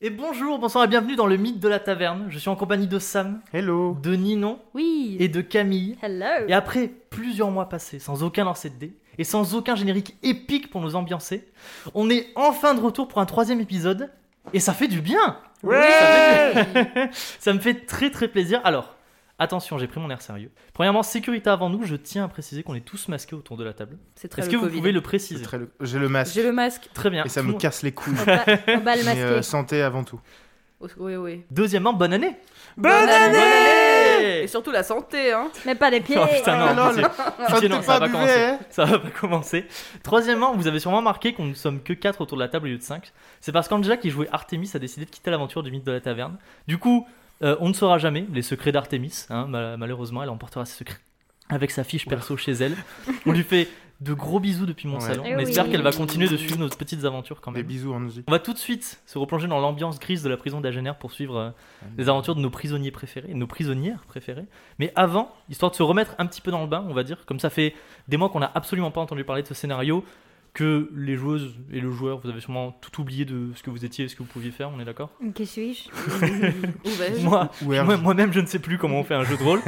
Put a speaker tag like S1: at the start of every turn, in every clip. S1: Et bonjour, bonsoir et bienvenue dans le mythe de la taverne. Je suis en compagnie de Sam,
S2: Hello
S1: de Ninon
S3: Oui.
S1: et de Camille.
S3: Hello.
S1: Et après plusieurs mois passés sans aucun lancer de dés et sans aucun générique épique pour nous ambiancer, on est enfin de retour pour un troisième épisode et ça fait du bien. Ça me fait très très plaisir. Alors, attention, j'ai pris mon air sérieux. Premièrement, sécurité avant nous, je tiens à préciser qu'on est tous masqués autour de la table.
S3: C'est très
S1: Est-ce
S3: le
S1: que vous
S3: Covid.
S1: pouvez le préciser
S2: Très le- J'ai le masque
S3: J'ai le masque.
S1: Très bien.
S2: et ça
S1: Tout le
S4: Ah.
S2: me
S1: monde-
S2: casse les couilles.
S3: On va, on va le
S2: Mais
S3: masquer.
S2: euh, santé avant tout.
S3: Oh, Oui, oui.
S1: Deuxièmement, bonne année.
S3: Bonne
S1: Bonne année
S5: Eh
S4: Et surtout la santé, hein
S3: Mais pas les pieds.
S1: Oh, putain, non,
S2: Ah, lol.
S1: pitié. Pitié, non,
S2: t'es
S1: ça va pas
S2: buvé,
S1: commencer.
S2: hein
S1: Ça va pas commencer. Troisièmement, vous avez sûrement marqué qu'on ne sommes que 4 autour de la table au lieu de 5. C'est parce qu'Angela qui jouait Artemis a décidé de quitter l'aventure du mythe de la taverne. Du coup, euh, on ne saura jamais les secrets d'Artemis. hein, mal- malheureusement, elle emportera ses secrets avec sa fiche perso chez elle. On lui fait de gros bisous depuis mon
S2: Ouais.
S1: salon.
S3: Eh
S1: on espère
S3: oui.
S1: qu'elle va continuer de suivre nos petites aventures quand
S2: hein. Des
S1: même.
S2: bisous en musique.
S1: On va tout de suite se replonger dans l'ambiance grise de la prison d'Agener pour suivre euh, les aventures de nos prisonniers préférés, nos prisonnières préférées. Mais avant, histoire de se remettre un petit peu dans le bain, on va dire, comme ça fait des mois qu'on n'a absolument pas entendu parler de ce scénario, que les joueuses et le joueur, vous avez sûrement tout oublié de ce que vous étiez et ce que vous pouviez faire, on est d'accord
S3: Euh, Que suis-je Oh,
S4: Où
S3: bah
S5: Euh,
S4: vais-je
S1: Moi,
S2: Ou
S1: moi-
S2: Hergé.
S1: moi-même, je ne sais plus comment on fait un jeu de rôle.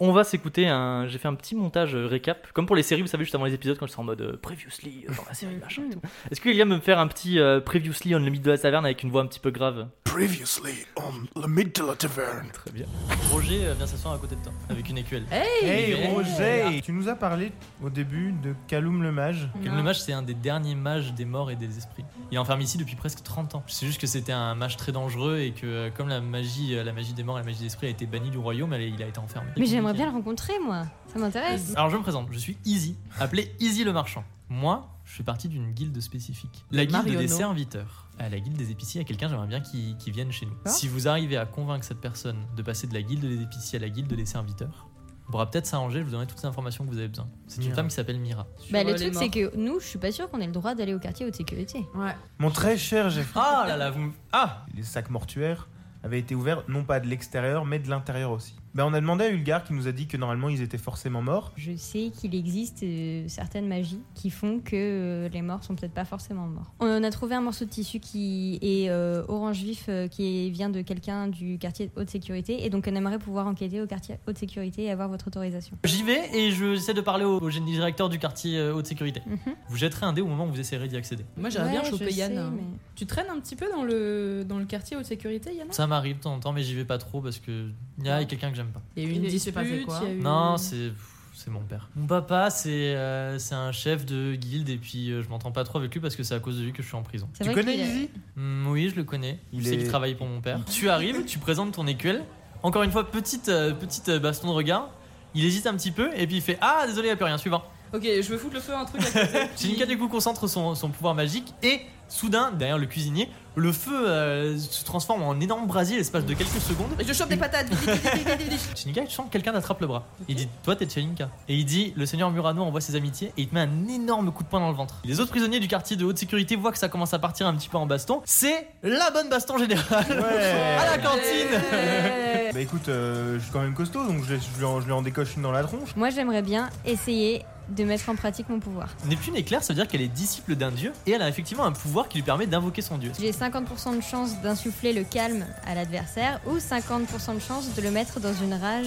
S1: on va s'écouter un. J'ai fait un petit montage euh, récap, comme pour les séries, vous savez, juste avant les épisodes, quand je suis en mode euh, previously euh, dans la série, machin et tout. Est-ce qu'il y a me faire un petit euh, previously on the mythe de la taverne avec une voix un petit peu grave
S6: Previously on the Mid de la Taverne.
S1: Très bien. Roger euh, vient s'asseoir à côté de toi avec une écuelle.
S2: Hey
S1: Hey.
S2: Roger Tu nous as parlé au début de Kaloum le mage.
S1: Comme le mage, c'est un des derniers mages des morts et des esprits. Il est enfermé ici depuis presque 30 ans. C'est juste que c'était un mage très dangereux et que, euh, comme la magie, euh, la magie des morts et la magie des esprits a été bannie du royaume, elle est- il a été enfermé.
S7: Mais j'aimerais bien le rencontrer, moi. Ça m'intéresse.
S1: Alors je me présente, je suis Easy, appelé Easy le marchand. Moi, je fais partie d'une guilde spécifique, la guilde
S4: Marionneau.
S1: des serviteurs. À la guilde des épiciers, il y a quelqu'un, j'aimerais bien qu'il qu'il vienne chez nous.
S3: Ah.
S1: Si vous arrivez à convaincre cette personne de passer de la guilde des épiciers à la guilde des serviteurs, on pourra peut-être s'arranger, je vous donnerai toutes les informations que vous avez besoin. C'est une
S2: Mira.
S1: femme qui s'appelle Mira.
S7: Bah, le
S4: les
S7: truc,
S4: morts.
S7: c'est que nous, je suis pas sûr qu'on ait le droit d'aller au quartier haute sécurité.
S4: Ouais.
S2: Mon très cher Jeff.
S1: Ah là là, vous... Ah
S2: Les sacs mortuaires avaient été ouverts non pas de l'extérieur mais de l'intérieur aussi. Bah, on a demandé à Ulgar qui nous a dit que normalement ils étaient forcément morts.
S7: Je sais qu'il existe euh, certaines magies qui font que euh, les morts sont peut-être pas forcément morts. On a trouvé un morceau de tissu qui est euh, orange vif, euh, qui vient de quelqu'un du quartier haute sécurité, et donc on aimerait pouvoir enquêter au quartier haute sécurité et avoir votre autorisation.
S1: J'y vais et je- j'essaie de parler au, au génie directeur du quartier euh, haute sécurité.
S7: Mhm.
S1: Vous jetterez un dé au moment où vous essayerez d'y accéder.
S4: Moi j'aimerais bien
S7: Ouais, je
S4: choper Yann.
S7: sais,
S4: hein.
S7: mais-
S5: Tu traînes un petit peu dans le, dans le quartier haute sécurité, Yana
S1: Ça m'arrive de temps en temps, mais j'y vais pas trop parce que il y a quelqu'un que j'aime pas.
S5: Il y a eu
S4: Il
S5: une
S4: est- il s'est
S5: dispute,
S4: passé quoi
S5: il y a eu-
S1: Non, c'est pff, c'est mon père. Mon papa, c'est euh, c'est un chef de guilde et puis euh, je m'entends pas trop avec lui parce que c'est à cause de lui que je suis en prison.
S7: C'est
S2: Tu
S7: vrai euh,
S2: connais
S7: qu'il a-
S2: Izzy
S1: Hmm, oui, je le connais.
S2: Il
S1: je sais
S2: est-
S1: qu'il travaille pour mon père. tu arrives, tu présentes ton écuelle. Encore une fois, petite, euh, petite euh, baston de regard. Il hésite un petit peu et puis il fait Ah, désolé, il a plus rien. Suivant.
S5: Ok, je veux foutre le feu à un truc à côté.
S1: Shinka du coup concentre son, son pouvoir magique et soudain, derrière le cuisinier, le feu euh, se transforme en énorme brasier l'espace de quelques secondes.
S4: Je chope des patates vite, vite, vite, vite, vite, vite.
S1: Shinka, tu sens que quelqu'un t'attrape le bras. Il dit Toi, t'es Shinka. Et il dit Le seigneur Murano envoie ses amitiés et il te met un énorme coup de poing dans le ventre. Les autres prisonniers du quartier de haute sécurité voient que ça commence à partir un petit peu en baston. C'est la bonne baston générale
S2: Ouais
S1: à la cantine
S4: Ouais.
S2: Bah écoute, euh, je suis quand même costaud donc je, je lui en, je lui en décoche une dans la tronche.
S7: Moi, j'aimerais bien essayer de mettre en pratique mon pouvoir.
S1: Neptune est claire, ça veut dire qu'elle est disciple d'un dieu et elle a effectivement un pouvoir qui lui permet d'invoquer son dieu.
S7: J'ai 50% de chance d'insuffler le calme à l'adversaire ou 50% de chance de le mettre dans une rage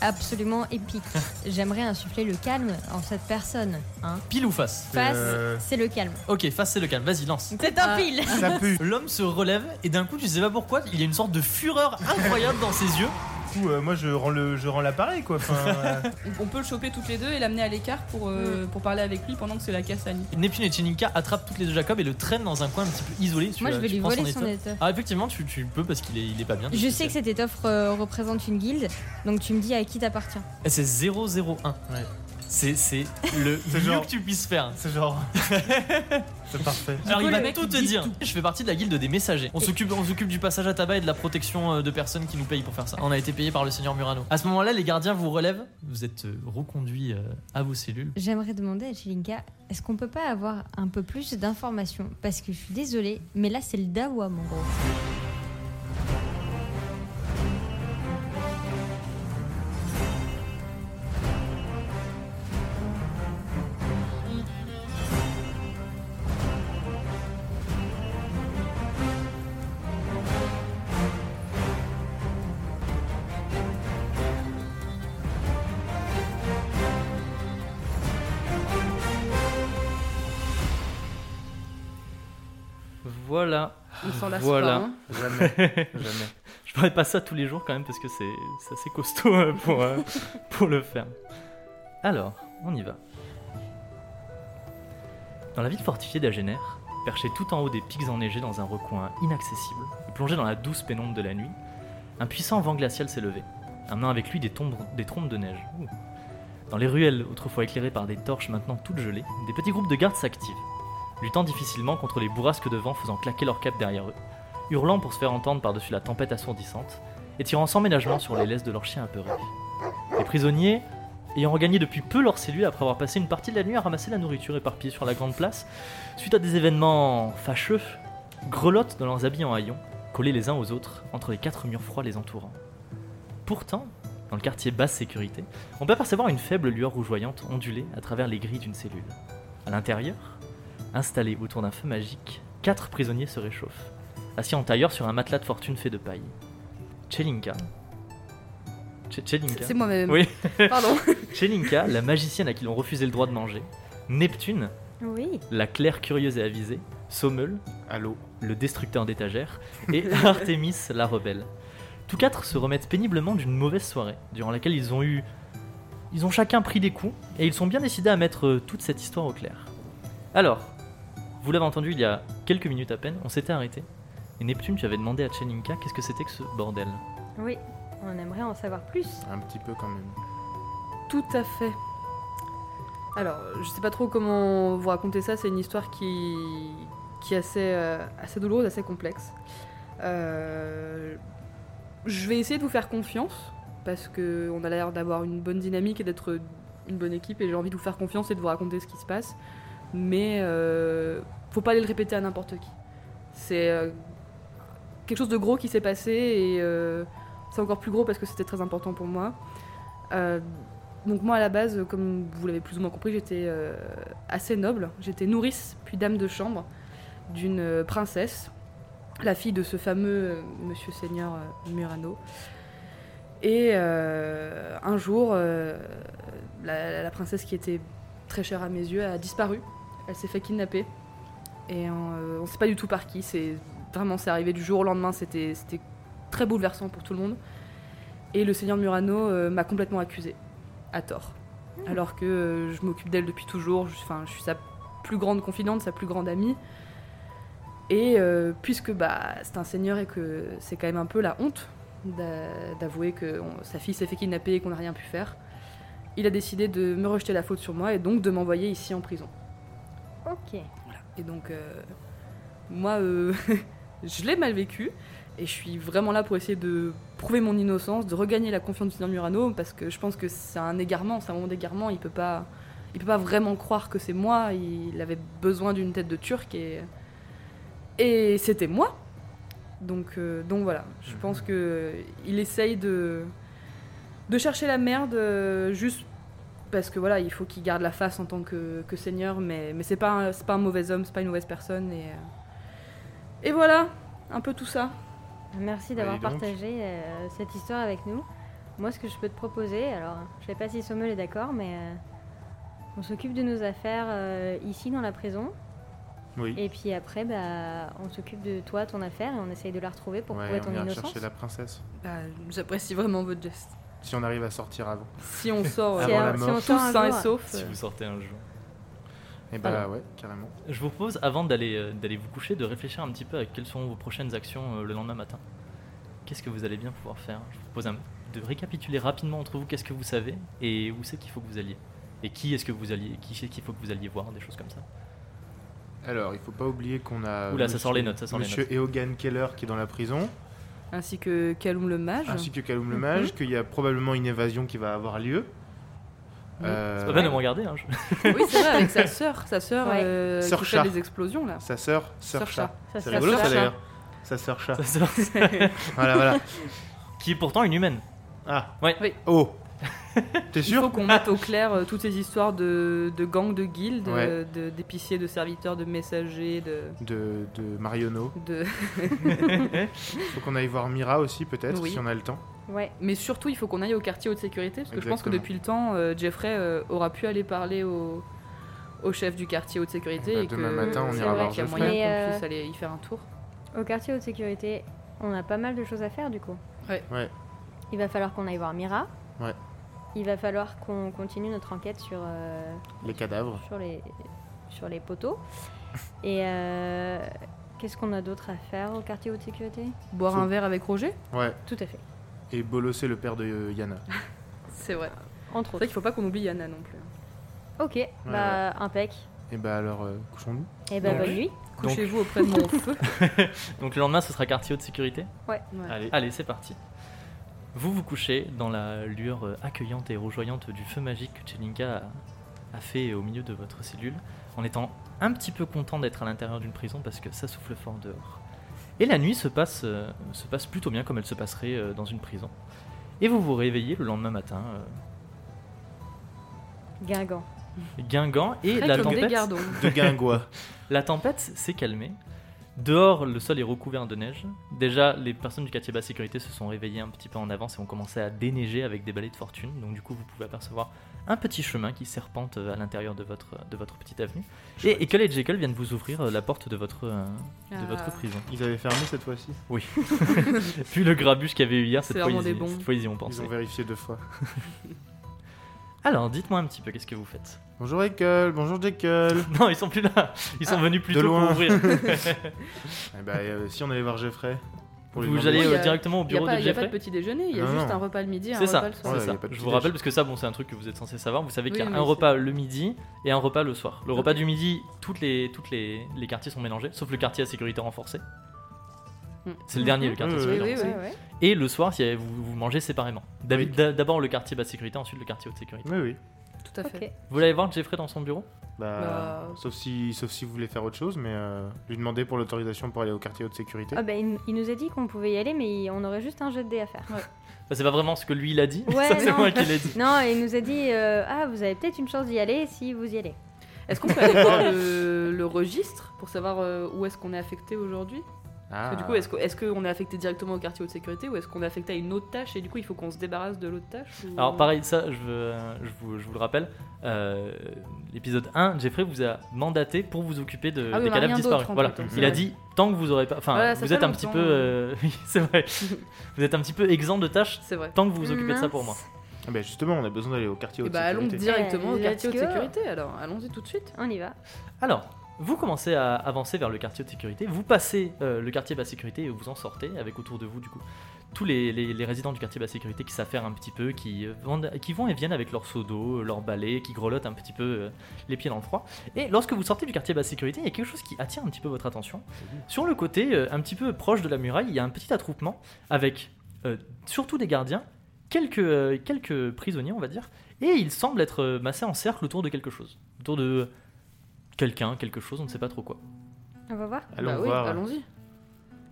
S7: absolument épique. J'aimerais insuffler le calme en cette personne. hein.
S1: Pile ou face
S7: Face,
S2: Euh.
S7: c'est le calme.
S1: Ok, face c'est le calme, vas-y lance.
S7: C'est un
S4: Ah.
S7: pile
S2: Ça pue.
S1: L'homme se relève et d'un coup, tu sais pas pourquoi, il y a une sorte de fureur incroyable dans ses yeux.
S2: Du coup, euh, moi je rends le, je rends l'appareil quoi. Enfin, euh,
S5: On peut le choper toutes les deux et l'amener à l'écart pour, euh, pour parler avec lui pendant que c'est la cassagne.
S1: Neptune et Cheninka attrapent toutes les deux Jacob et le traînent dans un coin un petit peu isolé. Tu,
S7: Moi, je
S1: euh,
S7: vais
S1: tu
S7: lui
S1: prends
S7: voler son
S1: étoffe.
S7: étoffe.
S1: Ah, effectivement, tu, tu peux parce qu'il est, il est pas bien.
S7: Je sais que cette étoffe euh, représente une guilde, donc tu me dis à qui t'appartient.
S1: Et Eh, C'est 001. C'est, c'est le
S2: C'est
S1: mieux
S2: genre-
S1: que tu puisses faire.
S2: c'est genre. c'est parfait.
S1: Alors
S5: coup,
S1: il
S5: le
S1: va
S5: mec,
S1: tout
S5: il
S1: te
S5: dit
S1: dire.
S5: tout.
S1: Je fais partie de la guilde des messagers. On s'occupe, on s'occupe du passage à tabac et de la protection euh, de personnes qui nous payent pour faire ça. On a été payé par le seigneur Murano. À ce moment-là, les gardiens vous relèvent. Vous êtes euh, reconduits euh, à vos cellules.
S7: J'aimerais demander à Chilinka, est-ce qu'on peut pas avoir un peu plus d'informations Parce que je suis désolée, mais là, c'est le dawa, mon gros.
S4: Voilà.
S3: On s'en lasse
S4: Voilà.
S3: pas. hein.
S8: Jamais. Jamais.
S4: Je ferai pas ça tous les jours quand même parce que c'est c'est assez costaud euh, pour, euh, pour le faire. Alors, on y va. Dans la ville fortifiée d'Agener, perché tout en haut des pics enneigés dans un recoin inaccessible et plongé dans la douce pénombre de la nuit, un puissant vent glacial s'est levé, amenant avec lui des, tombes- des trompes de neige. Ouh. Dans les ruelles, autrefois éclairées par des torches maintenant toutes gelées, des petits groupes de gardes s'activent, luttant difficilement contre les bourrasques de vent faisant claquer leurs capes derrière eux hurlant pour se faire entendre par-dessus la tempête assourdissante, et tirant sans ménagement sur les laisses de leurs chiens apeurés. Les prisonniers, ayant regagné depuis peu leur cellule après avoir passé une partie de la nuit à ramasser la nourriture éparpillée sur la grande place, suite à des événements fâcheux, grelottent dans leurs habits en haillons, collés les uns aux autres, entre les quatre murs froids les entourant. Pourtant, dans le quartier basse sécurité, on peut apercevoir une faible lueur rougeoyante ondulée à travers les grilles d'une cellule. À l'intérieur, installés autour d'un feu magique, quatre prisonniers se réchauffent assis en tailleur sur un matelas de fortune fait de paille. Chelinka. Che- Chelinka.
S3: C'est moi-même.
S4: Oui.
S3: Pardon.
S4: Chelinka, la magicienne à qui l'on refusait le droit de manger. Neptune,
S1: Oui.
S4: la claire curieuse et avisée. Sommel,
S8: Allô
S4: le destructeur d'étagères. Et Artemis, la rebelle. Tous quatre se remettent péniblement d'une mauvaise soirée, durant laquelle ils ont eu. Ils ont chacun pris des coups, et ils sont bien décidés à mettre euh, toute cette histoire au clair. Alors, vous l'avez entendu il y a quelques minutes à peine, on s'était arrêté. Et Neptune, tu avais demandé à Cheninka qu'est-ce que c'était que ce bordel.
S1: Oui. On aimerait en savoir plus.
S8: Un petit peu quand même.
S3: Tout à fait. Alors, je sais pas trop comment vous raconter ça, c'est une histoire qui, qui est assez, euh, assez douloureuse, assez complexe. Euh, je vais essayer de vous faire confiance, parce que on a l'air d'avoir une bonne dynamique et d'être une bonne équipe, et j'ai envie de vous faire confiance et de vous raconter ce qui se passe. Mais euh, faut pas aller le répéter à n'importe qui. C'est euh, quelque chose de gros qui s'est passé, et euh, c'est encore plus gros parce que c'était très important pour moi. Euh, donc moi à la base, euh, comme vous l'avez plus ou moins compris, j'étais euh, assez noble. J'étais nourrice puis dame de chambre d'une euh, princesse, la fille de ce fameux euh, monsieur seigneur euh, Murano. Et euh, un jour, euh, la, la princesse qui était très chère à mes yeux a disparu. Elle s'est fait kidnapper. Et on euh, on sait pas du tout par qui. C'est vraiment c'est arrivé du jour au lendemain. C'était c'était très bouleversant pour tout le monde. Et le seigneur Murano euh, m'a complètement accusée, à tort. Alors que euh, je m'occupe d'elle depuis toujours, je, 'fin, je suis sa plus grande confidente, sa plus grande amie. Et euh, puisque bah, c'est un seigneur et que c'est quand même un peu la honte d'a- d'avouer que on- sa fille s'est fait kidnapper et qu'on n'a rien pu faire, il a décidé de me rejeter la faute sur moi et donc de m'envoyer ici en prison.
S1: Ok.
S3: Et donc, euh, moi, euh, je l'ai mal vécu. Et je suis vraiment là pour essayer de prouver mon innocence, de regagner la confiance du Seigneur Murano, parce que je pense que c'est un égarement, c'est un moment d'égarement. Il peut pas, il peut pas vraiment croire que c'est moi. Il avait besoin d'une tête de Turc et et c'était moi. Donc euh, donc voilà. Je pense que il essaye de de chercher la merde euh, juste parce que voilà, il faut qu'il garde la face en tant que, que seigneur, mais, mais c'est pas, un- c'est pas un mauvais homme, c'est pas une mauvaise personne. Et, euh, et voilà, un peu tout ça.
S1: Merci d'avoir
S8: Bah, dis donc.
S1: partagé euh, cette histoire avec nous. Moi, ce que je peux te proposer, alors je sais pas si Sommel est d'accord, mais euh, on s'occupe de nos affaires euh, ici dans la prison.
S8: Oui.
S1: Et puis après, bah, on s'occupe de toi, ton affaire, et on essaye de la retrouver pour
S8: ouais,
S1: prouver
S8: on
S1: ton
S8: ira
S1: innocence.
S8: chercher la princesse.
S3: Bah, J'apprécie vraiment votre geste.
S8: Si on arrive à sortir avant.
S3: Si on sort
S8: Avant
S1: Si,
S3: euh,
S8: la
S1: si
S8: mort.
S1: on
S3: tous
S1: sort un
S3: sains et euh,
S1: jour,
S3: saufs,
S4: Si vous sortez un jour.
S8: Et bah
S4: Alors.
S8: ouais, carrément.
S4: Je vous propose, avant d'aller euh, d'aller vous coucher, de réfléchir un petit peu à quelles sont vos prochaines actions euh, le lendemain matin. Qu'est-ce que vous allez bien pouvoir faire Je vous propose un- de récapituler rapidement entre vous qu'est-ce que vous savez et où c'est qu'il faut que vous alliez. Et qui est-ce que vous alliez Qui c'est qu'il faut que vous alliez voir Des choses comme ça.
S8: Alors, il faut pas oublier qu'on a.
S4: Oula, ça sort les notes, ça sort les
S8: Monsieur
S4: notes.
S8: Eogan Keller qui est dans la prison,
S3: ainsi que Kaloum le mage.
S8: ainsi que Kaloum le Mage, qu'il y a probablement une évasion qui va avoir lieu.
S3: Oui.
S8: Euh,
S4: C'est pas bien de me regarder. Hein, je-
S3: Oui, c'est vrai, avec sa sœur, sa sœur
S1: Ouais.
S3: euh,
S8: Sœur
S3: qui
S8: chat.
S3: fait des explosions là.
S8: Sa sœur, sœur
S3: Sœur
S8: chat. C'est
S1: Ça sera
S8: rigolo
S1: ça.
S8: ça
S3: sœur chat.
S8: d'ailleurs. Sa sœur chat.
S4: ça sort.
S8: Voilà, voilà.
S4: qui est pourtant une humaine.
S8: Ah.
S4: Ouais.
S3: Oui.
S8: Oh. T'es
S3: Il faut
S8: sûr
S3: qu'on mette au clair euh, toutes ces histoires de, de gangs, de guildes,
S8: Ouais.
S3: euh, de- d'épiciers, de serviteurs, de messagers, de.
S8: de, de Marionneau.
S3: de-
S8: Faut qu'on aille voir Mira aussi peut-être
S3: Oui.
S8: si on a le temps.
S1: Ouais.
S3: Mais surtout, il faut qu'on aille au quartier haute sécurité, parce que je pense que
S8: Exactement.
S3: depuis le temps, euh, Jeffrey euh, aura pu aller parler au, au au chef du quartier haute sécurité.
S2: Bah,
S3: et que
S2: demain matin,
S1: on
S3: c'est
S1: ira
S3: vrai
S1: voir
S3: qu'il y a
S1: Geoffrey.
S3: moyen
S1: Mais,
S3: qu'on
S1: euh,
S3: puisse aller y faire un tour.
S1: Au quartier haute sécurité, on a pas mal de choses à faire du coup.
S3: Ouais.
S2: Ouais.
S1: Il va falloir qu'on aille voir Mira.
S2: Ouais.
S1: Il va falloir qu'on continue notre enquête sur, euh,
S2: Les cadavres.
S1: sur, les, sur les poteaux. Et euh, qu'est-ce qu'on a d'autre à faire au quartier haute sécurité
S3: Boire
S2: Faut-
S3: un verre avec Roger
S2: Ouais.
S1: Tout à fait.
S2: Et bolosser le père de euh, Yana.
S3: C'est vrai.
S1: Entre
S3: C'est vrai
S1: autres.
S3: qu'il faut pas qu'on oublie Yana non plus.
S1: Ok, bah impec.
S2: Et bah alors, euh, couchons-nous.
S1: Et bah
S3: Donc-
S1: bonne nuit.
S3: Couchez-vous auprès de mon feu.
S4: Donc le lendemain, ce sera quartier haute sécurité.
S3: Ouais.
S4: Allez, allez, c'est parti. Vous vous couchez dans la lueur euh, accueillante et rougeoyante du feu magique que Chelinka a, a fait au milieu de votre cellule, en étant un petit peu content d'être à l'intérieur d'une prison parce que ça souffle fort dehors. Et la nuit se passe, euh, se passe plutôt bien comme elle se passerait euh, dans une prison. Et vous vous réveillez le lendemain matin, euh,
S1: Guingamp.
S4: guingant, et
S3: Frais
S4: la
S3: comme des
S4: tempête,
S3: gardons.
S2: De Guingois.
S4: la tempête s'est calmée. Dehors, le sol est recouvert de neige. Déjà, les personnes du quartier basse sécurité se sont réveillées un petit peu en avance et ont commencé à déneiger avec des balais de fortune. Donc, du coup, vous pouvez apercevoir un petit chemin qui serpente euh, à l'intérieur de votre, de votre petite avenue. Et Ekel et Jekyll viennent vous ouvrir euh, la porte de votre, euh, de
S3: Ah.
S4: votre prison.
S2: Ils avaient fermé cette fois-ci.
S4: Puis le grabuge qu'il y avait eu hier, cette
S3: C'est
S4: fois,
S3: vraiment
S4: ils y-
S3: des bons.
S4: cette fois, ils y ont
S2: Ils
S4: pensé.
S2: ont vérifié deux fois.
S4: Alors, dites-moi un petit peu, qu'est-ce que vous faites
S2: Bonjour Ekel, bonjour Jekyll.
S4: Non, ils sont plus là. Ils sont venus plus
S2: Ah. de
S4: tôt
S2: loin.
S4: pour ouvrir.
S2: Eh bah, euh, si on allait voir Geoffrey. pour lui
S4: vous
S2: demander-
S4: allez
S3: Oui,
S4: euh,
S3: y a-
S4: directement au
S3: Il n'y a,
S4: bureau
S3: pas-
S4: de
S3: y a pas
S4: Jeffrey.
S3: de petit déjeuner, il y a
S2: Non,
S3: juste
S2: non.
S3: un repas le midi et un
S4: C'est
S3: repas
S4: ça,
S3: le soir.
S4: c'est
S2: Ouais, y a
S4: ça.
S2: pas de
S4: Je
S2: petit
S4: vous rappelle parce que ça, bon, c'est un truc que vous êtes censé savoir. Vous savez qu'il y
S3: Oui,
S4: a
S3: mais
S4: un
S3: c'est-
S4: repas le midi et un repas le soir. Le
S3: Ok.
S4: repas du midi, toutes les, toutes les, les quartiers sont mélangés, sauf le quartier à sécurité renforcée.
S3: Mm.
S4: C'est le dernier, le quartier à
S2: Oui,
S4: sécurité
S3: oui, oui,
S4: renforcée.
S3: oui.
S4: Et le soir, si vous, vous mangez séparément. D'habi- d'a- D'abord le quartier basse sécurité, ensuite le quartier haute sécurité.
S2: Oui, oui.
S3: Tout à fait.
S2: Mm.
S1: Ok.
S4: Vous allez voir Jeffrey dans son bureau
S2: Bah,
S3: Bah.
S2: Sauf, si, sauf si vous voulez faire autre chose, mais euh, lui demander pour l'autorisation pour aller au quartier haute sécurité.
S1: Ah bah, il, il nous a dit qu'on pouvait y aller, mais il- on aurait juste un jeu de dés à faire.
S4: Bah, C'est pas vraiment ce que lui il a dit,
S1: Ouais,
S4: ça c'est
S1: non.
S4: moi qui l'ai dit.
S1: Non, il nous a dit euh, Ah, vous avez peut-être une chance d'y aller si vous y allez.
S3: Est-ce qu'on peut aller voir le, le registre pour savoir euh, où est-ce qu'on est affecté aujourd'hui
S2: Ah.
S3: Parce que Du coup, est-ce qu'on est, affecté directement au quartier haute sécurité ou est-ce qu'on est affecté à une autre tâche et du coup il faut qu'on se débarrasse de l'autre tâche ou-
S4: Alors pareil, ça, je, veux- je, vous, je vous le rappelle, euh, l'épisode 1, Jeffrey vous a mandaté pour vous occuper de,
S3: Ah oui,
S4: des
S3: on a
S4: cadavres
S3: rien
S4: disparus.
S3: d'autre, en
S4: Voilà.
S3: fait, donc
S4: Il a
S3: c'est
S4: dit tant que vous aurez pas, enfin,
S3: Voilà, ça
S4: vous
S3: fait
S4: êtes un petit peu,
S3: longtemps.
S4: euh, oui, c'est vrai, vous êtes un petit peu exempt de tâches
S3: C'est vrai.
S4: tant que vous vous occupez de ça pour moi.
S1: Mince.
S2: Ah bah, justement, on a besoin d'aller au quartier
S3: Et
S2: haute
S3: bah allons
S2: sécurité.
S3: directement au
S1: Let's
S3: quartier haute
S1: go.
S3: sécurité alors, allons-y tout de suite.
S1: On y va.
S4: Alors, vous commencez à avancer vers le quartier de sécurité, vous passez euh, le quartier basse sécurité et vous en sortez avec autour de vous du coup tous les, les- les résidents du quartier basse sécurité qui s'affairent un petit peu, qui, euh, vendent- qui vont et viennent avec leurs seaux d'eau, leurs balais, qui grelottent un petit peu euh, les pieds dans le froid. Et lorsque vous sortez du quartier basse sécurité, il y a quelque chose qui attire un petit peu votre attention. Sur le côté, euh, un petit peu proche de la muraille, il y a un petit attroupement avec euh, surtout des gardiens, quelques, euh, quelques prisonniers on va dire, et ils semblent être euh, massés en cercle autour de quelque chose, autour de quelqu'un, quelque chose, on ne sait pas trop quoi.
S1: On va voir.
S2: Allons
S3: bah oui,
S2: voir.
S3: allons-y.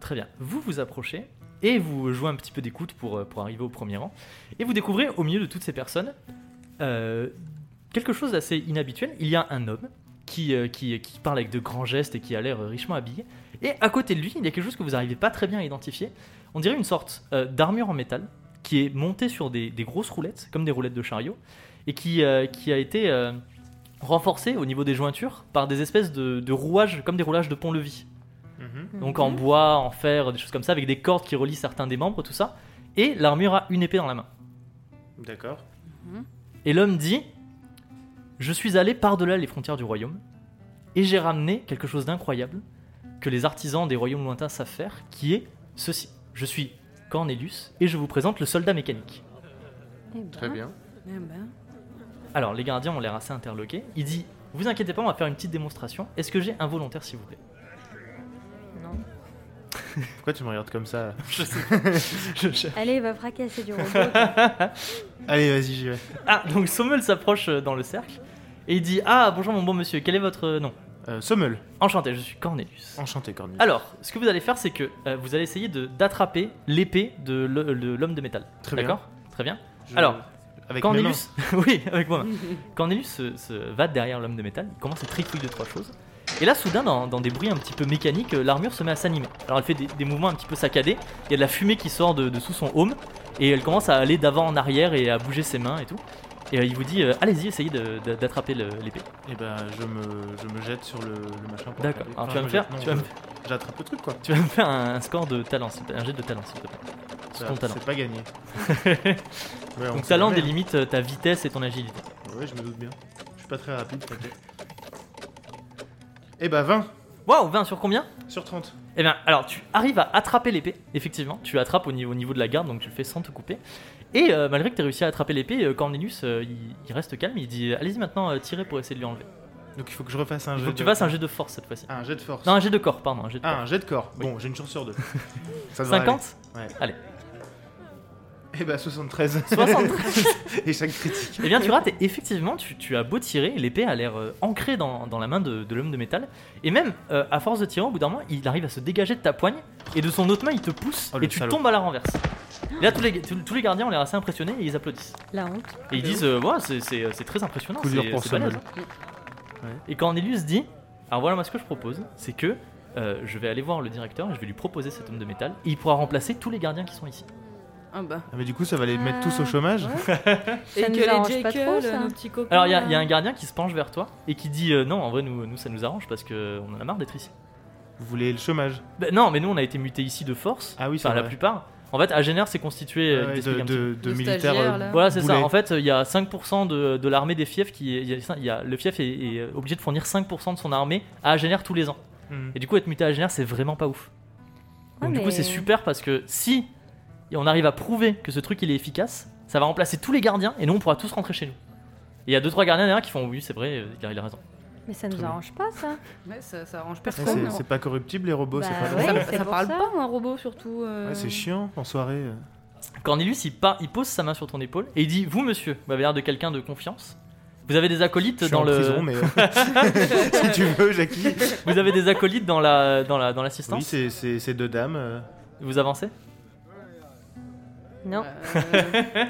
S4: Très bien. Vous vous approchez et vous jouez un petit peu d'écoute pour, euh, pour arriver au premier rang. Et vous découvrez au milieu de toutes ces personnes euh, quelque chose d'assez inhabituel. Il y a un homme qui, euh, qui, qui parle avec de grands gestes et qui a l'air euh, richement habillé. Et à côté de lui, il y a quelque chose que vous n'arrivez pas très bien à identifier. On dirait une sorte euh, d'armure en métal qui est montée sur des, des grosses roulettes, comme des roulettes de chariot, et qui, euh, qui a été euh, renforcée au niveau des jointures par des espèces de, de rouages, comme des roulages de pont-levis.
S2: Mhm.
S4: Donc en bois, en fer, des choses comme ça, avec des cordes qui relient certains des membres, tout ça. Et l'armure a une épée dans la main.
S2: D'accord.
S4: Et l'homme dit Je suis allé par-delà les frontières du royaume, et j'ai ramené quelque chose d'incroyable que les artisans des royaumes lointains savent faire, qui est ceci. Je suis Cornelius, et je vous présente le soldat mécanique.
S2: Très bien.
S3: Eh ben,
S4: Alors les gardiens ont l'air assez interloqués. Il dit Vous inquiétez pas, on va faire une petite démonstration. Est-ce que j'ai un volontaire, s'il vous plaît
S2: Pourquoi tu me regardes comme ça
S1: Allez, va fracasser du robot.
S2: Allez, vas-y, j'y vais.
S4: Ah, donc Sommel s'approche euh, dans le cercle, et il dit Ah, bonjour mon bon monsieur, quel est votre euh, nom
S2: Euh, Sommel,
S4: Enchanté, je suis Cornelius.
S2: enchanté, Cornu.
S4: Alors, ce que vous allez faire, c'est que euh, vous allez essayer de- d'attraper l'épée de le- le- l'homme de métal.
S2: Très bien.
S4: D'accord Très bien.
S2: Je-
S4: alors,
S2: avec
S4: Cornelius, oui, avec moi. Cornelius se, se va derrière l'homme de métal, il commence à trifouiller deux trois choses. Et là, soudain, dans, dans des bruits un petit peu mécaniques, euh, l'armure se met à s'animer. Alors, elle fait des, des mouvements un petit peu saccadés. Il y a de la fumée qui sort de, de sous son haume et elle commence à aller d'avant en arrière et à bouger ses mains et tout. Et euh, il vous dit euh, allez-y, essayez de- de- d'attraper le- l'épée.
S2: Et ben je me, je me jette sur le, le machin. pour
S4: D'accord.
S2: attraper.
S4: Alors, tu
S2: Enfin,
S4: vas me
S2: je
S4: faire-
S2: jette- non,
S4: tu vas me-
S2: je- J'attrape le truc quoi.
S4: Tu vas me faire un, un score de talent, s'il te plaît, un jet de talent, s'il te plaît. Sur ton
S2: Ça,
S4: talent.
S2: C'est pas gagné. Ouais, on
S4: Donc
S2: sait
S4: talent
S2: jamais,
S4: délimite euh, ta vitesse et ton agilité.
S2: hein. Ouais, je me doute bien. Je suis pas très rapide, t'inquiète. Et bah 20
S4: Waouh, 20 sur combien
S2: sur 30.
S4: Eh bien, alors tu arrives à attraper l'épée, effectivement. Tu attrapes au niveau, au niveau de la garde, donc tu le fais sans te couper. Et euh, malgré que tu aies réussi à attraper l'épée, euh, Cornelius, euh, il, il reste calme. Il dit Allez-y maintenant, euh, tirez pour essayer de lui enlever.
S2: Donc il faut que je refasse un
S4: Il
S2: jet.
S4: faut que tu
S2: de-
S4: fasses un jet de force cette fois-ci.
S2: Ah, un jet de force.
S4: Non, un jet de corps, pardon, un jet de
S2: Ah, bah,
S4: corps.
S2: un jet de corps.
S4: Oui.
S2: Bon, j'ai une chance sur deux. Ça devrait
S4: 50
S2: aller. Ouais.
S4: Allez.
S2: Eh bah 73.
S4: 73
S2: Et chaque critique.
S4: Eh bien, tu rates, et effectivement, tu, tu as beau tirer, l'épée a l'air euh, ancrée dans, dans la main de, de l'homme de métal. Et même, euh, à force de tirer, au bout d'un moment, il arrive à se dégager de ta poigne, et de son autre main, il te pousse,
S2: Oh, le
S4: et tu
S2: salaud.
S4: tombes à la renverse. Et là, tous les, tous, tous les gardiens ont l'air assez impressionnés, et ils applaudissent.
S1: La honte.
S4: Et ils disent, euh, ouais, c'est- c'est c'est très impressionnant,
S2: Coup
S4: c'est
S2: dur pour
S4: c'est balèze.
S2: Ouais.
S4: Et Cornelius dit, alors voilà, moi, ce que je propose, c'est que euh, je vais aller voir le directeur, et je vais lui proposer cet homme de métal, et il pourra remplacer tous les gardiens qui sont ici.
S3: Ah bah.
S2: Ah, mais du coup, ça va les mettre tous au
S1: Ah,
S2: chômage
S3: Et
S1: Ça
S3: que
S1: nous
S3: les
S1: arrange pas trop,
S3: Jekyll,
S1: ça.
S3: nos petits copains.
S4: Alors il y, a- il y a un gardien qui se penche vers toi et qui dit euh, non en vrai nous, nous ça nous arrange parce que on en a marre d'être ici.
S2: Vous voulez le chômage
S4: Ben, non mais nous on a été mutés ici de force.
S2: Ah oui, c'est
S4: Enfin la
S2: vrai.
S4: plupart. En fait Agener s'est constitué. euh, il
S2: Ouais, de,
S4: t'explique un petit peu.
S2: de, de
S3: De
S2: militaires.
S3: stagiaires,
S2: euh,
S3: là.
S4: Voilà Ah, c'est ça.
S2: boulets.
S4: En fait il y a 5% de, de l'armée des fiefs qui il y a- il y a- le fief est, euh, est obligé de fournir 5% de son armée à Agener tous les ans.
S2: Mhm.
S4: Et du coup être muté à Agener c'est vraiment pas ouf.
S1: Ouais,
S4: Donc du coup
S1: Ah, mais-
S4: c'est super parce que si on arrive à prouver que ce truc il est efficace, ça va remplacer tous les gardiens et nous on pourra tous rentrer chez nous. Et il y a deux trois gardiens derrière qui font oui c'est vrai euh, il a- il a raison.
S1: Mais ça nous
S2: bien.
S1: arrange pas, ça.
S3: Ouais, ça, ça arrange
S2: Ouais,
S3: personne.
S2: c'est- C'est pas corruptible les robots,
S1: Bah
S2: c'est pas
S1: ouais,
S2: drôle.
S3: ça
S1: c'est
S3: ça
S1: pour
S3: parle
S1: ça.
S3: pas, un robot surtout. euh,
S2: Ouais, c'est chiant en soirée. euh.
S4: Cornelius, il, part- il pose sa main sur ton épaule et il dit Vous, monsieur, vous avez l'air de quelqu'un de confiance. Vous avez des acolytes
S2: Je suis
S4: dans
S2: en
S4: le.
S2: prison, mais euh, si tu veux, Jackie.
S4: Vous avez des acolytes dans la dans la dans
S2: Oui,
S4: l'assistance.
S2: c'est- c'est c'est deux dames. euh.
S4: vous avancez.
S1: Non.
S3: euh,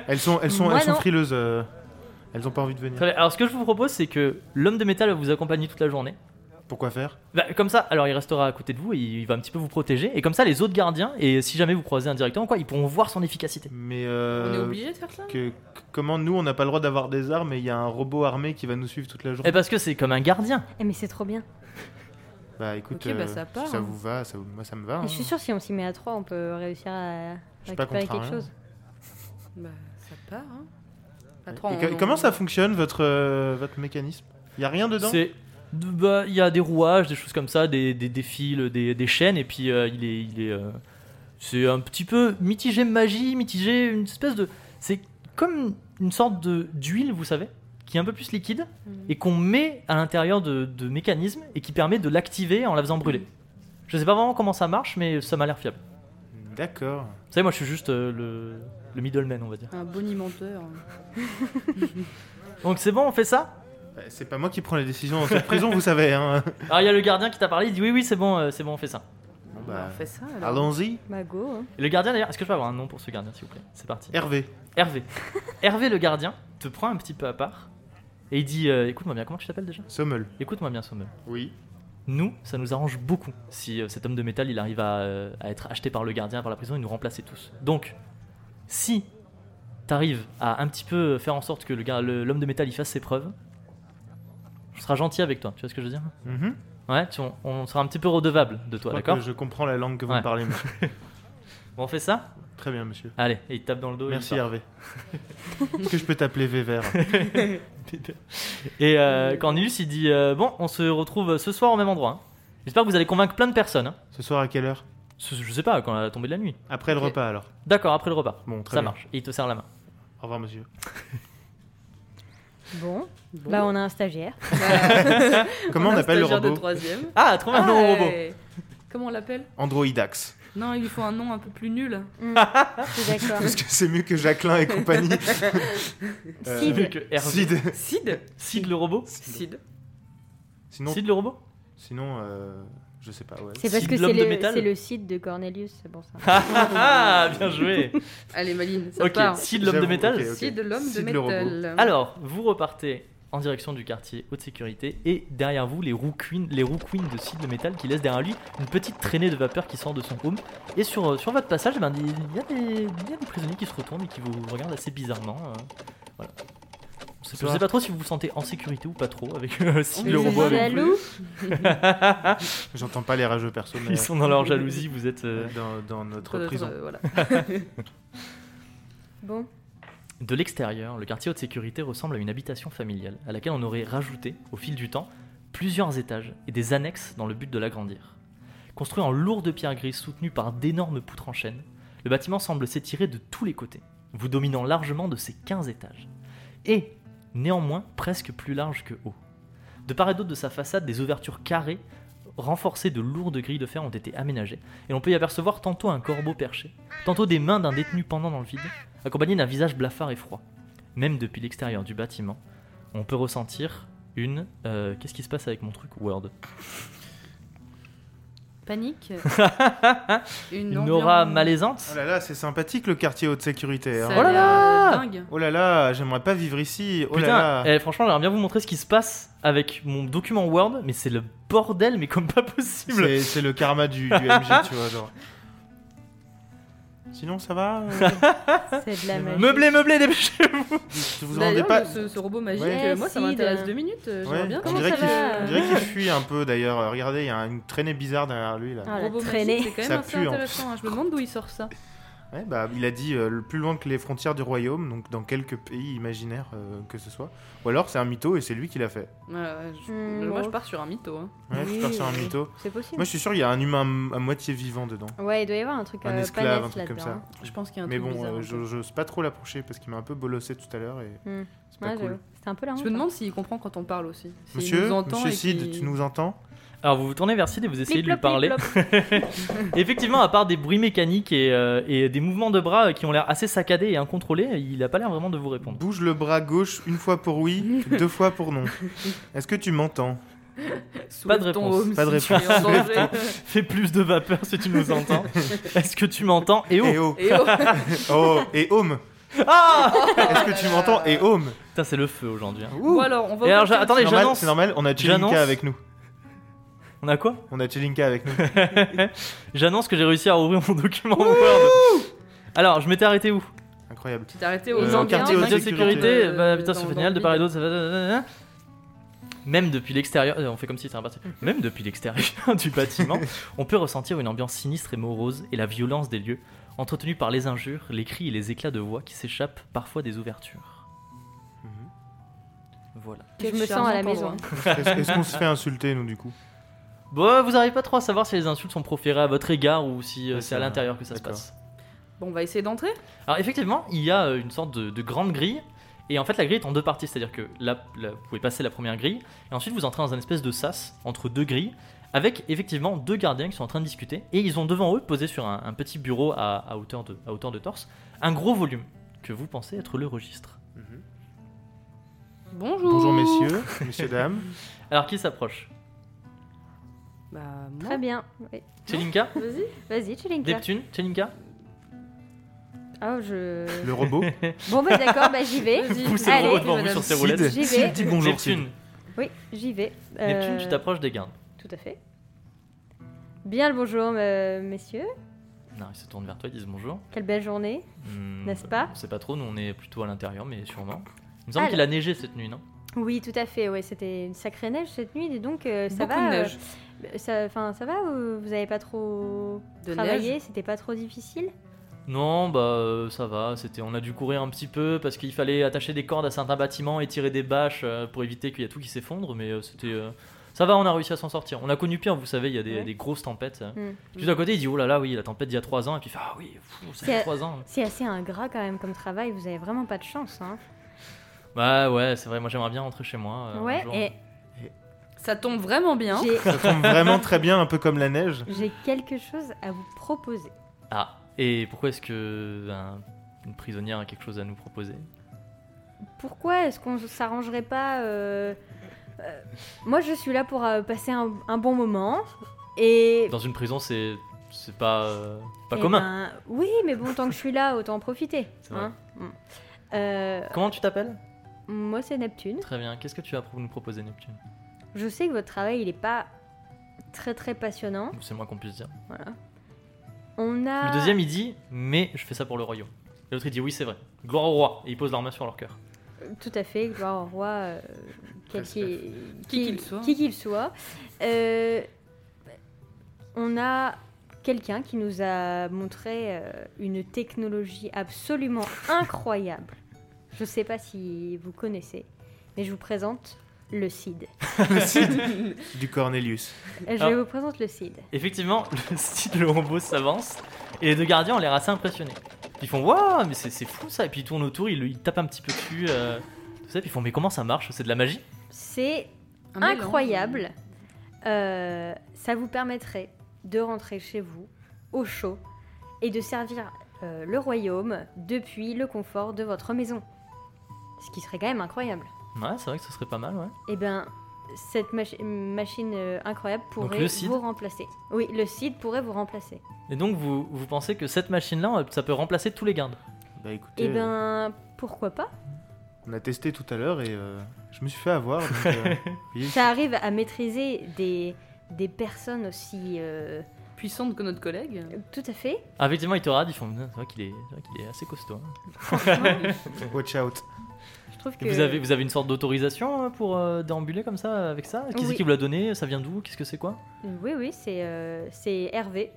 S2: Elles sont, elles sont,
S1: Moi,
S2: elles sont
S1: non.
S2: frileuses. euh. Elles ont pas envie de
S4: Très
S2: venir.
S4: bien. Alors, ce que je vous propose, c'est que l'homme de métal va vous accompagner toute la journée.
S2: Pourquoi faire
S4: Bah, comme ça, alors il restera à côté de vous et il va un petit peu vous protéger. Et comme ça, les autres gardiens et si jamais vous croisez un directeur, ou quoi, ils pourront voir son efficacité.
S2: Mais
S3: On est
S2: euh,
S3: obligé de faire ça
S2: que, que- comment nous, on n'a pas le droit d'avoir des armes et il y a un robot armé qui va nous suivre toute la journée
S4: Et parce que c'est comme un gardien.
S1: Eh, mais c'est trop bien.
S4: Eh.
S2: Bah écoute,
S3: Ok, bah,
S2: euh,
S3: ça part,
S2: si ça
S3: hein.
S2: vous va, ça, vous- moi ça me va.
S1: Mais je suis
S2: hein.
S1: sûre, si on s'y met à trois, on peut réussir à
S2: Je suis pas
S1: récupérer
S2: contre
S1: quelque
S2: un
S1: chose.
S3: Bah, ça part, hein.
S2: Et
S3: Patron,
S2: que-
S3: on-
S2: comment ça fonctionne votre, euh, votre mécanisme Il y a rien dedans
S4: C'est de- bah, il y a des rouages, des choses comme ça, des, des, des fils, euh, des, des chaînes, et puis euh, il est, il est, euh, c'est un petit peu mitigé magie, mitigé une espèce de, c'est comme une sorte de d'huile, vous savez, qui est un peu plus liquide et qu'on met à l'intérieur de, de mécanismes et qui permet de l'activer en la faisant brûler. Je sais pas vraiment comment ça marche, mais ça m'a l'air fiable.
S2: D'accord.
S4: Vous savez, moi je suis juste euh, le, le middleman, on va dire.
S3: Un bonimenteur.
S2: Ah
S4: Donc c'est bon, on fait ça
S2: Bah, C'est pas moi qui prends les décisions dans cette prison, vous savez. Hein.
S4: Alors il y a le gardien qui t'a parlé, il dit oui, oui, c'est bon, euh, c'est bon, on fait ça.
S2: Bon,
S3: Bah,
S2: bah,
S3: on fait ça alors.
S2: Allons-y.
S1: Bah, go. hein.
S4: Et le gardien d'ailleurs, est-ce que je peux avoir un nom pour ce gardien, s'il vous plaît C'est parti.
S2: Hervé.
S4: Hervé. Hervé le gardien te prend un petit peu à part et il dit euh, écoute-moi bien, comment tu t'appelles déjà
S2: Sommel.
S4: Écoute-moi bien Sommel.
S2: Oui.
S4: Nous, ça nous arrange beaucoup si euh, cet homme de métal il arrive à, euh, à être acheté par le gardien, par la prison et nous remplacer tous. Donc, si t'arrives à un petit peu faire en sorte que le gar- le- l'homme de métal il fasse ses preuves, on sera gentil avec toi, tu vois ce que je veux dire
S2: Mhm.
S4: Ouais, tu- on, on sera un petit peu redevable de toi,
S2: Je crois
S4: d'accord
S2: que Je comprends la langue que vous
S4: Ouais.
S2: me parlez, monsieur.
S4: Bon, On fait ça
S2: Très bien, monsieur.
S4: Allez, et il te tape dans le dos. et il
S2: Merci,
S4: part.
S2: Hervé. Est-ce que je peux t'appeler Vévert
S4: Et euh, Cornelius il dit euh, Bon, on se retrouve ce soir au même endroit. hein. J'espère que vous allez convaincre plein de personnes. hein.
S2: Ce soir à quelle heure
S4: Ce- Je sais pas, quand la tombée de la nuit.
S2: Après le
S3: Ok.
S2: repas, alors.
S4: D'accord, après le repas.
S2: Bon, très
S4: Ça
S2: bien.
S4: marche. Et il te serre la main.
S2: Au revoir, monsieur.
S1: Bon. Bah, on a un stagiaire.
S2: Comment on
S3: a un
S2: appelle le
S3: Bah, stagiaire de
S2: robot
S3: troisième.
S4: Ah, trouve un nouveau robot.
S3: Ouais. Comment on l'appelle
S2: Androidax.
S5: Non, il lui faut un nom un peu plus nul.
S1: Mm. Je suis d'accord.
S2: Parce que c'est mieux que Jacqueline et compagnie. Euh,
S4: Vu
S1: Sid.
S4: que Hervé-
S2: Sid.
S3: Sid
S4: Sid le robot
S3: Sid.
S2: Sinon,
S4: Sid le robot
S2: sinon euh, je sais pas, ouais.
S1: C'est parce
S4: Sid,
S1: que c'est
S4: l'homme de
S1: le,
S4: métal.
S1: c'est le site de Cornelius, c'est pour ça.
S4: Ah, ah, ah, bien joué
S3: Allez, Maline, ça
S4: Ok,
S3: part.
S4: Sid l'homme de
S2: J'avoue,
S4: métal.
S2: ok, ok.
S3: Sid, l'homme de
S2: Sid le robot.
S3: métal.
S4: Alors, vous repartez en direction du quartier haute sécurité et derrière vous les roues queen, les roues queen de Sid le métal qui laisse derrière lui une petite traînée de vapeur qui sort de son home. Et sur, euh, sur votre passage, ben, il y, a des- il y a des prisonniers qui se retournent et qui vous regardent assez bizarrement. euh, hein. voilà. Je sais pas trop si vous vous sentez en sécurité ou pas trop avec euh, si
S5: On
S4: le
S5: est
S4: robot avec vous.
S7: Jaloux
S2: J'entends pas les rageux perso, mais
S4: Ils sont dans leur jalousie, vous êtes. euh,
S2: euh, dans, dans notre
S3: Faudrait être,
S2: prison.
S3: euh, voilà.
S7: Bon,
S4: De l'extérieur, le quartier haute sécurité ressemble à une habitation familiale, à laquelle on aurait rajouté, au fil du temps, plusieurs étages et des annexes dans le but de l'agrandir. Construit en lourde pierre grise soutenue par d'énormes poutres en chaîne, le bâtiment semble s'étirer de tous les côtés, vous dominant largement de ses 15 étages. Et, néanmoins, presque plus large que haut. De part et d'autre de sa façade, des ouvertures carrées, renforcées de lourdes grilles de fer, ont été aménagées, et l'on peut y apercevoir tantôt un corbeau perché, tantôt des mains d'un détenu pendant dans le vide, accompagné d'un visage blafard et froid. Même depuis l'extérieur du bâtiment, on peut ressentir une. euh, Qu'est-ce qui se passe avec mon truc Word
S7: panique
S5: Une,
S4: Une
S5: ambiance-
S4: aura malaisante
S2: Oh là là, c'est sympathique le quartier haute sécurité. hein.
S5: Ça a
S4: Oh là
S5: l'air,
S4: là
S5: euh, dingue.
S2: Oh là là, j'aimerais pas vivre ici. Oh là
S4: Putain,
S2: là.
S4: eh, franchement, j'aimerais bien vous montrer ce qui se passe avec mon document Word, mais c'est le bordel, mais comme pas possible.
S2: C'est- C'est le karma du, du MJ, tu vois. Genre. Sinon, ça va euh,
S7: C'est de la magie.
S4: Meublé, meublé, dépêchez-vous
S2: Vous vous rendez
S3: D'ailleurs,
S2: pas
S3: le- ce, ce robot magique,
S2: Ouais.
S3: euh, moi ça
S7: Acide.
S3: m'intéresse deux minutes. euh, J'aimerais
S2: Ouais,
S3: bien
S2: on
S3: comment
S2: dirait
S3: ça
S2: qu'il
S3: va.
S2: on dirait qu'il fuit un peu d'ailleurs. Euh, Regardez, il y a une traînée bizarre derrière lui là.
S7: Ah, la
S3: Robot magique,
S7: traînée.
S3: C'est quand même
S2: Ça
S3: assez
S2: pue, en
S3: intéressant. hein. Je me demande d'où il sort ça.
S2: Ouais, bah, il a dit euh, le plus loin que les frontières du royaume, donc dans quelques pays imaginaires euh, que ce soit. Ou alors c'est un mytho et c'est lui qui l'a fait.
S3: Ouais, ouais, je-
S7: Hmm,
S3: moi
S7: bon.
S3: je pars sur un mytho. hein.
S2: Ouais, je suis
S7: Oui,
S2: parti sur un
S7: oui.
S2: mytho.
S7: C'est possible.
S2: Moi je suis sûr il y a un humain à m- à moitié vivant dedans.
S7: Ouais, il doit y avoir un truc
S2: Un
S7: euh,
S2: esclave,
S7: pas net
S2: un truc comme
S7: là-dedans.
S2: ça.
S3: Je pense qu'il y a un
S2: Mais
S3: truc
S2: bon,
S3: bizarre.
S2: euh,
S3: en
S2: je
S3: fait.
S2: j'ose pas trop l'approcher parce qu'il m'a un peu bolossé tout à l'heure et
S7: Hmm.
S2: c'est pas
S7: Ouais,
S2: cool.
S7: j'avoue. C'était un peu hein, la honte.
S3: Je me demande s'il comprend quand on parle aussi. S'il
S2: Monsieur,
S3: nous entend
S2: monsieur
S3: et
S2: Sid,
S3: qu'il-
S2: tu nous entends
S4: Alors, vous vous tournez vers Sid et vous essayez de lui
S7: Plip, plop,
S4: parler.
S7: plip,
S4: Effectivement, à part des bruits mécaniques et, euh, et des mouvements de bras qui ont l'air assez saccadés et incontrôlés, il a pas l'air vraiment de vous répondre.
S2: Bouge le bras gauche une fois pour oui, deux fois pour non. Est-ce que tu m'entends
S4: Pas de
S3: Soulève ton
S4: réponse,
S3: home
S2: pas de
S3: si tu es en danger.
S4: Fais plus de vapeur si tu nous entends. Est-ce que tu m'entends Et oh
S2: Et oh
S3: Et oh,
S2: Oh Et home
S4: Ah
S2: Est-ce que tu m'entends Et home
S4: Putain, c'est le feu aujourd'hui. hein.
S3: Bon alors, on va.
S4: Et
S3: au
S4: alors,
S3: quartier.
S4: attendez,
S2: C'est normal,
S4: j'annonce.
S2: C'est normal, on a
S4: J'annonce.
S2: Chelinka avec nous.
S4: On a quoi
S2: On a Chelinka avec nous.
S4: J'annonce que j'ai réussi à ouvrir mon document Word. Alors, je m'étais arrêté où
S2: Incroyable.
S3: Tu t'es arrêté
S2: Euh,
S3: aux
S2: en
S3: ambiances.
S2: quartier haute
S4: Haute sécurité,
S3: euh,
S4: bah, habitation
S3: dans-
S4: familiale, de
S3: dans le
S4: part et
S3: vide.
S4: d'autre. ça va- Même depuis l'extérieur, euh, on fait comme si c'était un parti. Même depuis l'extérieur du bâtiment, on peut ressentir une ambiance sinistre et morose et la violence des lieux, entretenue par les injures, les cris et les éclats de voix qui s'échappent parfois des ouvertures.
S2: Mhm.
S4: Voilà.
S7: Je
S3: Quel
S7: me sens à la
S3: charmant
S7: maison.
S3: endroit.
S2: Est-ce est-ce qu'on se fait insulter, nous, du coup
S4: Bon, vous n'arrivez pas trop à savoir si les insultes sont proférées à votre égard ou si euh,
S2: Ouais,
S4: c'est à
S2: ça va.
S4: l'intérieur que ça se
S2: D'accord.
S4: passe.
S3: Bon, on va essayer d'entrer.
S4: Alors effectivement, il y a euh, une sorte de, de grande grille. Et en fait, la grille est en deux parties, c'est-à-dire que là, là, vous pouvez passer la première grille, et ensuite vous entrez dans un espèce de sas entre deux grilles, avec effectivement deux gardiens qui sont en train de discuter, et ils ont devant eux, posé sur un, un petit bureau à, à hauteur de, à hauteur de torse, un gros volume que vous pensez être le registre.
S3: Bonjour.
S2: Bonjour, messieurs, messieurs, dames.
S4: Alors qui s'approche
S3: Bah, moi.
S7: Très bien. Ouais.
S4: Chelinka
S3: Vas-y.
S7: Vas-y, Chelinka.
S4: Neptune Chelinka
S7: Ah, je.
S2: Le robot.
S7: Bon, bah d'accord, bah j'y vais.
S4: Poussez le
S7: Allez,
S4: robot devant vous
S3: madame.
S4: sur ses
S2: Sid.
S4: roulettes.
S7: J'y
S2: Sid,
S7: vais.
S2: dis bonjour, Sid.
S4: Neptune,
S7: Oui, j'y vais. Euh,
S4: Neptune, tu t'approches des gardes.
S7: Tout à fait. Bien le bonjour, euh, messieurs.
S4: Non, ils se tournent vers toi, ils disent bonjour.
S7: Quelle belle journée.
S4: Hmm,
S7: N'est-ce pas
S4: On sait pas trop, nous on est plutôt à l'intérieur, mais sûrement. Il me semble
S7: Alors.
S4: qu'il a neigé cette nuit, non
S7: Oui, tout à fait. Ouais, c'était une sacrée neige cette nuit, dis donc. euh, ça
S3: Beaucoup
S7: va.
S3: de
S7: euh,
S3: neige.
S7: ça, enfin, ça va. euh, Vous avez pas trop
S3: De neige.
S7: travaillé. C'était pas trop difficile.
S4: Non, bah euh, ça va, c'était on a dû courir un petit peu parce qu'il fallait attacher des cordes à certains bâtiments et tirer des bâches euh, pour éviter qu'il y a tout qui s'effondre, mais euh, c'était euh, ça va, on a réussi à s'en sortir. On a connu pire, vous savez, il y a des,
S7: Ouais.
S4: des grosses tempêtes. euh.
S7: Mm.
S4: Puis d'un côté, il dit oh là là, oui, la tempête d'il y a 3 ans et puis il fait, ah oui, pfff, ça fait
S7: C'est-
S4: 3 ans.
S7: C'est assez ingrat quand même comme travail. Vous avez vraiment pas de chance. Hein.
S4: Bah ouais, c'est vrai, moi j'aimerais bien rentrer chez moi. euh, un
S7: ouais.
S4: jour.
S7: Et
S3: Ça tombe vraiment bien.
S7: j'ai-
S2: Ça tombe vraiment très bien, un peu comme la neige.
S7: j'ai quelque chose à vous proposer.
S4: Ah, et pourquoi est-ce que ben, une prisonnière a quelque chose à nous proposer
S7: Pourquoi est-ce qu'on s'arrangerait pas euh, euh, Moi, je suis là pour euh, passer un, un bon moment. Et.
S4: Dans une prison, c'est c'est pas euh, pas
S7: eh
S4: commun.
S7: ben, oui, mais bon, tant que je suis là, autant en profiter.
S4: C'est vrai.
S7: hein. Mm. Euh,
S4: Comment tu t'appelles
S7: moi, c'est Neptune.
S4: Très bien, qu'est-ce que tu as pour nous proposer, Neptune
S7: Je sais que votre travail, il est pas très très passionnant.
S4: C'est le moins qu'on puisse dire.
S7: Voilà. On a.
S4: Le deuxième, il dit Mais je fais ça pour le royaume. Et L'autre, il dit Oui, c'est vrai. Gloire au roi. Et ils posent leur main sur leur cœur.
S7: Tout à fait, gloire au roi, euh, quel
S2: Presque.
S7: qu'il-
S5: Qui qu'il soit.
S7: Qui qu'il soit. Euh, on a quelqu'un qui nous a montré euh, une technologie absolument incroyable. Je ne sais pas si vous connaissez, mais je vous présente le CID.
S2: du Cornelius.
S7: Je
S4: Ah.
S7: vous présente le CID.
S4: Effectivement, le style le Hombos s'avance et les deux gardiens ont l'air assez impressionnés. Ils font waouh, mais c'est c'est fou ça. Et puis ils tournent autour, ils, le- ils tapent un petit peu dessus. euh, tout ça. Puis ils font mais comment ça marche C'est de la magie
S7: C'est
S5: Un mélange.
S7: incroyable. Euh, ça vous permettrait de rentrer chez vous au chaud et de servir euh, le royaume depuis le confort de votre maison. Ce qui serait quand même incroyable.
S4: Ouais, c'est vrai que ce serait pas mal, ouais.
S7: Eh bien, cette machi- machine euh, incroyable pourrait
S4: le Cid.
S7: vous remplacer. Oui, le CID pourrait vous remplacer.
S4: Et donc vous, vous pensez que cette machine-là, on- ça peut remplacer tous les gardes
S2: Bah
S7: Eh
S2: écoutez, euh,
S7: bien, pourquoi pas
S2: on a testé tout à l'heure et euh, je me suis fait avoir. donc, euh, voyez,
S7: Ça arrive à maîtriser des, des personnes aussi... euh,
S3: Puissante que notre collègue.
S7: tout à fait.
S4: Ah, Effectivement, ils te radent, ils font c'est vrai qu'il est, c'est vrai qu'il est assez costaud. hein.
S2: Watch out.
S7: Je trouve que...
S4: Et Vous, avez, vous avez une sorte d'autorisation hein, pour euh, déambuler comme ça avec ça Qui c'est
S7: Oui.
S4: qui vous l'a donné Ça vient d'où Qu'est-ce que c'est quoi
S7: Oui, oui, c'est euh, c'est Hervé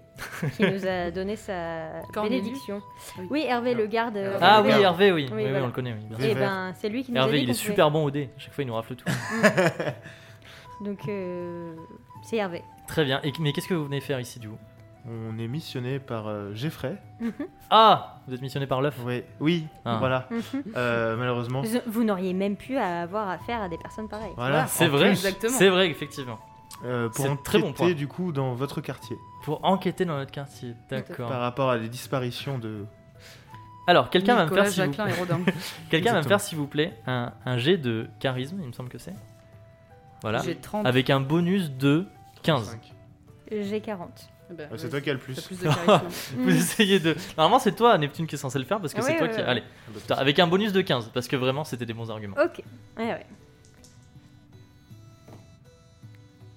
S7: qui nous a donné sa
S5: Cornelius
S7: bénédiction.
S5: Oui.
S7: Oui, Hervé,
S2: Non.
S7: le garde. euh,
S4: Ah oui,
S7: Hervé.
S4: Hervé, oui.
S7: Oui,
S4: Oui, oui,
S7: voilà.
S4: on le connaît. oui, bien sûr.
S7: Eh ben, c'est lui qui nous a
S4: Hervé,
S7: dit
S4: il est
S7: qu'on pouvait.
S4: super bon au dé. À chaque fois, il nous rafle tout.
S7: Donc, euh, c'est Hervé.
S4: Très bien. Et, mais qu'est-ce que vous venez faire ici du coup
S2: On est missionné par euh, Geoffrey.
S4: Ah Vous êtes missionné par l'œuf
S2: Oui, oui
S4: Ah.
S2: voilà.
S7: Mhm.
S2: Euh, malheureusement.
S7: Vous- Vous n'auriez même pu avoir affaire à des personnes pareilles.
S2: Voilà,
S4: C'est
S2: En
S4: vrai,
S2: plus,
S3: exactement.
S4: c'est vrai, effectivement.
S2: euh, pour
S4: C'est un
S2: enquêter,
S4: très bon point.
S2: du coup dans votre quartier
S4: Pour enquêter dans notre quartier,
S2: par
S4: d'accord.
S2: rapport à des disparitions de.
S4: Alors, quelqu'un va me
S3: Nicolas
S4: faire, s'il vous...
S3: Jacquelin et Rodin.
S4: quelqu'un va me
S2: Exactement.
S4: faire, s'il vous plaît, un, un jet de charisme, il me semble que c'est. Voilà. Ah,
S3: J'ai 30.
S4: Avec un bonus de 15.
S2: Cinq.
S7: J'ai 40.
S3: Eh ben,
S2: Ah, c'est
S3: vas-y.
S2: toi qui as le
S3: T'as
S2: plus.
S3: plus de charisme.
S4: Vous essayez de. Normalement, c'est toi, Neptune, qui est censé le faire parce que
S7: Ah
S4: c'est
S7: Mm.
S4: toi
S7: ouais, ouais,
S4: qui.
S7: ouais.
S4: Allez,
S2: bah,
S4: Putain, avec un bonus de 15 parce que vraiment, c'était des bons arguments.
S7: Ok. Ouais, ouais.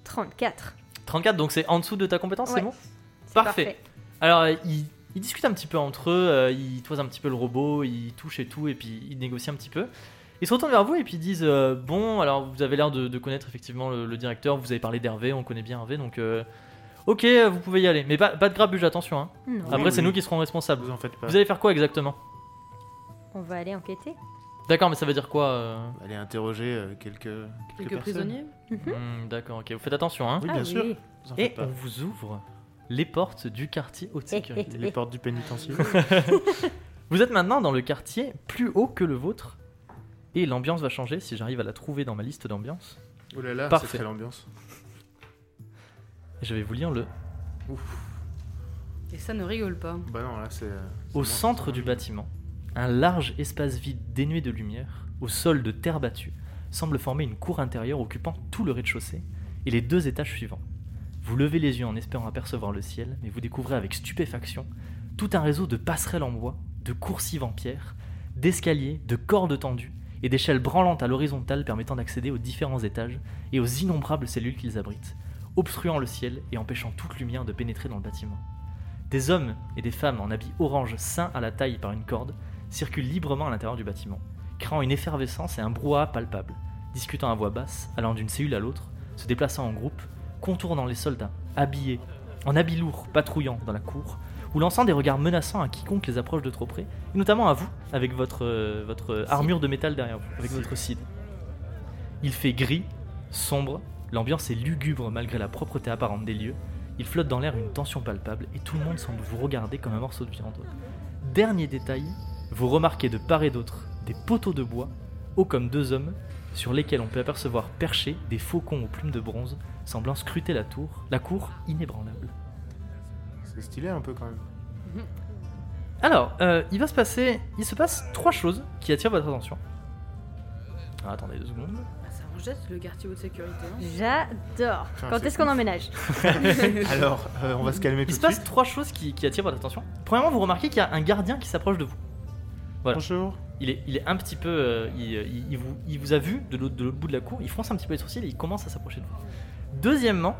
S7: 34.
S4: 34, donc c'est en dessous de ta compétence,
S7: Ouais.
S4: c'est bon
S7: C'est
S4: Parfait. Alors, euh, ils, ils discutent un petit peu entre eux, euh, ils toisent un petit peu le robot, ils touchent et tout, et puis ils négocient un petit peu. Ils se retournent vers vous et puis ils disent euh, Bon, alors vous avez l'air de, de connaître effectivement le, le directeur, vous avez parlé d'Hervé, on connaît bien Hervé, donc euh, ok, euh, vous pouvez y aller. Mais pas, pas de grabuge, attention. hein.
S7: Non,
S4: Après,
S2: oui,
S4: c'est
S2: oui.
S4: nous qui serons responsables.
S2: Vous en faites pas.
S4: Vous allez faire quoi exactement
S7: on va aller enquêter.
S4: D'accord, mais ça veut dire quoi euh
S2: Allez interroger euh, quelques, quelques,
S3: Quelques
S2: personnes.
S3: prisonniers.
S4: Hmm, D'accord, ok, vous faites attention. Hein.
S2: Oui,
S7: ah
S2: bien sûr.
S7: oui.
S2: Vous en
S4: Et
S2: faites
S4: on
S2: pas.
S4: vous ouvre les portes du quartier haute sécurité.
S2: Les portes du pénitencier.
S4: Vous êtes maintenant dans le quartier plus haut que le vôtre. Et l'ambiance va changer si j'arrive à la trouver dans ma liste d'ambiance.
S2: oh là là,
S4: Parfait.
S2: c'est l'ambiance.
S4: Et Je vais vous lire le.
S3: Et ça ne rigole pas.
S2: Bah non, là c'est. euh, c'est
S4: Au
S2: moins-
S4: centre
S2: moins
S4: du
S2: bien.
S4: bâtiment, un large espace vide dénué de lumière, au sol de terre battue, semble former une cour intérieure occupant tout le rez-de-chaussée et les deux étages suivants. Vous levez les yeux en espérant apercevoir le ciel, mais vous découvrez avec stupéfaction tout un réseau de passerelles en bois, de coursives en pierre, d'escaliers, de cordes tendues et d'échelles branlantes à l'horizontale permettant d'accéder aux différents étages et aux innombrables cellules qu'ils abritent, obstruant le ciel et empêchant toute lumière de pénétrer dans le bâtiment. Des hommes et des femmes en habits orange ceints à la taille par une corde circulent librement à l'intérieur du bâtiment, créant une effervescence et un brouhaha palpable, discutant à voix basse, allant d'une cellule à l'autre, se déplaçant en groupe, contournant les soldats, habillés, en habits lourds, patrouillant dans la cour, ou lançant des regards menaçants à quiconque les approche de trop près, et notamment à vous, avec votre, euh, votre euh, armure de métal derrière vous, avec votre cid. Il fait gris, sombre, l'ambiance est lugubre malgré la propreté apparente des lieux, il flotte dans l'air une tension palpable et tout le monde semble vous regarder comme un morceau de viande. Dernier détail, vous remarquez de part et d'autre des poteaux de bois, hauts comme deux hommes, sur lesquels on peut apercevoir perchés des faucons aux plumes de bronze, semblant scruter la tour, la cour inébranlable.
S2: C'est stylé un peu quand même.
S4: Alors, euh, il va se passer, il se passe trois choses qui attirent votre attention. Ah, attendez deux secondes.
S3: Bah, ça en jette le quartier haute sécurité. hein.
S7: J'adore.
S2: Putain,
S7: Quand
S2: c'est
S7: est-ce qu'on emménage
S2: Alors, euh, on va se calmer tout
S4: Il se
S2: de
S4: passe
S2: suite.
S4: trois choses qui, qui attirent votre attention. Premièrement, vous remarquez qu'il y a un gardien qui s'approche de vous. voilà.
S2: Bonjour.
S4: il est, il est un petit peu. euh, il, euh, il- il vous, il vous a vu de l'autre de l'autre bout de la cour, il fronce un petit peu les sourcils et il commence à s'approcher de vous. Deuxièmement,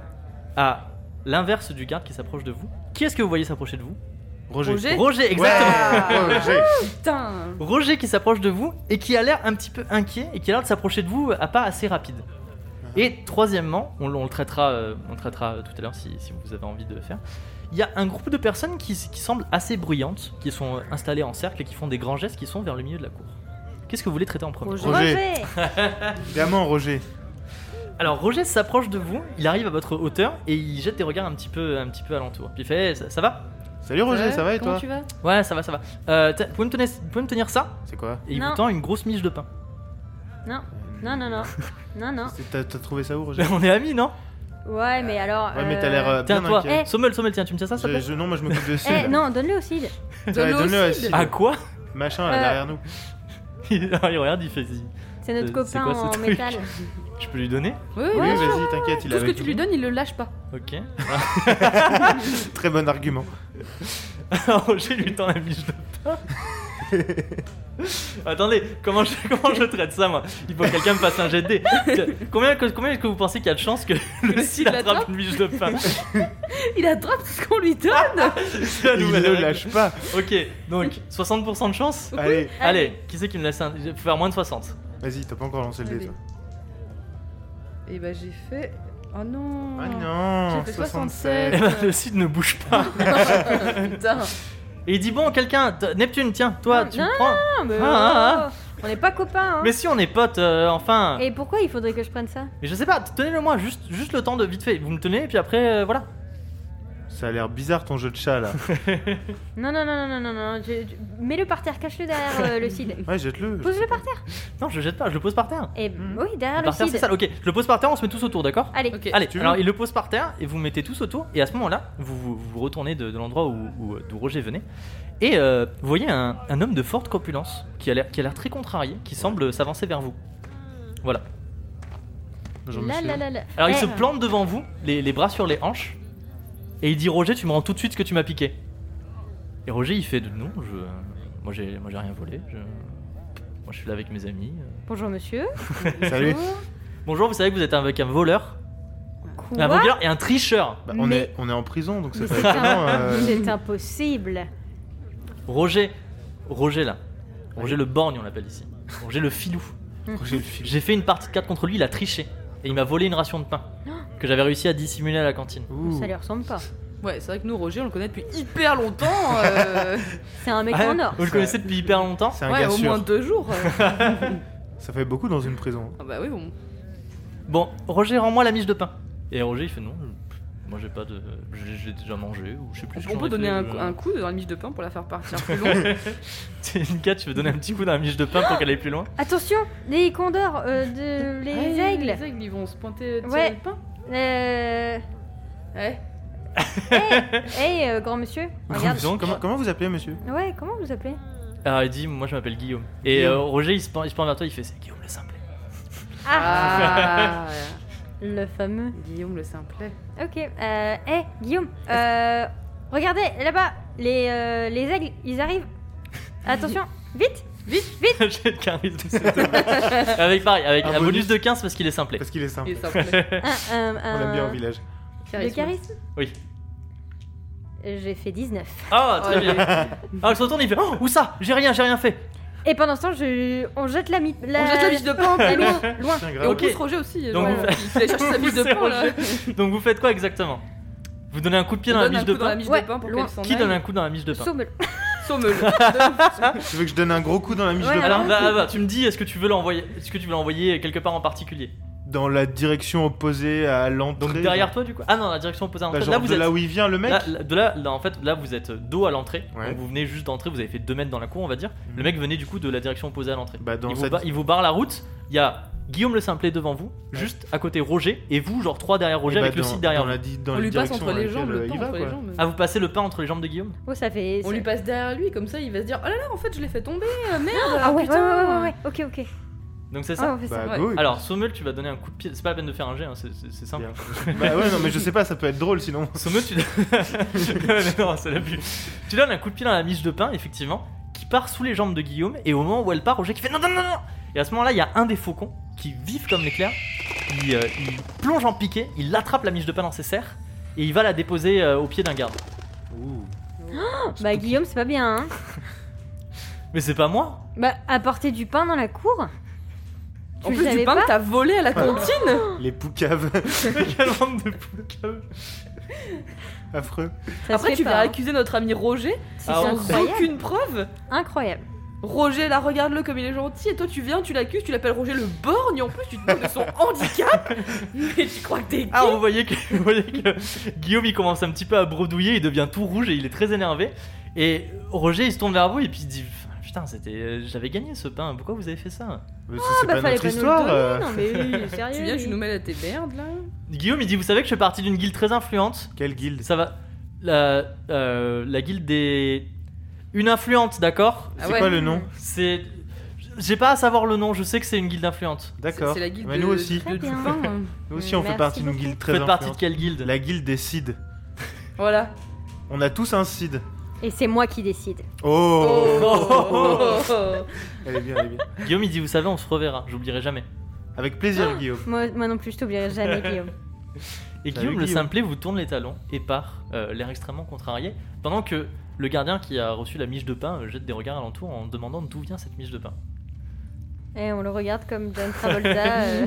S4: à l'inverse du garde qui s'approche de vous, qui est-ce que vous voyez s'approcher de vous
S2: Roger.
S3: Roger
S4: Roger, exactement.
S3: Ah,
S2: Roger.
S5: Putain
S4: Roger qui s'approche de vous et qui a l'air un petit peu inquiet et qui a l'air de s'approcher de vous à pas assez rapide. Et troisièmement, on, l- on le traitera, euh, on le traitera euh, tout à l'heure si, si vous avez envie de le faire. Il y a un groupe de personnes qui, s- qui semblent assez bruyantes, qui sont euh, installées en cercle et qui font des grands gestes qui sont vers le milieu de la cour. Qu'est-ce que vous voulez traiter en premier
S7: Roger.
S2: Roger. Évidemment, Roger.
S4: Alors Roger s'approche de vous, il arrive à votre hauteur et il jette des regards un petit peu, un petit peu alentour. Puis il fait Eh, ça, ça va
S2: Salut Roger, ça va et
S3: Comment
S2: toi
S3: tu vas
S4: Ouais, ça va, ça va. Euh, t'as- vous, pouvez me tenir, vous pouvez me tenir ça
S2: C'est quoi
S4: Et il
S7: Non.
S4: vous tend une grosse miche de pain.
S7: Non, non, non. Non, non.
S2: C'est- T'as t'as trouvé ça où, Roger
S4: On est amis, non
S7: Ouais, mais alors.
S2: Ouais, mais t'as
S7: euh,
S2: l'air euh,
S4: Tiens
S2: bien
S4: toi,
S2: inquiet.
S4: Sommel, Sommel, tiens, tu me tiens Eh, ça, ça te
S2: Je-
S4: plaît
S2: je- Non, moi je m'occupe de Sid.
S7: Eh, non, donne-le aussi.
S2: Ouais, Donne-le à Sid.
S4: À quoi
S2: Machin là
S7: Euh,
S2: derrière nous.
S4: Il regarde, il fait si.
S7: C'est notre
S4: C'est- c'est
S7: copain
S4: quoi ce
S7: en
S4: truc
S7: métal.
S4: Je peux lui donner
S3: Oui,
S2: Oui,
S3: bien sûr.
S2: vas-y, t'inquiète, il
S3: Tout
S2: a
S3: ce que tu lui donnes, il le lâche pas.
S4: Ok.
S2: Très bon argument.
S4: Roger lui tend la miche de pain. Attendez, comment je, comment je traite ça moi Il faut que quelqu'un me fasse un jet de dés. Tiens, Combien, combien est-ce que vous pensez qu'il y a de chances que le
S3: le
S4: cil
S3: cil
S4: attrape
S3: l'attrape
S4: une miche de pain
S3: Il attrape ce qu'on lui donne
S4: C'est la
S2: Il
S4: nouvelle
S2: le
S4: règle.
S2: lâche pas.
S4: Ok, donc 60% de chance
S2: Allez,
S4: Allez, qui c'est qui me laisse un. Je vais faire moins de 60.
S2: vas-y, t'as pas encore lancé le dé,
S3: Allez.
S2: toi.
S3: Et bah j'ai fait. Oh non
S2: Ah non
S3: J'ai fait
S2: 67.
S4: Eh ben, le cil ne bouge pas.
S3: Putain
S4: Et il dit Bon, quelqu'un, t- Neptune, tiens, toi,
S7: Non,
S4: tu
S7: non,
S4: me prends.
S7: Non, mais,
S4: Ah,
S7: oh, On n'est pas copains, hein.
S4: Mais si on est potes, euh, enfin.
S7: Et pourquoi il faudrait que je prenne ça
S4: Mais je sais pas, tenez-le moi, juste, juste le temps de vite fait. Vous me tenez et puis après, euh, voilà.
S2: Ça a l'air bizarre ton jeu de chat là.
S7: Non, non, non, non, non, non. non. je- je- Mets-le par terre, cache-le derrière euh, le cid.
S2: Ouais, jette-le.
S7: Pose-le par terre.
S4: Non, je jette pas, je le pose par terre.
S7: Et
S2: Hmm.
S7: oui, derrière le
S4: Par terre, c'est
S7: cid.
S4: ça. Ok, je le pose par terre, on se met tous autour, d'accord
S7: Allez.
S3: Ok.
S4: Allez,
S2: tu veux.
S4: alors il le pose par terre et vous mettez tous autour. Et à ce moment-là, vous vous, vous retournez de, de l'endroit où, où, euh, d'où Roger venait. Et euh, vous voyez un, un homme de forte corpulence qui a l'air qui a l'air très contrarié, qui semble s'avancer vers vous.
S2: Bonjour,
S7: Là,
S2: monsieur.
S7: là, là, là.
S4: Alors il
S7: Eh,
S4: se plante devant vous, les, les bras sur les hanches, et il dit Roger, tu me rends tout de suite ce que tu m'as piqué. Et Roger, il fait non, je, moi j'ai, moi j'ai rien volé. Je, moi je suis là avec mes amis.
S7: Bonjour, monsieur.
S4: Hmm.
S2: Salut.
S4: Bonjour, vous savez que vous êtes avec un voleur,
S7: Quoi
S4: un voleur et un tricheur.
S2: Bah, on,
S7: Mais-
S2: est, on est en prison donc
S7: Mais
S2: c'est pas
S7: c'est
S2: étonnant.
S7: un-
S2: euh,
S7: c'est impossible.
S4: Roger, Roger là, Roger le borgne on l'appelle ici, Roger le filou.
S2: Roger le fil.
S4: J'ai fait une partie de 4 contre lui, il a triché et il m'a volé une ration de pain que j'avais réussi à dissimuler à la cantine.
S2: Ouh.
S7: Ça lui ressemble pas.
S3: Ouais, c'est vrai que nous, Roger, on le connaît depuis hyper longtemps. euh,
S7: C'est un mec
S4: Ah,
S7: en or.
S4: vous le connaissez depuis hyper longtemps
S2: C'est un
S3: ouais,
S2: gars
S3: au
S2: sûr.
S3: moins deux jours.
S2: Ça fait beaucoup dans une prison.
S3: ah bah oui, bon.
S4: Bon, Roger, rends-moi la miche de pain. Et Roger, il fait non, je- moi j'ai pas de. J'ai j'ai déjà mangé, ou je sais plus ce que
S3: On
S4: j'en
S3: peut
S4: ai
S3: donner
S4: fait, euh
S3: un,
S4: je-
S3: coup- un coup dans la miche de pain pour la faire partir plus loin.
S4: Nika, tu veux donner un petit coup dans la miche de pain pour qu'elle aille plus loin
S7: Attention, les condors, euh, de, les
S3: Ouais,
S7: aigles.
S3: Les aigles, ils vont se pointer tirer
S7: Ouais.
S3: le pain.
S7: Euh...
S3: Ouais.
S7: Hey, euh, grand monsieur, regarde.
S4: Disons,
S2: Comment,
S4: comment-
S2: comment vous appelez monsieur
S7: Ouais, comment vous appelez
S4: Alors il dit, moi je m'appelle Guillaume. Et
S2: Guillaume.
S4: euh, Roger, il se, pend, il se pend vers toi, il fait, c'est Guillaume le simple.
S3: Ah,
S7: Ah, Le fameux.
S3: Guillaume le simplet.
S7: Ok, euh... Hey, Guillaume, euh... Regardez, là-bas, les, euh, les aigles, ils arrivent. Attention, vite Vite, vite
S4: J'ai le charisme. s'il te plaît. avec pareil, avec
S2: Un
S4: un bonus
S2: bonus.
S4: de 15 parce qu'il est simplé.
S2: Parce qu'il est simple.
S3: Il est simplet.
S7: un, un,
S2: On l'aime bien
S7: un-
S2: au village.
S7: Le charisme
S4: Oui.
S7: J'ai fait 19.
S4: Ah,
S3: Oh,
S4: très bien.
S3: allez.
S4: Alors il se retourne, il fait, oh, où ça J'ai rien, j'ai rien fait.
S7: Et pendant ce temps, je... on jette la mi... La...
S3: On jette la miche de pain,
S7: la
S3: plus loin.
S7: miche loin.
S2: Tiens,
S3: Et on
S2: grave.
S4: Ok.
S3: pousse Roger aussi.
S4: Donc,
S3: genre,
S4: vous-
S3: euh, il allait chercher sa miche de
S4: poussez
S3: pain là.
S4: Donc vous faites quoi exactement Vous donnez un coup de pied
S3: On
S4: dans la
S3: donne
S4: miche
S3: un
S4: de
S3: coup dans la
S4: pain
S3: miche
S7: Ouais,
S3: de pain pour
S7: loin.
S3: qu'elle s'en
S4: Qui donne
S3: aille.
S4: un coup dans la miche de pain
S7: Sommel.
S3: Sommel.
S2: Tu veux que je donne un gros coup dans la miche
S7: Ouais,
S2: de pain
S4: Alors, bah, bah, tu me dis, est-ce que tu veux l'envoyer Est-ce que tu veux l'envoyer quelque part en particulier
S2: Dans la direction opposée à l'entrée.
S4: Donc derrière toi, du coup Ah non, la direction opposée. à
S2: Bah,
S4: l'entrée.
S2: genre
S4: là, vous
S2: de
S4: êtes.
S2: là où il vient le mec
S4: là- là- de là, là, en fait, là, vous êtes euh, dos à l'entrée.
S2: Ouais.
S4: Donc vous venez juste d'entrer. Vous avez fait 2 mètres dans la cour, on va dire.
S2: Mhm.
S4: Le mec venait du coup de la direction opposée à l'entrée.
S2: Bah dans
S4: Il, vous
S2: cette-
S4: ba- il vous barre la route. Il y a Guillaume le Simplet devant vous, juste à côté Roger, et vous, genre 3 derrière Roger
S2: Eh bah,
S4: avec le
S2: dans-
S4: site derrière
S2: dans
S4: vous.
S2: la di- dans
S3: On
S2: la
S3: lui passe
S2: direction
S3: entre
S2: dans
S3: les
S2: laquelle,
S3: jambes
S2: euh,
S3: le
S2: il
S3: pain,
S2: va,
S3: entre les
S2: quoi.
S3: jambes.
S4: Ah, vous passez le pain entre les jambes de Guillaume
S7: Oh, ça fait...
S3: On lui passe derrière lui, comme ça il va se dire Oh là là, en fait je l'ai fait tomber, euh, merde
S7: Ah ouais, ouais,
S3: putain.
S7: ouais, ouais, ouais, ok, ok.
S4: Donc c'est ça
S7: Ah, on fait ça.
S2: Bah
S3: Ouais.
S2: go.
S4: Alors, Sommel, tu vas donner un coup de pied. C'est pas la peine de faire un jet, hein, c'est- c'est c'est simple.
S2: Bien. Bah ouais non mais je sais pas ça peut être drôle sinon.
S4: Sommeux, tu... Ouais, mais non, c'est l'abus. tu donnes un coup de pied dans la miche de pain, effectivement, qui part sous les jambes de Guillaume, et au moment où elle part, Roger qui fait non, non, non, non Et à ce moment-là, il y a un des faucons qui, vif comme l'éclair, il, euh, il plonge en piqué, il attrape la miche de pain dans ses serres, et il va la déposer euh, au pied d'un garde.
S2: Ouh.
S7: Bah Guillaume, c'est pas bien. Hein.
S4: Mais c'est pas moi
S7: Bah apporter du pain dans la cour. Tu
S3: En
S7: le
S3: plus
S7: savais
S3: du pain
S7: pas
S3: que t'as volé à la
S2: Ouais.
S3: cantine
S2: Les poucaves.
S4: Quelle bande de poucaves
S2: Affreux.
S7: Ça se
S3: Après,
S7: fait
S3: tu
S7: pas,
S3: vas
S7: hein.
S3: accuser notre ami Roger
S7: C'est
S4: Ah, ouais.
S3: sans
S7: incroyable.
S3: aucune preuve.
S7: Incroyable. Bah,
S3: Roger, là, regarde-le comme il est gentil. Et toi, tu viens, tu l'accuses, tu l'appelles Roger le borgne. En plus, tu te demandes de son handicap. Mais tu crois que t'es qui
S4: Ah, vous voyez, que, vous voyez que Guillaume il commence un petit peu à bredouiller, il devient tout rouge et il est très énervé. Et Roger il se tourne vers vous et puis il dit Putain, c'était, euh, j'avais gagné ce pain, pourquoi vous avez fait ça
S2: Mais ça,
S7: Ah
S2: c'est
S7: bah
S2: pas
S7: fallait
S2: notre
S7: pas nous
S2: histoire.
S7: le
S2: euh.
S7: donner, non mais Ah, oui, sérieux.
S5: Tu viens, tu nous mêles à tes merdes là
S4: Guillaume il dit Vous savez que je fais partie d'une guilde très influente
S2: Quelle guilde
S4: Ça va. La, euh, la guilde des. Une influente, d'accord
S7: Ah
S2: C'est quoi le nom
S4: C'est. J'ai pas à savoir le nom, je sais que c'est une guilde influente.
S2: D'accord.
S5: C'est la guilde
S2: Bah,
S5: de-
S2: nous aussi.
S7: Très bien.
S2: Nous aussi, on
S7: Merci
S2: fait partie d'une
S7: beaucoup.
S2: guilde
S4: Vous
S2: très
S4: faites partie de
S2: influente.
S4: quelle guilde
S2: La guilde des Cid.
S3: Voilà.
S2: On a tous un Cid.
S7: Et c'est moi qui décide.
S2: Oh,
S3: Oh.
S2: Elle est bien, elle est bien.
S4: Guillaume il dit Vous savez, on se reverra, j'oublierai jamais.
S2: Avec
S7: Oh.
S2: plaisir, Guillaume.
S7: Moi, moi non plus, je t'oublierai jamais, Guillaume.
S4: Et
S2: Salut,
S4: Guillaume, le
S2: Guillaume.
S4: simplet vous tourne les talons et part, euh, l'air extrêmement contrarié, pendant que le gardien qui a reçu la miche de pain euh, jette des regards alentour en demandant d'où vient cette miche de pain.
S7: Et Eh, on le regarde comme John Travolta euh,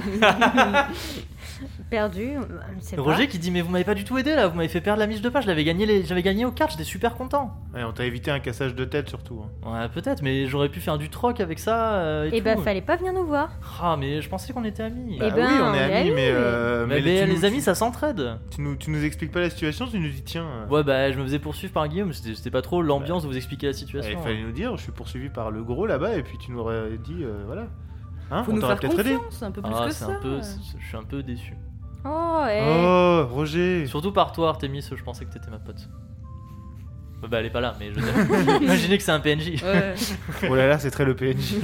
S7: perdu. on ne sait pas.
S4: Roger qui dit mais vous m'avez pas du tout aidé là, vous m'avez fait perdre la miche de pain, je l'avais gagné, les... j'avais gagné aux cartes, j'étais super content.
S2: Ouais, on t'a évité un cassage de tête, surtout. hein.
S4: Ouais peut-être, mais j'aurais pu faire du troc avec ça euh, et,
S7: Eh ben,
S4: tout.
S7: fallait pas venir nous voir.
S4: Ah mais je pensais qu'on était amis.
S7: Eh
S2: Bah
S7: ben,
S2: oui,
S7: on
S2: on
S7: est
S2: est amis,
S7: amis,
S2: mais, euh,
S4: mais
S2: mais tu
S4: Bah, les
S2: nous-
S4: amis ça s'entraide.
S2: Tu nous, tu nous expliques pas la situation, tu nous dis tiens. euh,
S4: Ouais bah je me faisais poursuivre par Guillaume, c'était c'était pas trop l'ambiance de vous expliquer la situation.
S2: Il fallait nous dire, je suis poursuivi par le gros là-bas, et puis tu nous aurais dit, euh, voilà. Hein,
S3: Faut
S2: on
S3: nous
S2: t'aurait
S3: faire
S2: peut-être aidé.
S3: confiance, un peu plus
S4: Ah
S3: que
S4: c'est
S3: ça.
S4: un peu, c'est- je suis un peu déçu.
S7: Oh, eh.
S2: Oh, Roger
S4: Surtout par toi, Artemis, je pensais que t'étais ma pote. Bah, bah, elle est pas là, mais je veux dire, imaginez que c'est un PNJ.
S3: Ouais.
S2: Oh là là, c'est très le PNJ.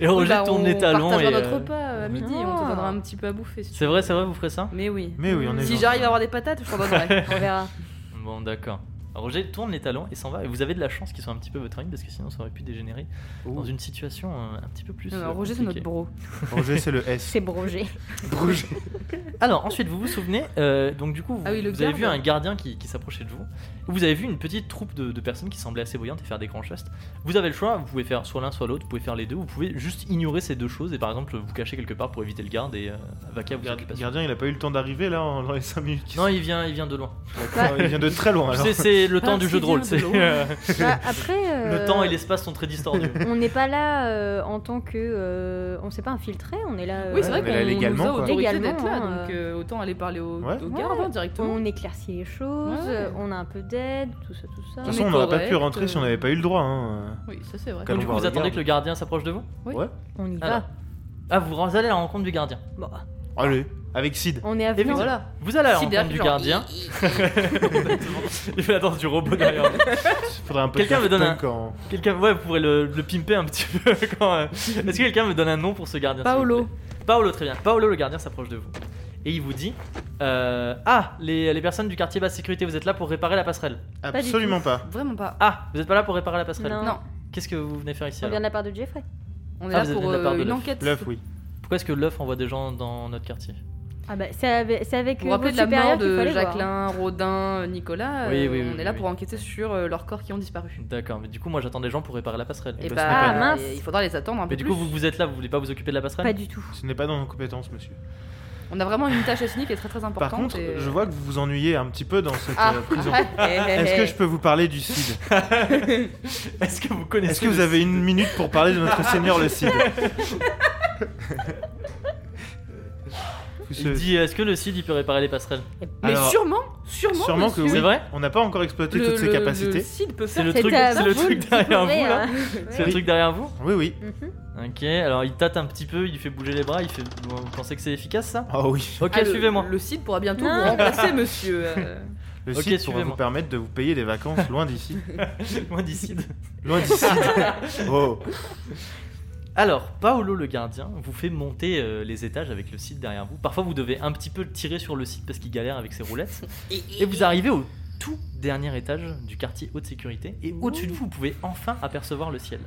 S4: Et Roger
S5: Bah,
S4: tourne les
S5: On
S4: talons et.
S5: partagera notre
S4: euh,
S5: repas euh, à midi, on te
S7: Ah.
S5: donnera un petit peu à bouffer. si tu
S4: C'est
S5: veux.
S4: vrai, c'est vrai, vous ferez ça
S5: Mais oui.
S2: Mais oui, on est
S3: Si
S2: gentil.
S3: j'arrive à avoir des patates, je t'en donnerai.
S7: On verra.
S4: Bon, d'accord. Roger tourne les talons et s'en va. Et vous avez de la chance qu'ils soient un petit peu votre ami parce que sinon ça aurait pu dégénérer
S2: Oh.
S4: dans une situation euh, un petit peu plus.
S3: Non, non,
S4: euh,
S3: Roger, c'est notre
S4: compliquée.
S3: bro.
S2: Roger, c'est le S.
S7: C'est Roger.
S2: Roger.
S4: Alors ensuite, vous vous souvenez, euh, donc du coup, vous,
S3: Ah oui, le
S4: vous avez vu
S3: garde.
S4: un gardien qui, qui s'approchait de vous. Vous avez vu une petite troupe de, de personnes qui semblaient assez voyantes et faire des grands gestes. Vous avez le choix, vous pouvez faire soit l'un, soit l'autre, vous pouvez faire les deux, vous pouvez juste ignorer ces deux choses et par exemple vous cacher quelque part pour éviter le garde et euh, vaquer à vos
S2: Le
S4: occupations.
S2: gardien, il a pas eu le temps d'arriver là en- dans les 5 minutes. qui
S4: Non, il vient, il vient de loin.
S2: sont- il vient de très loin
S4: Tu
S2: alors.
S4: sais, c'est le temps
S5: Ah,
S4: du
S5: s'il
S4: jeu de rôle.
S5: vient
S4: c'est-
S5: de loin.
S4: euh,
S7: Bah, après.
S4: Le
S7: euh,
S4: temps et l'espace sont très distordus.
S7: On n'est pas là euh, en tant que. euh, on s'est pas infiltré, on est là. euh,
S5: Oui, c'est
S2: Ouais,
S5: vrai
S2: mais là,
S5: qu'on nous
S2: légalement,
S5: a
S2: quoi.
S5: autorisé
S7: Légalement,
S5: d'être là,
S7: hein,
S5: donc euh, autant aller parler au,
S2: Ouais.
S5: au garde hein, directement.
S7: On éclaircit les choses,
S5: Ouais.
S7: euh, on a un peu d'aide, tout ça, tout ça.
S2: De toute façon,
S5: on
S2: on
S5: est
S2: n'aurait pas pu
S5: correct,
S2: rentrer si
S5: euh.
S2: on n'avait pas eu le droit. hein.
S5: Oui, ça c'est vrai.
S4: Donc,
S2: Comme-
S4: du
S2: Allons
S4: coup,
S2: voir
S4: vous
S2: le
S4: attendez
S2: garde.
S4: que le gardien s'approche de vous
S5: Oui.
S2: Ouais.
S7: On y va.
S4: Alors. Ah, vous allez à la rencontre du gardien.
S7: Bon,
S2: Allez, avec Sid.
S7: on est à
S4: Et
S7: vous.
S5: Voilà.
S4: Vous allez à la
S5: Si, derrière,
S4: rencontre du
S5: genre,
S4: gardien. Il fait la danse du robot derrière.
S2: Faudrait un peu
S4: Quelqu'un
S2: de
S4: me donne
S2: Daft Punk en-
S4: Quelqu'un, ouais, vous pourrez le, le pimper un petit peu. quand, euh, Est-ce que quelqu'un me donne un nom pour ce gardien s'il vous
S3: Paolo.
S4: plaît Paolo, très bien. Paolo, le gardien, s'approche de vous. Et il vous dit euh, Ah, les, les personnes du quartier basse sécurité, vous êtes là pour réparer la passerelle.
S7: du
S2: Absolument
S7: tout.
S2: pas.
S5: Vraiment pas.
S4: Ah, vous êtes pas là pour réparer la passerelle.
S7: Non.
S5: Non,
S4: Qu'est-ce que vous venez faire ici
S7: On vient
S4: alors
S7: de la part de Jeffrey.
S5: on est
S4: Ah,
S5: là
S4: vous êtes
S5: pour
S4: de la part
S5: euh,
S4: de
S5: une
S4: l'œuf.
S5: enquête.
S2: L'œuf, oui.
S4: Pourquoi est-ce que l'œuf envoie des gens dans notre quartier
S7: Ah bah, c'est avec, c'est avec
S5: Vous vous
S7: euh,
S5: rappelez
S7: votre
S5: de la mort
S7: supérieur qu'il
S5: de
S7: fallait voir.
S5: Jacqueline, Rodin, euh, Nicolas
S4: Oui,
S5: euh,
S4: oui, oui,
S5: On
S4: oui,
S5: est là
S4: oui.
S5: pour enquêter sur euh, leurs corps qui ont disparu.
S4: D'accord, mais du coup, moi j'attends des gens pour réparer la passerelle.
S5: Et
S2: bah,
S5: bah,
S2: ce n'est pas
S7: nous. mince.
S5: il faudra les attendre un
S4: Mais
S5: peu
S4: du
S5: plus.
S4: coup, vous, vous êtes là, vous voulez pas vous occuper de la passerelle
S7: Pas du tout.
S2: Ce n'est pas dans nos compétences, monsieur.
S5: On a vraiment une tâche à signer qui est très très importante.
S2: Par contre,
S5: et-
S2: je vois que vous vous ennuyez un petit peu dans cette
S5: Ah.
S2: euh, prison. Est-ce
S5: Est-ce
S2: que je peux vous parler du Cid
S4: Est-ce que vous connaissez
S2: Est-ce que
S4: le
S2: vous avez
S4: site
S2: une minute pour parler de notre seigneur le Cid Vous
S4: Il
S2: se-
S4: dit Est-ce que le Cid il peut réparer les passerelles
S5: Mais
S2: Alors,
S5: sûrement, sûrement,
S2: sûrement que
S5: monsieur.
S4: C'est
S2: oui.
S4: vrai
S2: On n'a pas encore exploité
S5: Le-
S2: toutes ses
S5: le-
S2: capacités.
S5: Le Cid peut
S4: C'est
S5: faire
S4: le
S7: C'est
S4: truc,
S7: à
S4: c'est le
S7: vous
S4: truc
S7: de
S4: derrière vous
S7: découvrir,
S4: là.
S7: hein.
S4: C'est le truc derrière vous
S2: Oui, oui.
S7: Mhm.
S4: Ok, alors il tâte un petit peu, il fait bouger les bras, il fait. bon, Vous pensez que c'est efficace ça
S2: Oh oui.
S4: Ok,
S5: Ah, le-
S4: suivez-moi.
S5: Le Cid pourra bientôt
S7: Non.
S5: vous remplacer, monsieur. euh.
S2: Le
S4: Ok,
S2: Cid pourra
S4: suivez-moi.
S2: vous permettre de vous payer des vacances loin d'ici.
S4: Loin d'ici.
S2: Loin d'ici. oh.
S4: Alors, Paolo le gardien vous fait monter euh, les étages avec le site derrière vous. Parfois, vous devez un petit peu tirer sur le site parce qu'il galère avec ses roulettes. Et vous arrivez au tout dernier étage du quartier haute sécurité. Et au-dessus de vous, vous pouvez enfin apercevoir le ciel.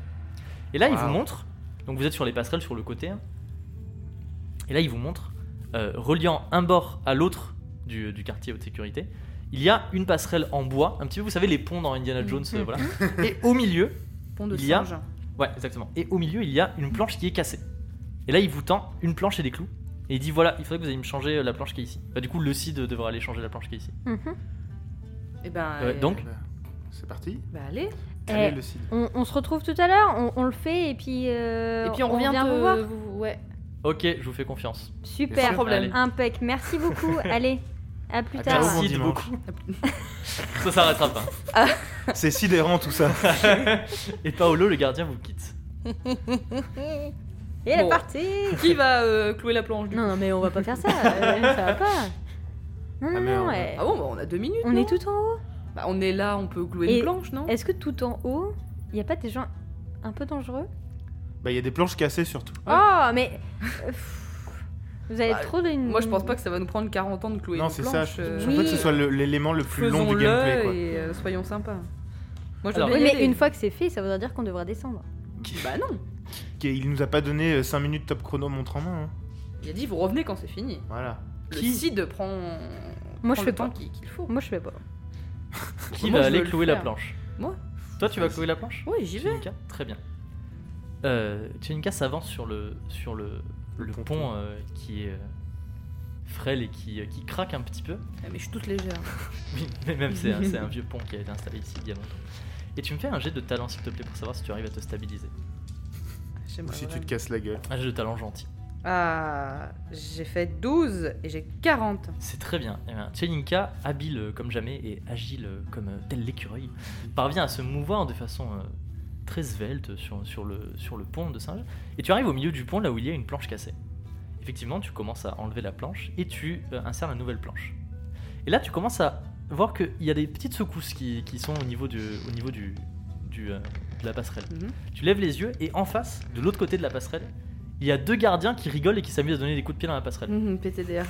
S4: Et là, il vous
S2: Wow.
S4: montre. Donc, vous êtes sur les passerelles sur le côté. hein. Et là, il vous montre, euh, reliant un bord à l'autre du, du quartier haute sécurité, il y a une passerelle en bois, un petit peu, vous savez, les ponts dans Indiana Jones, euh,
S3: Mhm.
S4: voilà. Et au milieu,
S3: Pont de
S4: Il y a-
S3: singe.
S4: ouais, exactement. Et au milieu, il y a une planche qui est cassée. Et là, il vous tend une planche et des clous. Et il dit voilà, il faudrait que vous ayez me changer euh, la planche qui est ici. Bah, du coup, le CID devra aller changer la planche qui est ici.
S7: Mhm.
S3: Et ben.
S4: Ouais,
S3: euh,
S4: donc
S2: Bah, C'est parti.
S3: Bah allez.
S2: Quel est
S7: Eh,
S2: le site
S7: on, on se retrouve tout à l'heure, on, on le fait et puis, euh,
S3: Et puis on, revient
S7: vient
S3: te-
S7: vous voir.
S3: vous- ouais.
S4: Ok, je vous fais confiance.
S7: Super,
S4: problème. Allez.
S7: impec. Merci beaucoup. Allez, à plus
S2: À
S7: tard.
S2: bientôt.
S4: Merci de
S2: dimanche.
S4: beaucoup. Ça s'arrêtera pas.
S2: C'est sidérant tout ça.
S4: Et Paolo, le gardien, vous quitte.
S7: Et elle est
S3: Bon.
S7: partie.
S3: Qui va euh, clouer la planche du coup
S7: Non, non, mais on va pas faire ça. euh, ça va pas. Non, non,
S2: Ah,
S7: non.
S2: merde.
S7: eh,
S3: Ah bon, bah on a deux minutes.
S7: on
S3: non
S7: est tout en haut.
S3: Bah, on est là, on peut clouer
S7: Et-
S3: une planche, non
S7: Est-ce que tout en haut, il y a pas des gens un peu dangereux
S2: Bah, il y a des planches cassées surtout.
S7: Oh, mais. euh, pff, Vous avez
S3: Bah,
S7: trop de.
S3: Moi, je pense pas que ça va nous prendre 40 ans de clouer
S2: Non,
S3: une
S2: c'est
S3: planche.
S2: ça. Je,
S3: euh,
S2: je pense pas que ce soit le- l'élément le plus long du
S3: Faisons-le
S2: gameplay. Quoi.
S3: et euh, soyons sympas. Moi, je
S4: Alors-
S3: veux bien
S7: Oui,
S3: y
S7: mais
S3: aller.
S7: une fois que c'est fait, ça voudra dire qu'on devra descendre.
S3: Bah non.
S2: Qui- Il nous a pas donné 5 minutes top chrono montre en main. hein.
S3: Il a dit, vous revenez quand c'est fini.
S2: Voilà.
S3: Le
S4: Qui-
S3: CID prend.
S7: Moi,
S3: prend
S7: je
S3: le
S7: fais pas.
S3: temps qu'il qu'il faut.
S7: Moi, je fais pas.
S4: Qui
S3: Moi,
S4: va
S3: je
S4: aller
S3: veux le
S4: clouer la
S3: faire.
S4: planche
S3: Moi.
S4: Toi, tu vas clouer la planche
S3: Ouais, j'y vais.
S4: Tchelinka Très bien. Euh, Tchelinka s'avance sur le, sur le,
S2: Le
S4: le
S2: ponton.
S4: pont euh, qui est euh, frêle et qui, euh, qui craque un petit peu.
S3: Ah, Mais je suis toute légère.
S4: Oui, mais même c'est un, c'est un vieux pont qui a été installé ici il y a longtemps. Et tu me fais un jet de talent s'il te plaît pour savoir si tu arrives à te stabiliser.
S2: Ou
S3: J'aimerais
S2: si tu
S3: vraiment.
S2: te casses la gueule.
S4: Un jet de talent gentil.
S3: Ah, j'ai fait 12 et j'ai 40.
S4: C'est très bien. Eh bien, Tchelinka, habile euh, comme jamais et agile euh, comme euh, tel l'écureuil, parvient à se mouvoir de façon euh, très svelte sur, sur le, sur le pont de singe. Et tu arrives au milieu du pont là où il y a une planche cassée. Effectivement, tu commences à enlever la planche et tu euh, insères la nouvelle planche. Et là, tu commences à voir qu'il y a des petites secousses qui, qui sont au niveau, du, au niveau du, du, euh, de la passerelle.
S3: Mhm.
S4: Tu lèves les yeux et en face, de l'autre côté de la passerelle, il y a deux gardiens qui rigolent et qui s'amusent à donner des coups de pied dans la passerelle.
S3: Mhm, PTDR.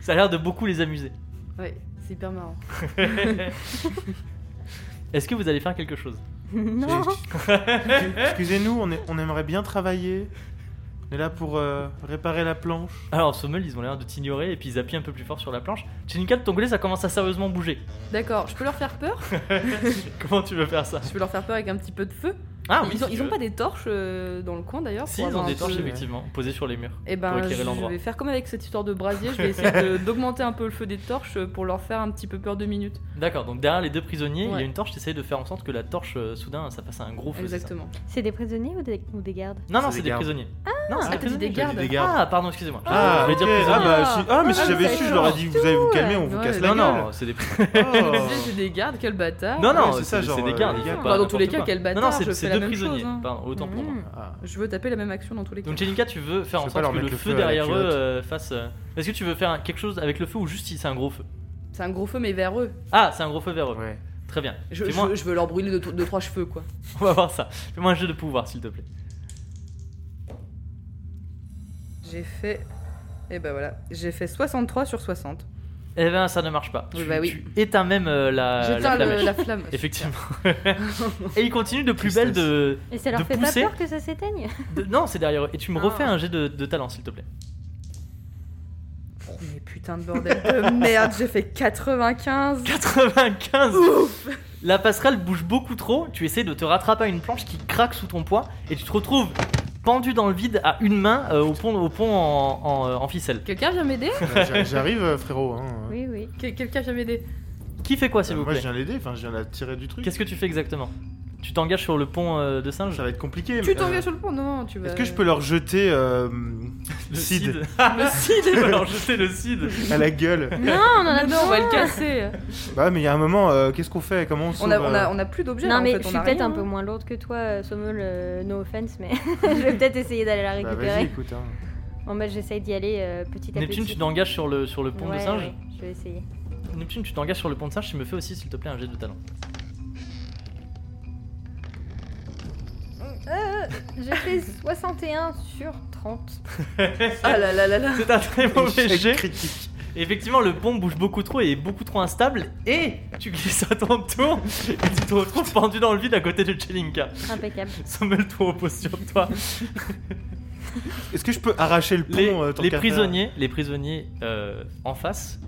S4: Ça a l'air de beaucoup les amuser.
S3: Ouais, c'est hyper marrant.
S4: Est-ce que vous allez faire quelque chose
S7: non.
S2: Excusez-nous, on, est- on aimerait bien travailler. On est là pour euh, réparer la planche.
S4: Alors, Sommel, ils ont l'air de t'ignorer et puis ils appuient un peu plus fort sur la planche. Chenika, de ton côté, ça commence à sérieusement bouger.
S3: D'accord, je peux leur faire peur
S4: Comment tu veux faire ça
S3: Je peux leur faire peur avec un petit peu de feu
S4: Ah
S3: Ils ont,
S4: si
S3: ils
S4: tu
S3: ont
S4: veux.
S3: pas des torches euh, dans le coin d'ailleurs
S4: Si,
S3: pour
S4: ils
S3: avoir
S4: ont
S3: un
S4: des
S3: peu-
S4: torches,
S2: ouais.
S4: effectivement, posées sur les murs.
S3: Eh ben,
S4: pour éclairer
S3: je
S4: l'endroit.
S3: vais faire comme avec cette histoire de brasier, je vais essayer de- d'augmenter un peu le feu des torches euh, pour leur faire un petit peu peur deux minutes.
S4: D'accord, donc derrière les deux prisonniers, il y a
S3: Ouais.
S4: une torche, t'essayes de faire en sorte que la torche, euh, soudain, ça passe à un gros feu. c'est ça
S3: Exactement.
S7: C'est des prisonniers ou des, ou des gardes
S4: Non, non, c'est
S2: C'est des
S4: des
S2: gardes.
S4: prisonniers. non, c'est
S3: Ah, t'as dit des
S4: prisonniers.
S3: gardes.
S2: Des gardes.
S4: Ah, pardon, excusez-moi.
S2: Ah,
S4: je voulais
S2: ok.
S4: dire
S2: Ah,
S4: prisonniers.
S2: bah, si... ah, mais
S3: Ah,
S2: si j'avais
S3: mais
S2: su,
S3: ça
S2: je leur ai
S3: change
S2: dit vous allez vous calmer, on vous
S3: Ouais,
S2: casse
S4: non,
S2: la gueule.
S4: non, c'est des
S2: Oh.
S3: Je disais, C'est des gardes, quel bâtard
S4: Non, non,
S2: Ouais, c'est ça,
S4: c'est
S2: genre,
S4: c'est des
S2: euh,
S4: gardes. il
S2: les
S4: faut
S2: gardes.
S4: pas
S3: Bah, dans tous les
S4: n'importe
S3: cas,
S4: quoi.
S3: quel bâtard,
S4: Non, non, c'est-
S3: je
S4: c'est
S3: fais la
S4: deux
S3: même chose,
S4: prisonniers.
S3: hein.
S4: Pardon, autant pour moi.
S7: Mhm.
S2: Ah.
S3: Je veux taper la même action dans tous les cas.
S4: Donc Jenica, tu veux faire
S2: Je
S4: en
S2: vais
S4: sorte
S2: pas leur
S4: que le
S2: mettre le
S4: feu
S2: feu à la
S4: derrière eux
S2: culotte.
S4: euh, fasse. euh, Est-ce que tu veux faire un- quelque chose avec le feu ou juste si c'est un gros feu
S3: C'est un gros feu, mais vers eux.
S4: Ah, c'est un gros feu vers eux.
S2: Ouais.
S4: Très bien.
S3: Je, je-
S4: Fais-moi-
S3: je veux leur brûler deux, deux, trois cheveux, quoi.
S4: On va voir ça. Fais-moi un jeu de pouvoir, s'il te plaît.
S3: J'ai fait. Et bah voilà, j'ai fait 63 sur 60.
S4: Eh ben, ça ne marche pas.
S3: Oui,
S4: tu,
S3: bah oui.
S4: tu éteins même euh, la, la
S3: J'éteins le-
S4: flamèche.
S3: la flamme.
S4: Effectivement. Et il continue de plus belle de,
S7: Et ça leur
S4: De
S7: fait
S4: pousser.
S7: pas peur que ça s'éteigne
S4: de- Non, c'est derrière eux. Et tu me
S3: Ah.
S4: refais un jet de, de talent, s'il te plaît.
S3: Oh, mais putain de bordel de merde, j'ai fait 95.
S4: 95 La passerelle bouge beaucoup trop. Tu essaies de te rattraper à une planche qui craque sous ton poids. Et tu te retrouves pendu dans le vide à une main euh, au pont, au pont en- en- euh, en ficelle.
S3: Quelqu'un vient m'aider
S2: Bah, j'a- J'arrive, euh, frérot. hein.
S7: Oui, oui.
S3: Que- Quelqu'un vient m'aider
S4: Qui fait quoi, s'il
S2: Bah,
S4: vous
S2: moi,
S4: plaît
S2: je viens l'aider, enfin, je viens la tirer du truc.
S4: Qu'est-ce que tu fais exactement Tu t'engages sur le pont euh, de singe
S2: Ça va être compliqué. mais,
S3: Tu
S2: euh,
S3: t'engages sur le pont Non, non, tu vas.
S2: Est-ce que je peux leur jeter euh, Cid
S4: le Cid Alors jeter le Cid
S2: à la gueule
S7: Non, on en a
S3: Non, non, on va
S7: besoin.
S3: le casser.
S2: Bah, mais il y a un moment, euh, qu'est-ce qu'on fait Comment on sauve
S3: On a, on
S4: Bah.
S2: euh,
S3: a, on a plus d'objets. là,
S7: Non,
S3: en
S7: mais
S3: fait,
S7: je
S3: on
S7: suis
S3: a
S7: peut-être
S3: rien.
S7: un peu moins lourde que toi, euh, Sommel, euh, no offense, mais je vais peut-être essayer d'aller la
S2: Bah, vas-y,
S7: récupérer.
S2: écoute. hein.
S7: bon, bah, j'essaye d'y aller euh, petit à petit.
S4: Neptune, tu t'engages sur le, sur le pont
S7: Ouais,
S4: de singe
S7: ouais, je vais essayer.
S4: Neptune, tu t'engages sur le pont de singe, tu me fais aussi, s'il te plaît, un jet de talent.
S7: Euh, j'ai fait 61 sur 30.
S3: Ah là là là là.
S4: C'est un très mauvais
S2: Échec
S4: jet.
S2: critique.
S4: Effectivement, le pont bouge beaucoup trop et est beaucoup trop instable, et tu glisses à ton tour, et tu te retrouves pendu dans le vide à côté de Chelinka.
S7: Impeccable.
S4: Sommel, toi, repose sur toi.
S2: Est-ce que je peux arracher le pont
S4: les,
S2: euh, tant
S4: les
S2: qu'à faire
S4: prisonniers, les prisonniers euh, en face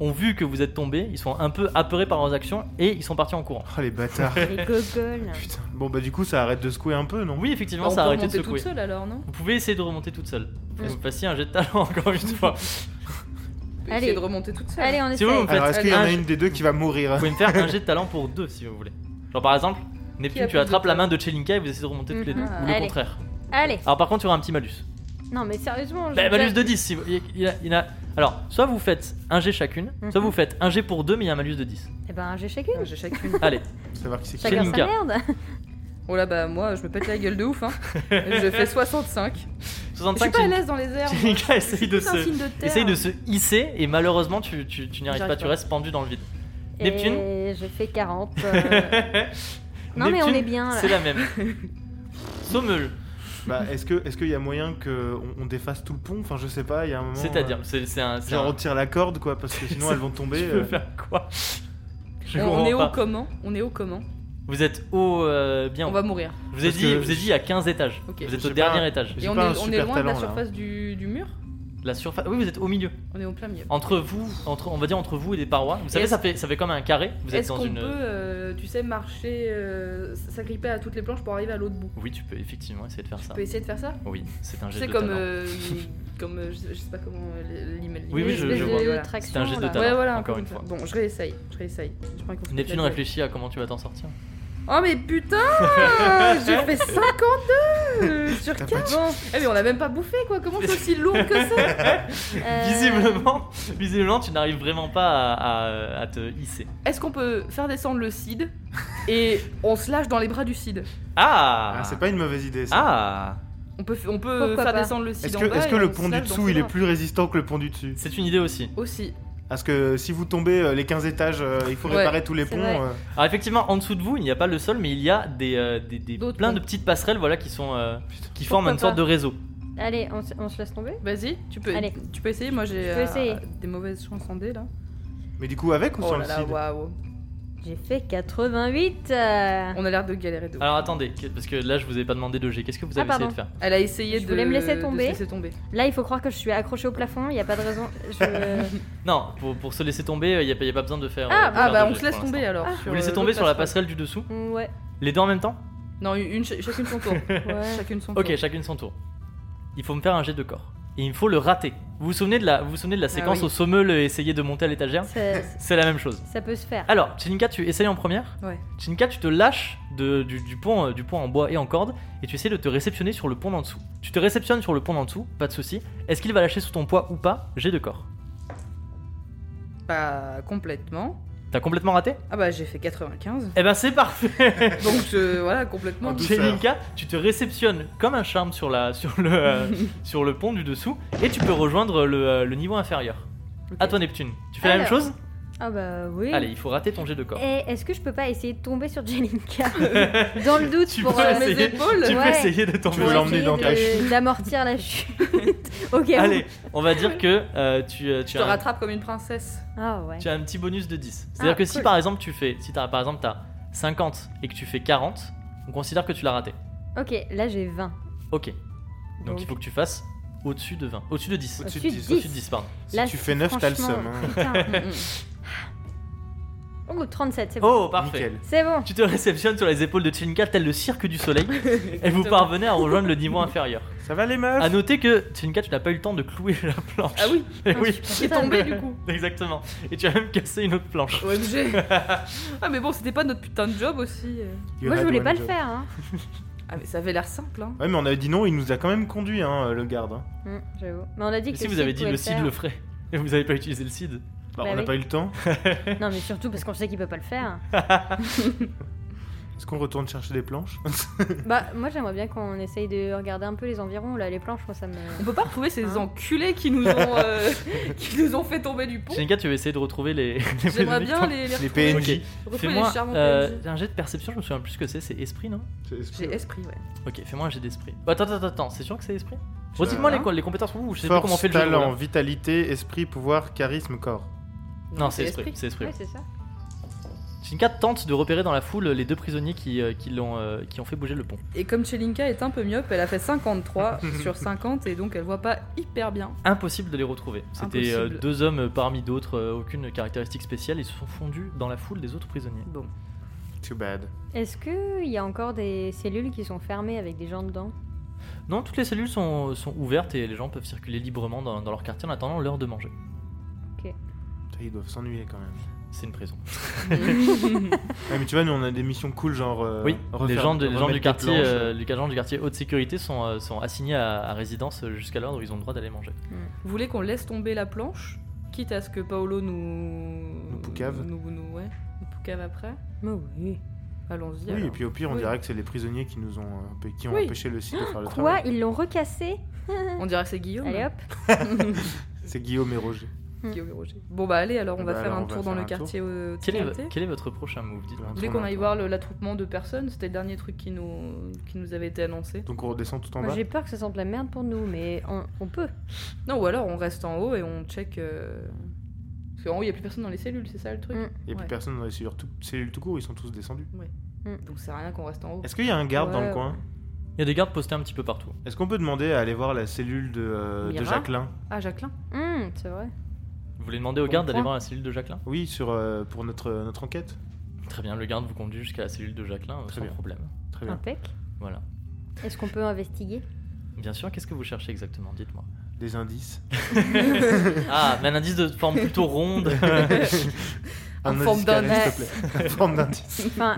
S4: ont vu que vous êtes tombé, ils sont un peu apeurés par leurs actions et ils sont partis en courant.
S2: Oh les bâtards.
S7: Les gogoles.
S2: Putain. Bon bah du coup ça arrête de secouer un peu non
S4: Oui, effectivement,
S3: Bah, on
S4: ça a
S3: peut
S4: arrêté de secouer.
S3: remonter toute seule alors, non
S4: Vous pouvez essayer de remonter toute seule. Vous passez un jet de talent encore une fois.
S3: On peut
S7: Allez.
S3: essayer de remonter toute seule.
S7: Allez, on
S4: Si vous,
S7: essaye.
S4: vous
S2: Alors
S4: faites-
S2: est-ce qu'il y en a
S4: un-
S2: une des deux qui va mourir
S4: Vous pouvez me faire un jet de talent pour deux si vous voulez. Genre par exemple,
S3: Qui a
S4: Neptune,
S3: plus
S4: tu
S3: de
S4: attrapes la
S3: talent
S4: main de Chelinka et vous essayez de remonter tous les deux.
S3: Mhm.
S4: Ou le
S7: Allez.
S4: contraire.
S7: Allez.
S4: Alors par contre, il y aura un petit malus.
S7: Non, mais sérieusement.
S4: Bah,
S7: je-
S4: malus de 10. si vous- il, il a, il a- Alors, soit vous faites un jet chacune,
S2: Mm-hmm.
S4: soit
S7: Mhm.
S4: vous faites un jet pour deux, mais il y a un malus de 10.
S7: Eh ben, j'ai chacune.
S3: J'ai chacune.
S4: Allez,
S2: Savoir qui c'est qui.
S7: Chacun sa
S4: Chelinka.
S7: merde.
S3: Oh là bah moi je me pète la gueule de ouf hein. je fais 65. Je suis
S4: 65,
S3: pas à
S4: Chelinka-
S3: l'aise dans les airs. moi.
S4: Chelinka essaye de
S3: C'est un
S4: se.
S3: signe de terre.
S4: Essaye de se hisser et malheureusement tu, tu- tu n'y arrives
S3: J'arrive
S4: pas, tu
S3: pas.
S4: restes pendu dans le vide. Neptune
S7: Et je fais 40. euh, Non, mais on
S4: Neptune,
S7: est bien là.
S4: C'est la même. Sommeul,
S2: Bah est-ce que est-ce qu'il y a moyen que on, on défasse tout le pont Enfin je sais pas. Il y a un moment.
S4: c'est-à-dire, c'est c'est un.
S2: euh,
S4: c'est
S2: genre
S4: un-
S2: on tire la corde quoi parce que sinon elles vont tomber.
S4: Tu peux
S2: euh.
S4: faire quoi Je
S3: Euh, On, on
S4: comprends
S3: est au
S4: pas.
S3: comment On est au comment
S4: Vous êtes au euh, bien.
S3: On va mourir.
S4: Je vous ai
S2: Parce
S4: dit,
S2: que-
S4: je vous ai dit, il y a 15 étages.
S3: Ok.
S4: Vous êtes
S2: J'ai
S4: au
S2: pas
S4: dernier
S2: un-
S4: étage.
S2: J'ai
S3: Et on
S2: pas
S3: est,
S2: un
S3: on est
S2: super
S3: loin de la
S2: talent, là, hein.
S3: surface du, du mur
S4: La surface. Oui, vous êtes au milieu.
S3: On est au plein milieu.
S4: Entre vous, entre, on va dire entre vous et des parois. Vous savez,
S3: Est-ce-
S4: ça fait, ça fait comme un carré. Vous êtes
S3: Est-ce
S4: dans
S3: qu'on
S4: une.
S3: peut, euh, tu sais, marcher, euh, s'agripper à toutes les planches pour arriver à l'autre bout
S4: Oui, tu peux effectivement essayer de faire
S3: Tu
S4: ça.
S3: peux essayer de faire ça
S4: Oui, c'est un
S3: Tu
S4: jet
S3: sais,
S4: de
S3: comme.
S4: talent.
S3: euh, comme euh, je, sais, je sais pas comment euh, l'email.
S4: Oui, oui, je-
S7: Espèce
S4: je
S7: de
S4: vois.
S3: Voilà.
S4: C'est un
S7: traction,
S4: geste de
S7: là.
S4: talent.
S3: Ouais, voilà,
S4: encore une
S3: comme
S4: fois.
S3: ça. Bon, je réessaye. Je réessaye. Je prends une
S4: Neptune
S3: conférence de la gueule.
S4: réfléchit à comment tu vas t'en sortir.
S3: Oh, mais putain J'ai fait 52 sur 15 ans Eh, mais on a même pas bouffé, quoi Comment c'est aussi lourd que ça
S7: Euh,
S4: Visiblement, visiblement, tu n'arrives vraiment pas à, à- à te hisser.
S3: Est-ce qu'on peut faire descendre le Cid et on se lâche dans les bras du Cid
S4: Ah
S2: Ah, c'est pas une mauvaise idée. Ça.
S4: Ah
S3: On peut, on peut
S7: Pourquoi
S3: faire
S7: pas
S3: descendre le Cid
S2: Est-ce
S3: en
S2: que,
S3: bas
S2: est-ce que
S3: et
S2: le
S3: on se
S2: pont du
S3: lâche dans
S2: dessous
S3: ses
S2: il est
S3: bras.
S2: plus résistant que le pont du dessus
S4: C'est une idée aussi.
S3: Aussi.
S2: Parce que si vous tombez euh, les 15 étages, euh, il faut
S3: Ouais,
S2: réparer tous les
S7: c'est
S2: ponts.
S7: vrai.
S2: euh.
S4: Alors effectivement, en dessous de vous, il n'y a pas le sol, mais il y a des, euh, des- des-
S3: D'autres
S4: plein
S3: ponts.
S4: de petites passerelles, voilà, qui sont euh, qui forment une sorte de réseau.
S7: Allez, on, se- on se laisse tomber
S3: Vas-y, tu peux,
S7: Allez.
S3: tu peux essayer. Moi, j'ai
S7: Je peux
S3: euh,
S7: essayer.
S3: des mauvaises chances en D là.
S2: Mais du coup avec ou
S3: Oh
S2: sans
S3: là
S2: le
S3: là,
S2: cid
S3: waouh.
S7: J'ai fait 88. euh,
S3: On a l'air de galérer de ouf.
S4: Alors attendez, que- parce que là, je vous ai pas demandé de G. Qu'est-ce que vous
S7: Ah,
S4: avez essayé
S7: pardon.
S4: de faire
S3: Elle a essayé
S7: Je
S3: de.
S7: voulais me laisser
S3: de
S7: tomber.
S3: se laisser tomber.
S7: Là, il faut croire que je suis accrochée au plafond. Il n'y a pas de raison. Je...
S4: Non, pour, pour se laisser tomber, euh, il n'y a, pas- il y a pas besoin de faire. euh,
S3: Ah,
S4: de
S3: ah,
S4: faire
S3: bah
S4: de
S3: on
S4: G
S3: se laisse
S4: pour
S3: tomber
S4: l'instant.
S7: Ah.
S3: alors. sur,
S4: Vous laissez
S3: euh,
S4: tomber
S3: l'autre
S4: sur la
S3: passerelle.
S4: passerelle du dessous
S7: euh, ouais.
S4: Les deux en même temps
S3: Non, une, une ch- chacune son tour.
S7: Ouais.
S3: Chacune son
S4: Ok,
S3: tour.
S4: chacune son tour. Il faut me faire un jet de corps. Et il me faut le rater. Vous vous souvenez de la, vous vous souvenez de la séquence
S3: oui.
S4: au sommeul et essayer de monter à l'étagère
S7: Ça,
S4: Ah C'est la même chose.
S7: ça peut se faire.
S4: Alors, Chinka, tu essayes en première.
S3: Ouais.
S4: Chinka, tu te lâches de- du, du pont, euh, du pont en bois et en corde et tu essaies de te réceptionner sur le pont d'en dessous. Tu te réceptionnes sur le pont d'en dessous, pas de souci. Est-ce qu'il va lâcher sous ton poids ou pas Jet de corps.
S3: Pas complètement.
S4: T'as complètement raté
S3: Ah bah j'ai fait 95.
S4: Eh ben c'est parfait
S3: Donc je, voilà, complètement.
S2: En douceur.
S4: Chelinka, tu te réceptionnes comme un charme sur, la, sur, le, euh, sur le pont du dessous et tu peux rejoindre le, euh, le niveau inférieur.
S3: Ok.
S4: À toi Neptune, tu fais la même
S7: Alors.
S4: chose
S7: Ah bah oui.
S4: Allez, il faut rater ton jet de corps.
S7: Et est-ce que je peux pas essayer de tomber sur Jelinka Dans le doute
S4: Tu
S7: pour
S4: peux
S7: euh,
S4: essayer.
S3: Mes épaules.
S4: Tu peux
S7: Ouais.
S4: essayer de
S7: pour
S2: Tu veux
S4: tomber.
S2: l'emmener
S7: essayer
S2: dans ta
S7: de- D'amortir la chute. ok.
S4: Allez, on va dire que euh, tu, euh,
S3: Je
S4: tu,
S3: te
S4: as un,
S3: rattrape comme une princesse.
S7: Ah ouais.
S4: tu as un petit bonus de 10. C'est-à-dire
S7: Ah,
S4: que si
S7: cool.
S4: par exemple tu fais, si t'as- par exemple t'as 50 et que tu fais 40, on considère que tu l'as raté.
S7: Ok, là j'ai 20.
S4: Ok, donc
S7: Donc,
S4: il faut que tu fasses au-dessus de 20, au-dessus de 10.
S2: Au-dessus
S7: au-dessus
S2: de
S7: de
S2: 10.
S4: Au-dessus de 10, pardon.
S2: Si
S7: Là,
S2: tu fais 9, t'as le seum.
S7: franchement,
S2: hein.
S7: putain.
S3: Mm, mm.
S7: Oh, 37, c'est bon.
S4: Oh, parfait.
S2: Nickel.
S7: C'est bon.
S4: Tu te réceptionnes sur les épaules de Tchinka tel le cirque du soleil et vous
S3: Exactement.
S4: parvenez à rejoindre le niveau inférieur.
S2: Ça va les meufs
S1: Ah,
S4: À noter que Tchinka, tu n'as pas eu le temps de clouer la planche.
S3: Ah oui,
S4: Eh oui,
S3: j'ai tombé du coup.
S4: exactement. Et tu as même cassé une autre planche.
S3: OMG. ah mais bon, c'était pas notre putain de job aussi. euh.
S2: You
S7: Moi je
S2: had
S7: voulais
S2: one
S7: pas le
S2: job.
S7: faire. Hein.
S3: Ah mais ça avait l'air simple hein.
S2: Ouais, mais on avait dit non, il nous a quand même conduit, hein, le garde. hein.
S7: Hmm, J'avoue. Mais on a dit
S4: Et
S7: que
S4: si vous
S7: Sid
S4: avez dit
S7: pouvait
S4: le CID
S7: faire.
S4: le ferait et vous n'avez pas utilisé le CID.
S2: Bah,
S7: Bah
S2: on n'a
S7: oui.
S2: pas eu le temps.
S7: Non, mais surtout parce qu'on sait qu'il peut pas le faire.
S2: Est-ce qu'on retourne chercher des planches
S7: Bah, moi j'aimerais bien qu'on essaye de regarder un peu les environs, là, les planches, moi ça me.
S3: On peut pas retrouver ces
S7: Hein
S3: enculés qui nous ont euh, qui nous ont fait tomber du pont.
S4: Tchinka, tu vas essayer de retrouver les. les
S3: J'aimerais
S4: prisonniers
S3: bien
S4: que
S3: les, les
S2: Les
S3: retrouver.
S2: PNJ.
S4: Ok.
S3: Retrouver
S4: Fais-moi
S3: les charmants
S4: euh,
S3: PNJ.
S4: un jet de perception, je me souviens plus ce que c'est, c'est esprit non
S3: J'ai esprit ouais.
S4: Ok, fais-moi un jet d'esprit. Oh, Attends, attends, attends, c'est sûr que c'est esprit Redites-moi
S3: Euh,
S4: les, les compétences pour vous, je sais pas
S2: Force,
S4: comment on fait le jeu.
S2: talent,
S4: voilà.
S2: vitalité, esprit, pouvoir, charisme, corps.
S4: Non, c'est esprit, c'est esprit.
S7: Ouais, c'est ça.
S4: Shinka tente de repérer dans la foule les deux prisonniers qui, euh, qui, l'ont, euh, qui ont fait bouger le pont.
S3: Et comme Chelinka est un peu myope, elle a fait 53 sur 50 et donc elle voit pas hyper bien.
S4: Impossible de les retrouver. C'était euh,
S3: Impossible.
S4: deux hommes parmi d'autres, euh, aucune caractéristique spéciale. Ils se sont fondus dans la foule des autres prisonniers.
S3: Bon.
S2: Too bad.
S7: Est-ce qu'il y a encore des cellules qui sont fermées avec des gens dedans
S4: Non, toutes les cellules sont, sont ouvertes et les gens peuvent circuler librement dans, dans leur quartier en attendant l'heure de manger.
S2: Putain, Ils doivent s'ennuyer quand même.
S4: C'est une prison.
S2: Ah, mais tu vois, nous on a des missions cool, genre. euh,
S4: oui, les
S2: refaire-
S4: gens, de- les gens
S2: remettre
S4: du
S2: des
S4: quartier,
S2: planches.
S4: euh, les gens du quartier haute sécurité sont, euh, sont assignés à, à résidence euh, jusqu'à l'heure où ils ont le droit d'aller manger.
S3: Vous voulez qu'on laisse tomber la planche Quitte à ce que Paolo nous.
S2: Nous poucave.
S3: Nous, nous- ouais, nous poucave après.
S7: Mais oui.
S3: Allons-y.
S2: Oui,
S3: alors.
S2: et puis au pire, on
S3: Oui.
S2: dirait que c'est les prisonniers qui nous ont, euh, empê- qui ont
S3: Oui.
S2: empêché le site de faire le
S7: Quoi
S2: travail.
S7: Ils l'ont recassé
S3: On dirait que c'est Guillaume.
S7: Allez hop.
S2: C'est Guillaume et Roger.
S3: Guillaume et Roger. Bon bah allez, alors on
S2: Bah,
S3: va faire
S2: alors,
S3: un
S2: on va
S3: tour
S2: faire
S3: dans le
S2: un tour.
S3: quartier. euh,
S4: Quel est,
S3: TNT.
S4: quel est votre prochain move dites-moi
S2: Un
S3: Vous voulez
S2: tour
S3: qu'on
S2: dans
S3: aille
S2: le
S3: voir le- l'attroupement de personnes C'était le dernier truc qui nous, qui nous avait été annoncé.
S2: Donc on redescend tout en
S7: Moi,
S2: bas.
S7: J'ai peur que ça sente la merde pour nous, mais on, on peut.
S3: Non, ou alors on reste en haut et on check. euh, Parce qu'en haut, il n'y a plus personne dans les cellules, c'est ça le truc
S7: Mm.
S2: Et puis
S3: Ouais.
S2: personne dans les cellules tout, cellules tout court, ils sont tous descendus.
S7: Mm.
S3: Donc c'est rien qu'on reste en haut.
S2: Est-ce qu'il y a un garde dans
S3: Ouais.
S2: le coin
S4: Il y a des gardes postés un petit peu partout.
S2: Est-ce qu'on peut demander à aller voir la cellule de, euh, de
S3: Mira
S2: Jacqueline
S3: Ah, Jacqueline
S7: Hum, c'est vrai.
S4: Vous voulez demander au
S3: Bon
S4: garde d'aller
S3: point.
S4: voir la cellule de Jacqueline
S2: Oui, sur, euh, pour notre, notre enquête.
S4: Très bien, le garde vous conduit jusqu'à la cellule de Jacqueline euh,
S2: Très
S4: sans
S2: bien.
S4: problème.
S2: Très bien.
S7: Impec.
S4: Voilà.
S7: Est-ce qu'on peut investiguer
S4: Bien sûr, qu'est-ce que vous cherchez exactement Dites-moi.
S2: Des indices.
S4: Ah, mais un indice de forme plutôt ronde.
S2: Un
S3: En
S2: indice
S3: forme
S2: carré,
S7: d'indice.
S2: s'il te plaît. En forme d'indice.
S7: Enfin,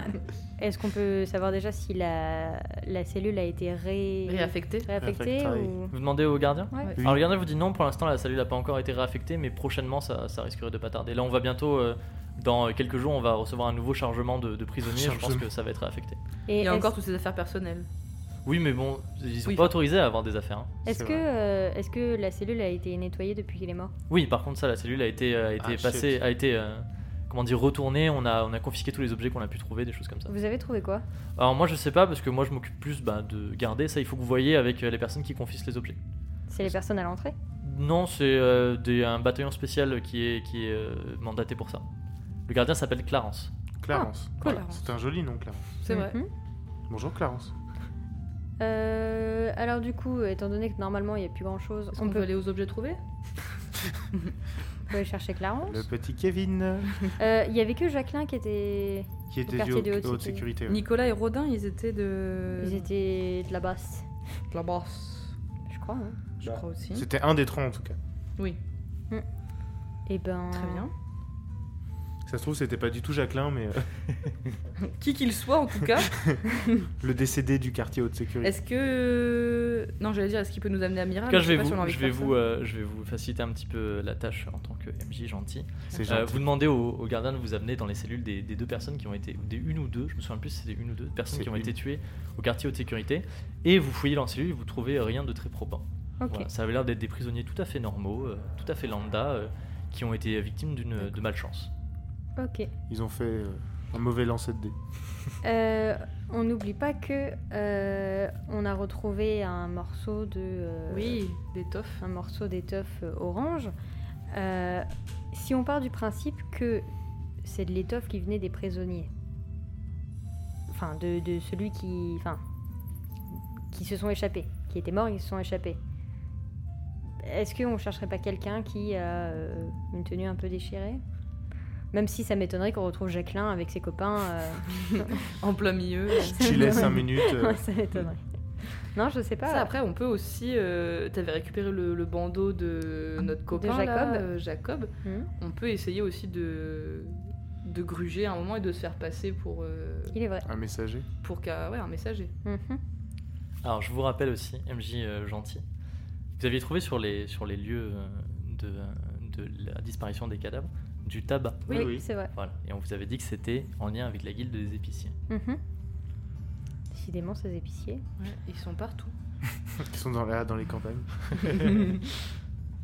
S7: est-ce qu'on peut savoir déjà si la, la cellule a été ré...
S3: Réaffecté.
S7: réaffectée
S2: Réaffectée.
S7: ou...
S4: Vous demandez au gardien
S7: Ouais.
S2: Oui.
S4: Alors le gardien vous dit non, pour l'instant la cellule n'a pas encore été réaffectée, mais prochainement ça, ça risquerait de pas tarder. Là on va bientôt, euh, dans euh, quelques jours, on va recevoir un nouveau chargement de, de prisonniers, je pense
S2: Chargement.
S4: que ça va être réaffecté.
S7: Et
S3: Il y a
S7: est-ce-
S3: encore toutes ces affaires personnelles.
S4: Oui mais bon, ils sont
S3: Oui.
S4: pas autorisés à avoir des affaires. hein.
S7: Est-ce
S2: C'est
S7: que,
S2: vrai.
S7: euh, est-ce que la cellule a été nettoyée depuis qu'il est mort
S4: Oui par contre ça, la cellule a été, euh, a été
S2: Ah,
S4: passée,
S2: shit.
S4: a été... euh, Comment dire, retournée, on a, on a confisqué tous les objets qu'on a pu trouver, des choses comme ça.
S7: Vous avez trouvé quoi
S4: Alors moi je sais pas parce que moi je m'occupe plus bah, de garder ça. Il faut que vous voyez avec euh, les personnes qui confisquent les objets.
S7: C'est les personnes à l'entrée
S4: Non, c'est euh, des- un bataillon
S3: Ah,
S4: spécial qui est, qui est euh, mandaté pour ça. Le gardien s'appelle Clarence.
S2: Clarence.
S3: Ah, cool.
S2: Voilà, C'est un joli nom, Clarence.
S3: C'est vrai.
S7: Mhm.
S2: Bonjour, Clarence.
S7: Euh, alors du coup, étant donné que normalement il n'y a plus grand chose,
S3: Est-ce
S7: on,
S3: qu'on peut
S7: peut,
S3: aller aux objets trouvés
S7: peut aller chercher Clarence.
S2: Le petit Kevin.
S7: Euh, Il y avait que Jacqueline qui était,
S2: Qui était
S7: quartier
S2: dû
S7: de haute
S2: au- haute
S7: sécurité.
S2: sécurité. ouais.
S3: Nicolas et Rodin, ils étaient
S5: Euh.
S3: de.
S7: ils étaient de la basse,
S3: de la bosse.
S7: je crois. hein.
S3: Je
S2: Bah,
S3: crois aussi.
S2: C'était un des trois en tout cas.
S3: Oui,
S7: Et ben,
S3: très bien.
S2: Ça se trouve, c'était pas du tout Jacqueline, mais euh,
S3: Qui qu'il soit, en tout cas.
S2: le décédé du quartier haute sécurité.
S3: Est-ce que. Non, j'allais dire, est-ce qu'il peut nous amener à Mira
S4: En tout cas,
S3: mais
S4: je vais,
S3: sais pas si on a
S4: vous,
S3: envie
S4: je,
S3: de
S4: vais
S3: faire ça.
S4: vous, euh, je vais vous faciliter un petit peu la tâche en tant que MJ gentil.
S2: C'est
S4: Euh,
S2: gentil.
S4: vous demandez au, au gardien de vous amener dans les cellules des, des deux personnes qui ont été, ou des une ou deux, je me souviens plus si c'était une ou deux personnes
S2: C'est
S4: qui ont
S2: une.
S4: été tuées au quartier haute sécurité. Et vous fouillez dans les cellules, vous trouvez rien de très probant.
S7: ok.
S4: Voilà, ça avait l'air d'être des prisonniers tout à fait normaux, euh, tout à fait lambda, euh, qui ont été victimes d'une de malchance.
S7: Ok.
S2: Ils ont fait euh, un mauvais lancer de dés.
S7: Euh, on n'oublie pas que euh, on a retrouvé un morceau de euh,
S3: Oui, des toffes.
S7: un morceau d'étoffe euh, orange. Euh, si on part du principe que c'est de l'étoffe qui venait des prisonniers, enfin de, de celui qui, enfin, qui se sont échappés, qui était mort, ils se sont échappés. Est-ce qu'on chercherait pas quelqu'un qui a euh, une tenue un peu déchirée Même si ça m'étonnerait qu'on retrouve Jacqueline avec ses copains. euh,
S3: En plein milieu.
S2: Tu laisses 5 minutes. euh,
S7: Ouais, ça m'étonnerait. Non, je sais pas.
S3: Ça, après, on peut aussi. euh, T'avais récupéré le, le bandeau de notre copain. là,
S7: Jacob.
S3: euh, Jacob.
S7: Hmm.
S3: On peut essayer aussi de de gruger à un moment et de se faire passer pour euh,
S7: Il est vrai.
S2: Un messager.
S3: pour qu'un ouais, un messager.
S7: Mhm.
S4: Alors, je vous rappelle aussi, MJ euh, Gentil, vous aviez trouvé sur les, sur les lieux euh, de, euh, de la disparition des cadavres du tabac.
S7: Oui,
S2: Oui, oui.
S7: c'est vrai.
S4: Voilà. Et on vous avait dit que c'était en lien avec la guilde des épiciers.
S7: Mhm. Décidément, ces épiciers.
S3: Ils sont partout.
S2: Ils sont dans, là, dans les campagnes.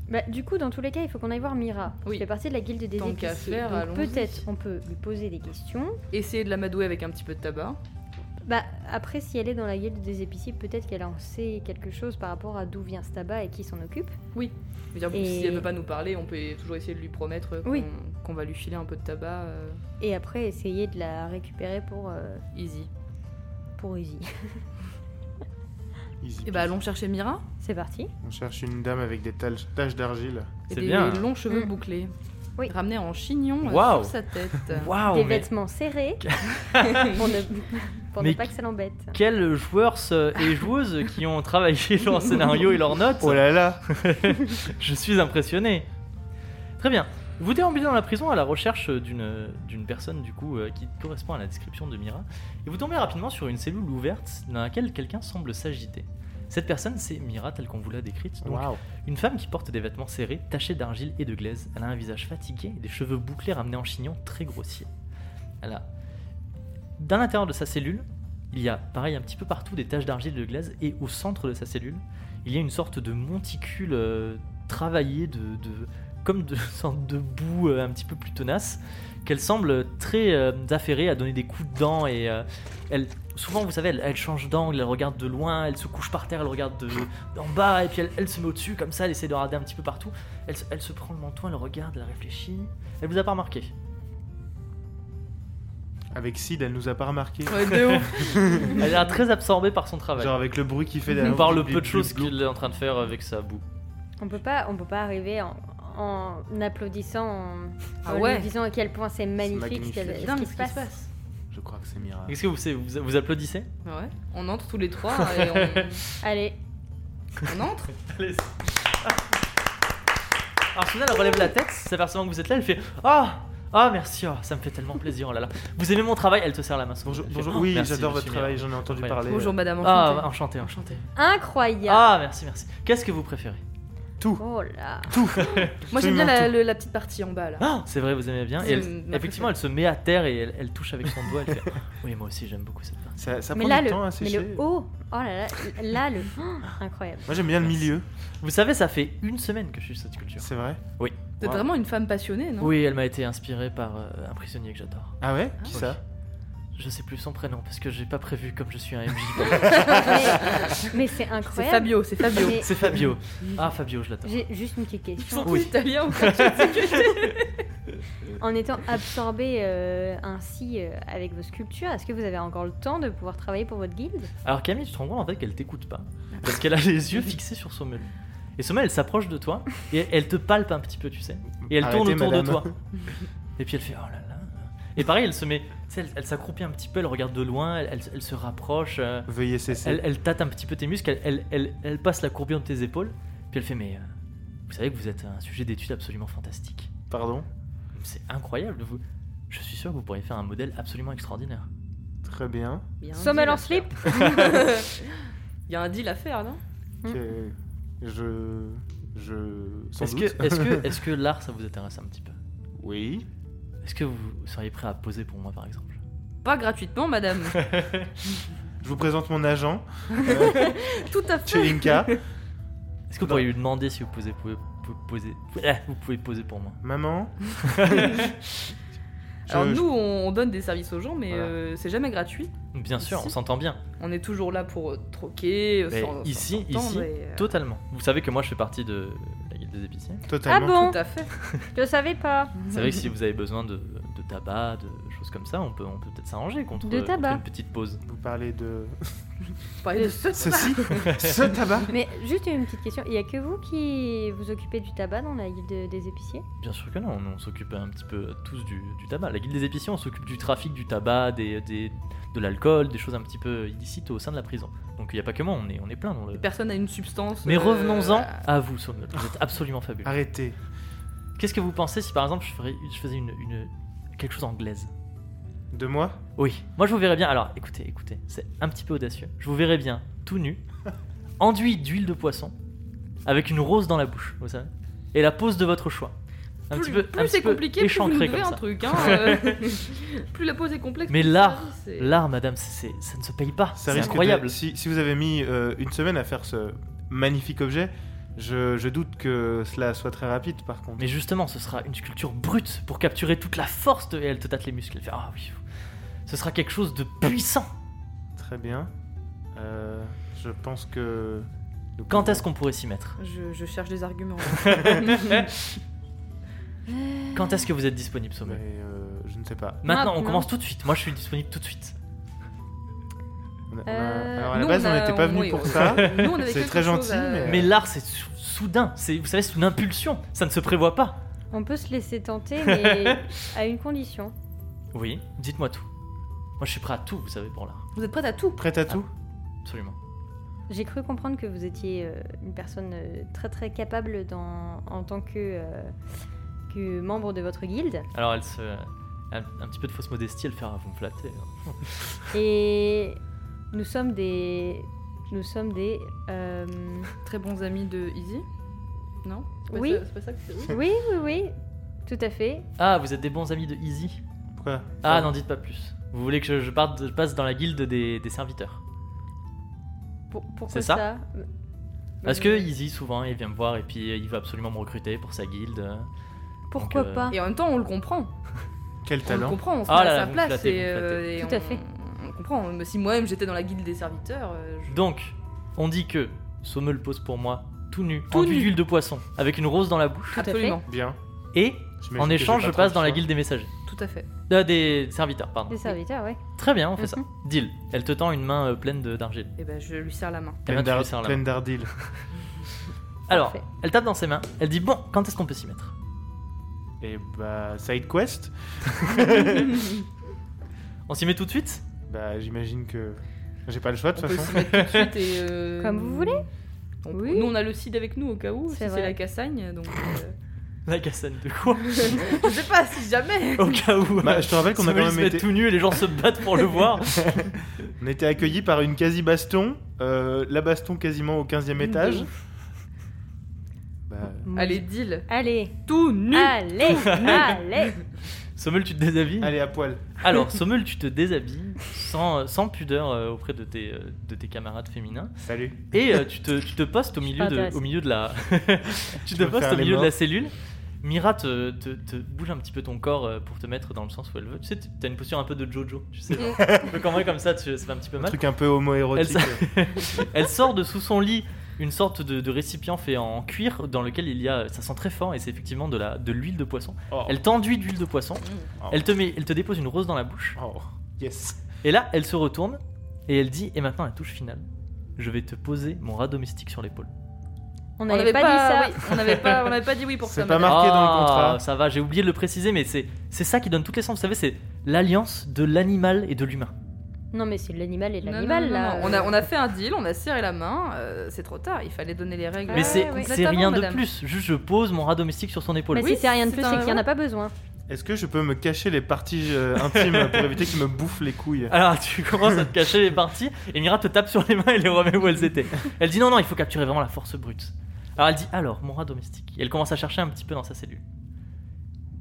S7: Bah, du coup, dans tous les cas, il faut qu'on aille voir Mira. qui
S3: Oui.
S7: fait partie de la guilde des
S3: Tant qu'à
S7: épiciers.
S3: faire,
S7: Donc,
S3: allons-y.
S7: Peut-être on peut lui poser des questions.
S3: Essayer de l'amadouer avec un petit peu de tabac.
S7: Bah, après, si elle est dans la guilde des épiciers, peut-être qu'elle en sait quelque chose par rapport à d'où vient ce tabac et qui s'en occupe.
S3: Je veux dire,
S7: Et-
S3: si elle veut pas nous parler, on peut toujours essayer de lui promettre qu'on
S7: Oui.
S3: qu'on va lui filer un peu de tabac. euh,
S7: Et après, essayer de la récupérer pour, euh,
S3: easy. Eh
S7: pour Uzi.
S2: Easy
S3: Et bah,
S2: peasy.
S3: allons chercher Mira
S7: C'est parti.
S2: On cherche une dame avec des tal- taches d'argile.
S3: et
S4: C'est
S3: des
S4: bien.
S3: longs cheveux
S7: Mm.
S3: bouclés.
S7: Oui.
S3: Ramenés en chignon euh,
S4: Waouh.
S3: sur sa tête.
S4: Waouh,
S7: Des
S4: Oh, mais
S7: vêtements serrés pour ne, pour ne
S4: Mais
S7: pas que ça l'embête.
S4: quels joueurs euh, et joueuses qui ont travaillé leur scénario et leurs notes
S2: Oh là là
S4: Je suis impressionné. Très bien. Vous déambulez dans la prison à la recherche d'une d'une personne du coup euh, qui correspond à la description de Mira et vous tombez rapidement sur une cellule ouverte dans laquelle quelqu'un semble s'agiter. Cette personne, c'est Mira telle qu'on vous l'a décrite. Donc,
S2: Waouh
S4: Une femme qui porte des vêtements serrés, tachés d'argile et de glaise. Elle a un visage fatigué et des cheveux bouclés ramenés en chignon très grossiers. Elle a... Dans l'intérieur de sa cellule, il y a, pareil, un petit peu partout des taches d'argile et de glaise. Et au centre de sa cellule, il y a une sorte de monticule euh, travaillé de, de- comme de sorte de boue euh, un petit peu plus tenace qu'elle semble très euh, affairée à donner des coups de dents et euh, elle souvent vous savez elle, elle change d'angle elle regarde de loin elle se couche par terre elle regarde de, d'en bas et puis elle, elle se met au dessus comme ça elle essaie de regarder un petit peu partout elle, se- elle se prend le manteau elle regarde elle réfléchit elle vous a pas remarqué
S2: Avec Sid, elle nous a pas remarqué.
S3: Ouais, de ouf.
S4: elle a l'air très absorbée par son travail
S2: Genre avec le bruit qu'il fait
S4: on
S2: derrière.
S4: parle peu de choses qu'il est en train de faire avec sa boue
S7: On peut pas, on peut pas arriver en, en applaudissant, en,
S3: Ah
S7: en
S3: ouais.
S7: lui disant à quel point c'est magnifique ce,
S2: magnifique.
S7: qu'elle- ce
S3: Dingue
S7: qui se passe.
S2: Je crois que c'est Mira.
S4: qu'est-ce que vous faites vous, vous applaudissez
S3: Ouais. On entre tous les trois et on,
S7: Allez,
S3: on entre.
S4: Les- Alors Suzanne, elle relève la tête, s'apercevant que vous êtes là, elle fait Ah Ah merci, oh, ça me fait tellement plaisir, oh là là. Vous aimez mon travail Elle te serre la main.
S2: Bonjour,
S4: Elle fait,
S2: bonjour.
S4: Oh,
S2: oui,
S4: merci,
S2: j'adore
S4: je
S2: votre
S4: suis
S2: travail,
S4: bien.
S2: j'en ai entendu
S4: Incroyable.
S2: parler.
S3: Bonjour Madame
S4: Ah, enchanté,
S3: Enchantée.
S4: enchanté.
S7: incroyable.
S4: Ah, merci, merci. Qu'est-ce que vous préférez
S7: Oh là.
S3: Moi j'aime bien la, le- la petite partie en bas là.
S4: Ah, C'est vrai, vous aimez bien. Et
S3: C'est
S4: elle-
S3: ma
S4: effectivement, elle se met à terre et elle, elle touche avec son doigt. Elle fait Oui, moi aussi, j'aime beaucoup cette partie.
S2: Ça, ça
S7: Mais
S2: prend
S7: là,
S2: du
S7: le,
S2: temps à
S7: mais
S2: sécher.
S7: le haut, oh là là, là le, oh, incroyable.
S2: Moi j'aime bien le milieu,
S4: Vous savez, ça fait une semaine que je suis sur cette culture.
S2: c'est vrai.
S3: Vous êtes
S2: Wow.
S3: vraiment une femme passionnée, non
S4: Oui, elle m'a été inspirée par euh, un prisonnier que j'adore.
S2: Ah ouais Qui
S4: oui.
S2: ça
S4: Je sais plus son prénom parce que j'ai pas prévu comme je suis un MJ.
S7: mais mais c'est
S3: C'est
S7: incroyable.
S3: Fabio, c'est Fabio.
S7: Mais
S4: C'est Fabio. Ah, Fabio, je l'adore.
S7: J'ai juste une petite
S3: Ils sont
S7: question.
S3: tous italiens ou quoi
S7: En étant absorbé euh, ainsi euh, avec vos sculptures, est-ce que vous avez encore le temps de pouvoir travailler pour votre guilde
S4: Alors Camille, tu te rends compte en fait qu'elle t'écoute pas. Parce qu'elle a les yeux fixés sur Sommel. Et Sommel, elle s'approche de toi et elle te palpe un petit peu, tu sais. Et elle tourne
S2: Arrêtez,
S4: autour de
S2: madame.
S4: toi. Et puis elle fait oh là là. Et pareil, elle se met. tu sais, Elle, elle s'accroupit un petit peu, elle regarde de loin, elle, elle- elle se rapproche, euh,
S2: Veuillez cesser.
S4: elle, elle tâte un petit peu tes muscles, elle, elle, elle- elle passe la courbure de tes épaules. Puis elle fait Mais euh, vous savez que vous êtes un sujet d'étude absolument fantastique.
S2: Pardon
S4: C'est incroyable. Vous... Je suis sûr que vous pourriez faire un modèle absolument extraordinaire.
S2: Très bien.
S3: Il y a un
S7: Sommel
S3: deal
S7: en
S3: à faire.
S7: slip
S3: Il y a un deal à faire, non
S7: Mm.
S2: Que- Je. Je. Sans
S4: Est-ce
S2: doute.
S4: que, est-ce que, est-ce que l'art, ça vous intéresse un petit peu
S2: Oui.
S4: Est-ce que vous seriez prêt à poser pour moi par exemple
S3: Pas gratuitement, madame.
S2: Je vous présente mon agent, euh,
S3: Tout à fait.
S2: Chelinka.
S4: Est-ce que vous pourriez lui demander si vous posez, pouvez, pou- poser, Ah, vous pouvez poser pour moi
S2: Maman. Je-
S3: Alors
S2: je-
S3: nous, on donne des services aux gens, mais
S2: Voilà.
S3: euh, c'est jamais gratuit.
S4: Bien sûr,
S3: Ici
S4: on s'entend bien.
S3: On est toujours là pour euh, troquer, euh,
S4: Mais
S3: sans-
S4: ici,
S3: sans
S4: ici,
S3: s'entendre et, euh,
S4: totalement. Vous savez que moi je fais partie de la guilde des épiciers.
S7: Ah
S2: Totalement.
S7: bon
S3: Tout à fait.
S7: Je savais pas.
S4: C'est vrai que si vous avez besoin de, de tabac, de choses comme ça, on peut on peut, peut être s'arranger contre,
S7: De
S4: contre
S7: tabac.
S4: une petite pause.
S2: Vous parlez de.
S3: Vous parlez de ce-
S2: Ceci Ce tabac
S7: Mais juste une petite question, il y a que vous qui vous occupez du tabac dans la guilde des épiciers
S4: Bien sûr que non, nous, on s'occupe un petit peu tous du, du tabac. La guilde des épiciers, on s'occupe du trafic du tabac, des, des- de l'alcool, des choses un petit peu illicites au sein de la prison. Donc il n'y a pas que moi, on est, on est plein dans le...
S3: Personne n'a une substance.
S4: Mais
S3: euh,
S4: revenons-en
S3: à-
S4: à vous, Sommel. Vous êtes absolument fabuleux.
S2: Arrêtez. Ah.
S4: Qu'est-ce que vous pensez si par exemple je, ferais- je faisais une, une- quelque chose en anglaise
S2: De moi
S4: Oui. Moi je vous verrais bien. Alors écoutez, écoutez, c'est un petit peu audacieux. Je vous verrais bien tout nu, enduit d'huile de poisson, avec une rose dans la bouche, vous savez, et la pose de votre choix. Un petit
S3: plus
S4: peu, un
S3: plus
S4: petit
S3: c'est
S4: peu
S3: compliqué, plus vous nous
S4: échancré
S3: devez
S4: comme
S3: un
S4: ça.
S3: truc. hein, euh, plus la pose est complexe.
S4: Mais
S3: plus le
S4: l'art,
S3: service est-
S4: L'art, madame, c'est- c'est- ça ne se paye pas.
S2: Ça
S4: C'est
S2: risque de-
S4: incroyable.
S2: Si, si vous avez mis euh, une semaine à faire ce magnifique objet, je, je doute que cela soit très rapide par contre.
S4: Mais justement, ce sera une sculpture brute pour capturer toute la force de. Et elle te tâte les muscles. Elle fait Ah oui. Ce sera quelque chose de puissant.
S2: Très bien. Euh, je pense que.
S4: Quand est-ce qu'on pourrait s'y mettre
S3: Je, je cherche des arguments.
S4: Quand est-ce que vous êtes disponible,
S2: Mais
S4: Sommet
S2: euh, je ne sais pas.
S4: Maintenant, on
S7: Maintenant.
S4: commence tout de suite. Moi, je suis disponible tout de suite.
S2: On a- on a-
S7: Euh,
S2: Alors à la
S5: Nous,
S2: base, on
S5: a-
S2: n'était pas
S5: on-
S2: venu
S5: oui,
S2: pour
S5: on-
S2: ça.
S5: Nous, on avait
S2: C'est
S5: quelque
S2: très
S5: chose
S2: gentil,
S5: à-
S2: mais-
S4: Mais l'art, c'est sou- soudain. C'est, vous savez, c'est une impulsion. Ça ne se prévoit pas.
S7: On peut se laisser tenter, mais à une condition.
S4: Oui, dites-moi tout. Moi, je suis prêt à tout, vous savez, pour l'art.
S5: Vous êtes prête à tout
S2: Prête à tout
S4: Absolument.
S7: J'ai cru comprendre que vous étiez euh, une personne euh, très très capable dans, en tant que, euh, que membre de votre guilde.
S4: Alors, elle se. Un, un petit peu de fausse modestie, elle fait Ah, vous me flattez.
S7: Et nous sommes des. Nous sommes des. euh,
S5: Très bons amis de Easy Non C'est pas
S7: Oui.
S5: ça- C'est pas ça que c'est. oui.
S7: Oui, oui, oui. Tout à fait.
S4: Ah, vous êtes des bons amis de Easy
S2: Pourquoi
S4: Ah, n'en dites pas plus. Vous voulez que je, je parte, je passe dans la guilde des, des serviteurs
S7: Pour- pourquoi
S4: C'est ça Parce que
S7: Euh,
S4: Easy, souvent, il vient me voir et puis euh, il veut absolument me recruter pour sa guilde. euh.
S7: Pourquoi
S4: donc, euh,
S7: pas
S5: Et en même temps, on le comprend.
S2: Quel
S5: On le
S2: talent
S5: comprend, on se met
S4: Ah là
S5: à
S4: là,
S5: sa
S4: vous me
S5: place.
S4: flattez, vous
S5: et,
S4: me
S5: euh,
S4: flattez.
S5: et
S7: Tout à
S5: on-
S7: fait.
S5: On comprend. Mais Si moi-même j'étais dans la guilde des serviteurs, euh, je-
S4: Donc, on dit que Sommel le pose pour moi, tout nu,
S5: Tout
S4: enduit
S5: nu.
S4: d'huile de poisson, avec une rose dans la bouche.
S7: Tout à fait.
S5: absolument.
S2: Bien.
S4: Et
S2: J'imagine
S4: en
S2: que j'ai
S4: échange,
S2: pas
S4: je
S2: trop le
S4: passe dans la
S2: choix.
S4: guilde des messagers.
S5: Tout à fait.
S4: Euh, des serviteurs, pardon.
S7: Des serviteurs, ouais.
S4: Très bien, on fait
S7: Mhm.
S4: ça. Deal. Elle te tend une main euh, pleine de- d'argile.
S5: Et ben, je lui serre la main.
S4: Et
S2: Pleine
S4: maintenant, tu lui
S2: d'ar-
S4: serres la main.
S2: pleine d'ardil.
S4: Alors,
S7: Parfait.
S4: elle tape dans ses mains. Elle dit Bon, quand est-ce qu'on peut s'y mettre
S2: Et bah, side quest
S4: On s'y met tout de suite
S2: Bah, j'imagine que. J'ai pas le choix de
S5: On
S2: toute
S5: peut s'y
S2: façon.
S5: mettre tout de suite et. euh,
S7: Comme vous voulez.
S5: on-
S7: Oui.
S5: Nous, on a le CID avec nous au cas où, si
S7: C'est
S5: c'est
S7: vrai.
S5: la Cassagne. Donc, euh,
S4: La cassane de quoi
S5: je sais pas si jamais.
S4: Au cas où.
S2: Bah, je te rappelle qu'on a
S4: Sommel
S2: quand
S4: se
S2: même
S4: met
S2: été-
S4: tout nu et les gens se battent pour le voir.
S2: On était accueillis par une quasi-baston. euh, la baston quasiment au 15ème étage. Bah,
S5: Allez, deal.
S7: Allez.
S5: Tout nu.
S7: Allez. Allez.
S4: Sommel, tu te déshabilles
S2: allez, à poil.
S4: Alors, Sommel, tu te déshabilles sans, sans pudeur euh, auprès de tes, euh, de tes camarades féminins.
S2: Salut.
S4: Et euh, tu, te, tu te postes au milieu
S7: pas
S4: de,
S7: intéressée.
S4: au milieu de la. tu te
S2: veux
S4: postes
S2: faire
S4: au
S2: les
S4: milieu de
S2: morts
S4: la cellule. Mira te, te, te bouge un petit peu ton corps euh, pour te mettre dans le sens où elle veut. Tu sais, t- t'as une posture un peu de Jojo. Tu sais,
S7: Mm.
S4: genre, un peu comme elle, comme ça, tu, ça fait un petit peu
S2: Un
S4: mal.
S2: truc un peu homoérotique.
S4: Elle Elle sort de sous son lit une sorte de, de récipient fait en cuir dans lequel il y a. Ça sent très fort et c'est effectivement de la de l'huile de poisson.
S2: Oh.
S4: Elle t'enduit d'huile de poisson.
S2: Oh.
S4: Elle, te met, elle te dépose une rose dans la bouche.
S2: Oh, yes.
S4: Et là, elle se retourne et elle dit Et maintenant la touche finale. Je vais te poser mon rat domestique sur l'épaule.
S7: On
S5: On n'avait
S7: n'avait pas, dit
S5: oui, on n'avait pas, on n'avait pas dit oui pour
S2: C'est
S5: ça.
S2: pas
S5: madame.
S2: marqué dans le
S4: Ah,
S2: contrat.
S4: Ça va, j'ai oublié de le préciser, mais c'est c'est ça qui donne toutes les sens. Vous savez, c'est l'alliance de l'animal et de l'humain.
S7: ça. Non, mais c'est l'animal et
S5: Non, non,
S7: l'animal
S5: non,
S7: là.
S5: non, On a, on a fait un deal, on a serré la main. euh, c'est trop tard. Il fallait donner les règles.
S4: mais
S7: ouais,
S4: c'est
S7: Ah ouais.
S4: c'est rien de
S5: Madame.
S4: plus. Juste, je pose mon rat domestique sur son épaule.
S7: Mais
S5: Oui,
S7: si c'est rien de
S5: c'est
S7: plus,
S5: un-
S7: c'est qu'il n'y en a pas besoin.
S2: Est-ce que je peux me cacher les parties euh, intimes pour éviter qu'ils me bouffent les couilles
S4: Alors tu commences à te cacher les parties et Mira te tape sur les mains et les remet où elles étaient. Elle dit non non il faut capturer vraiment la force brute. Alors elle dit alors mon rat domestique. Et elle commence à chercher un petit peu dans sa cellule.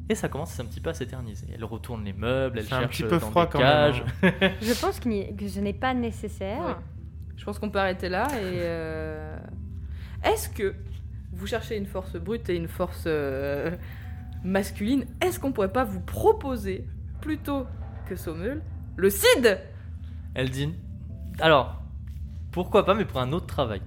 S4: Et ça commence un petit peu à s'éterniser. Elle retourne les meubles, elle
S2: C'est un
S4: cherche
S2: petit peu
S4: dans
S2: froid
S4: des
S2: quand
S4: cages.
S2: même. hein.
S7: Je pense qu'il n'y- que ce n'est pas nécessaire.
S5: Je pense qu'on peut arrêter là et. euh, Est-ce que vous cherchez une force brute et une force euh, masculine Est-ce qu'on pourrait pas vous proposer plutôt que Sommel le CID
S2: hein.
S4: Elle dit alors pourquoi pas mais pour un autre travail.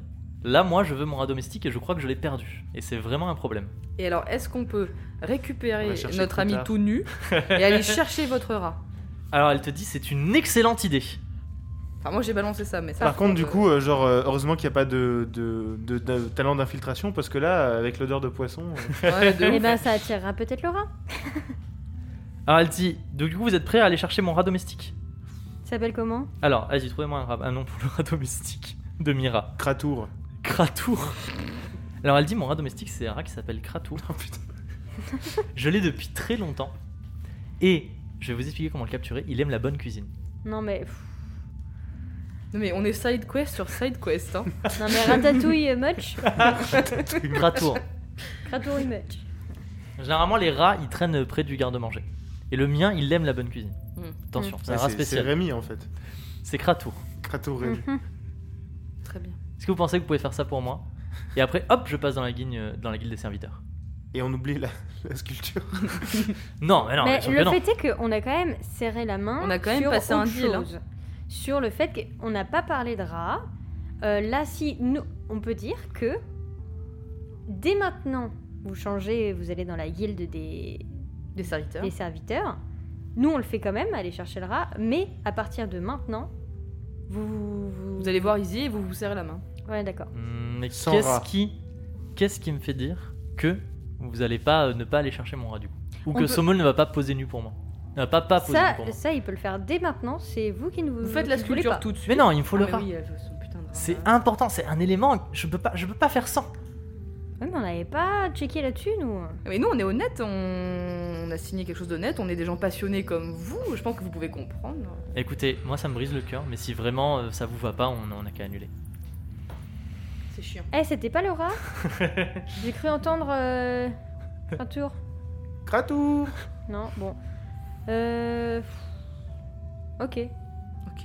S4: Là moi je veux mon rat domestique et je crois que je l'ai perdu. Et c'est vraiment un problème.
S5: Et alors, est-ce qu'on peut
S2: On
S5: récupérer
S2: va chercher
S5: notre
S2: plus
S5: ami
S2: tard.
S5: tout nu et aller chercher votre rat
S4: Alors elle te dit c'est une excellente idée.
S5: Enfin, moi j'ai balancé ça, mais ça.
S2: Par contre, du coup, euh, genre, euh, heureusement qu'il n'y a pas de, de- de- de talent d'infiltration parce que là, avec l'odeur de poisson, euh,
S5: euh, ouais, de
S7: Eh
S5: ouf.
S7: ben, ça attirera peut-être le rat.
S4: Alors elle dit donc du coup vous êtes prêts à aller chercher mon rat domestique.
S7: Ça s'appelle comment
S4: Alors vas-y trouvez-moi un, rat- un nom pour le rat domestique de Mira.
S2: cratour.
S4: Kratour. Alors elle dit mon rat domestique c'est un rat qui s'appelle Kratour.
S2: Oh,
S4: je l'ai depuis très longtemps. Et je vais vous expliquer comment le capturer. Il aime la bonne cuisine.
S7: Non, mais. pff,
S5: Non, mais on est side quest sur side quest. Hein.
S7: Non, mais ratatouille much.
S4: Kratour.
S7: Ratatouille much.
S4: Généralement les rats ils traînent près du garde-manger. Et le mien il aime la bonne cuisine.
S5: Mm.
S4: Attention, c'est
S2: Ouais,
S4: un rat
S2: Ah, c'est- c'est
S4: spécial. Mm.
S2: Rémi en fait.
S4: C'est Kratour.
S2: Cratour Rémi.
S7: Mhm.
S5: Très bien.
S4: Est-ce que vous pensez que vous pouvez faire ça pour moi Et après hop je passe dans la guigne, euh, dans la guilde des serviteurs.
S2: Et on oublie la, la sculpture.
S4: Non mais non.
S7: mais
S4: bien sûr
S7: le
S4: que non.
S7: fait est qu'on a quand même serré la main.
S5: On a quand même
S7: sur
S5: passé un
S7: autre
S5: deal, hein.
S7: chose. Sur le fait qu'on n'a pas parlé de rat. Euh, là, si nous, on peut dire que dès maintenant, Vous changez, vous allez dans la guilde des,
S5: Des serviteurs.
S7: des serviteurs. Nous, on le fait quand même, aller chercher le rat, mais à partir de maintenant, vous.
S5: Vous allez voir Izzy et vous vous serrez la main.
S7: Ouais, d'accord.
S4: Hmm, Mais
S2: Sans
S4: qu'est-ce
S2: rat.
S4: qui, qu'est-ce qui me fait dire que vous allez pas euh, ne pas aller chercher mon rat du coup Ou
S5: On
S4: que
S5: peut-
S4: Sommel ne va pas poser nu pour moi Ne va pas, pas poser nu
S7: Ça,
S4: pour moi
S7: ça, il peut le faire dès maintenant, c'est vous qui ne Euh, vous.
S5: Vous faites la
S7: qui voulez
S5: sculpture
S7: pas.
S5: tout de suite.
S4: Mais non, il me faut
S5: Ah,
S4: le
S5: mais
S4: rat.
S5: oui, elle veut son putain de rat.
S4: C'est important, c'est un élément, je peux pas, je peux pas faire sans.
S7: Ouais, mais on n'avait pas checké là-dessus, nous.
S5: Mais nous, on est honnête, on... on a signé quelque chose d'honnête, on est des gens passionnés comme vous, je pense que vous pouvez comprendre.
S4: Écoutez, moi ça me brise le cœur, mais si vraiment euh, ça vous va pas, on on a qu'à annuler.
S5: C'est chiant.
S7: Eh, c'était pas le rat J'ai cru entendre. Euh... Un tour.
S2: Kratou
S7: Non, bon. Euh. Ok,
S5: Ok.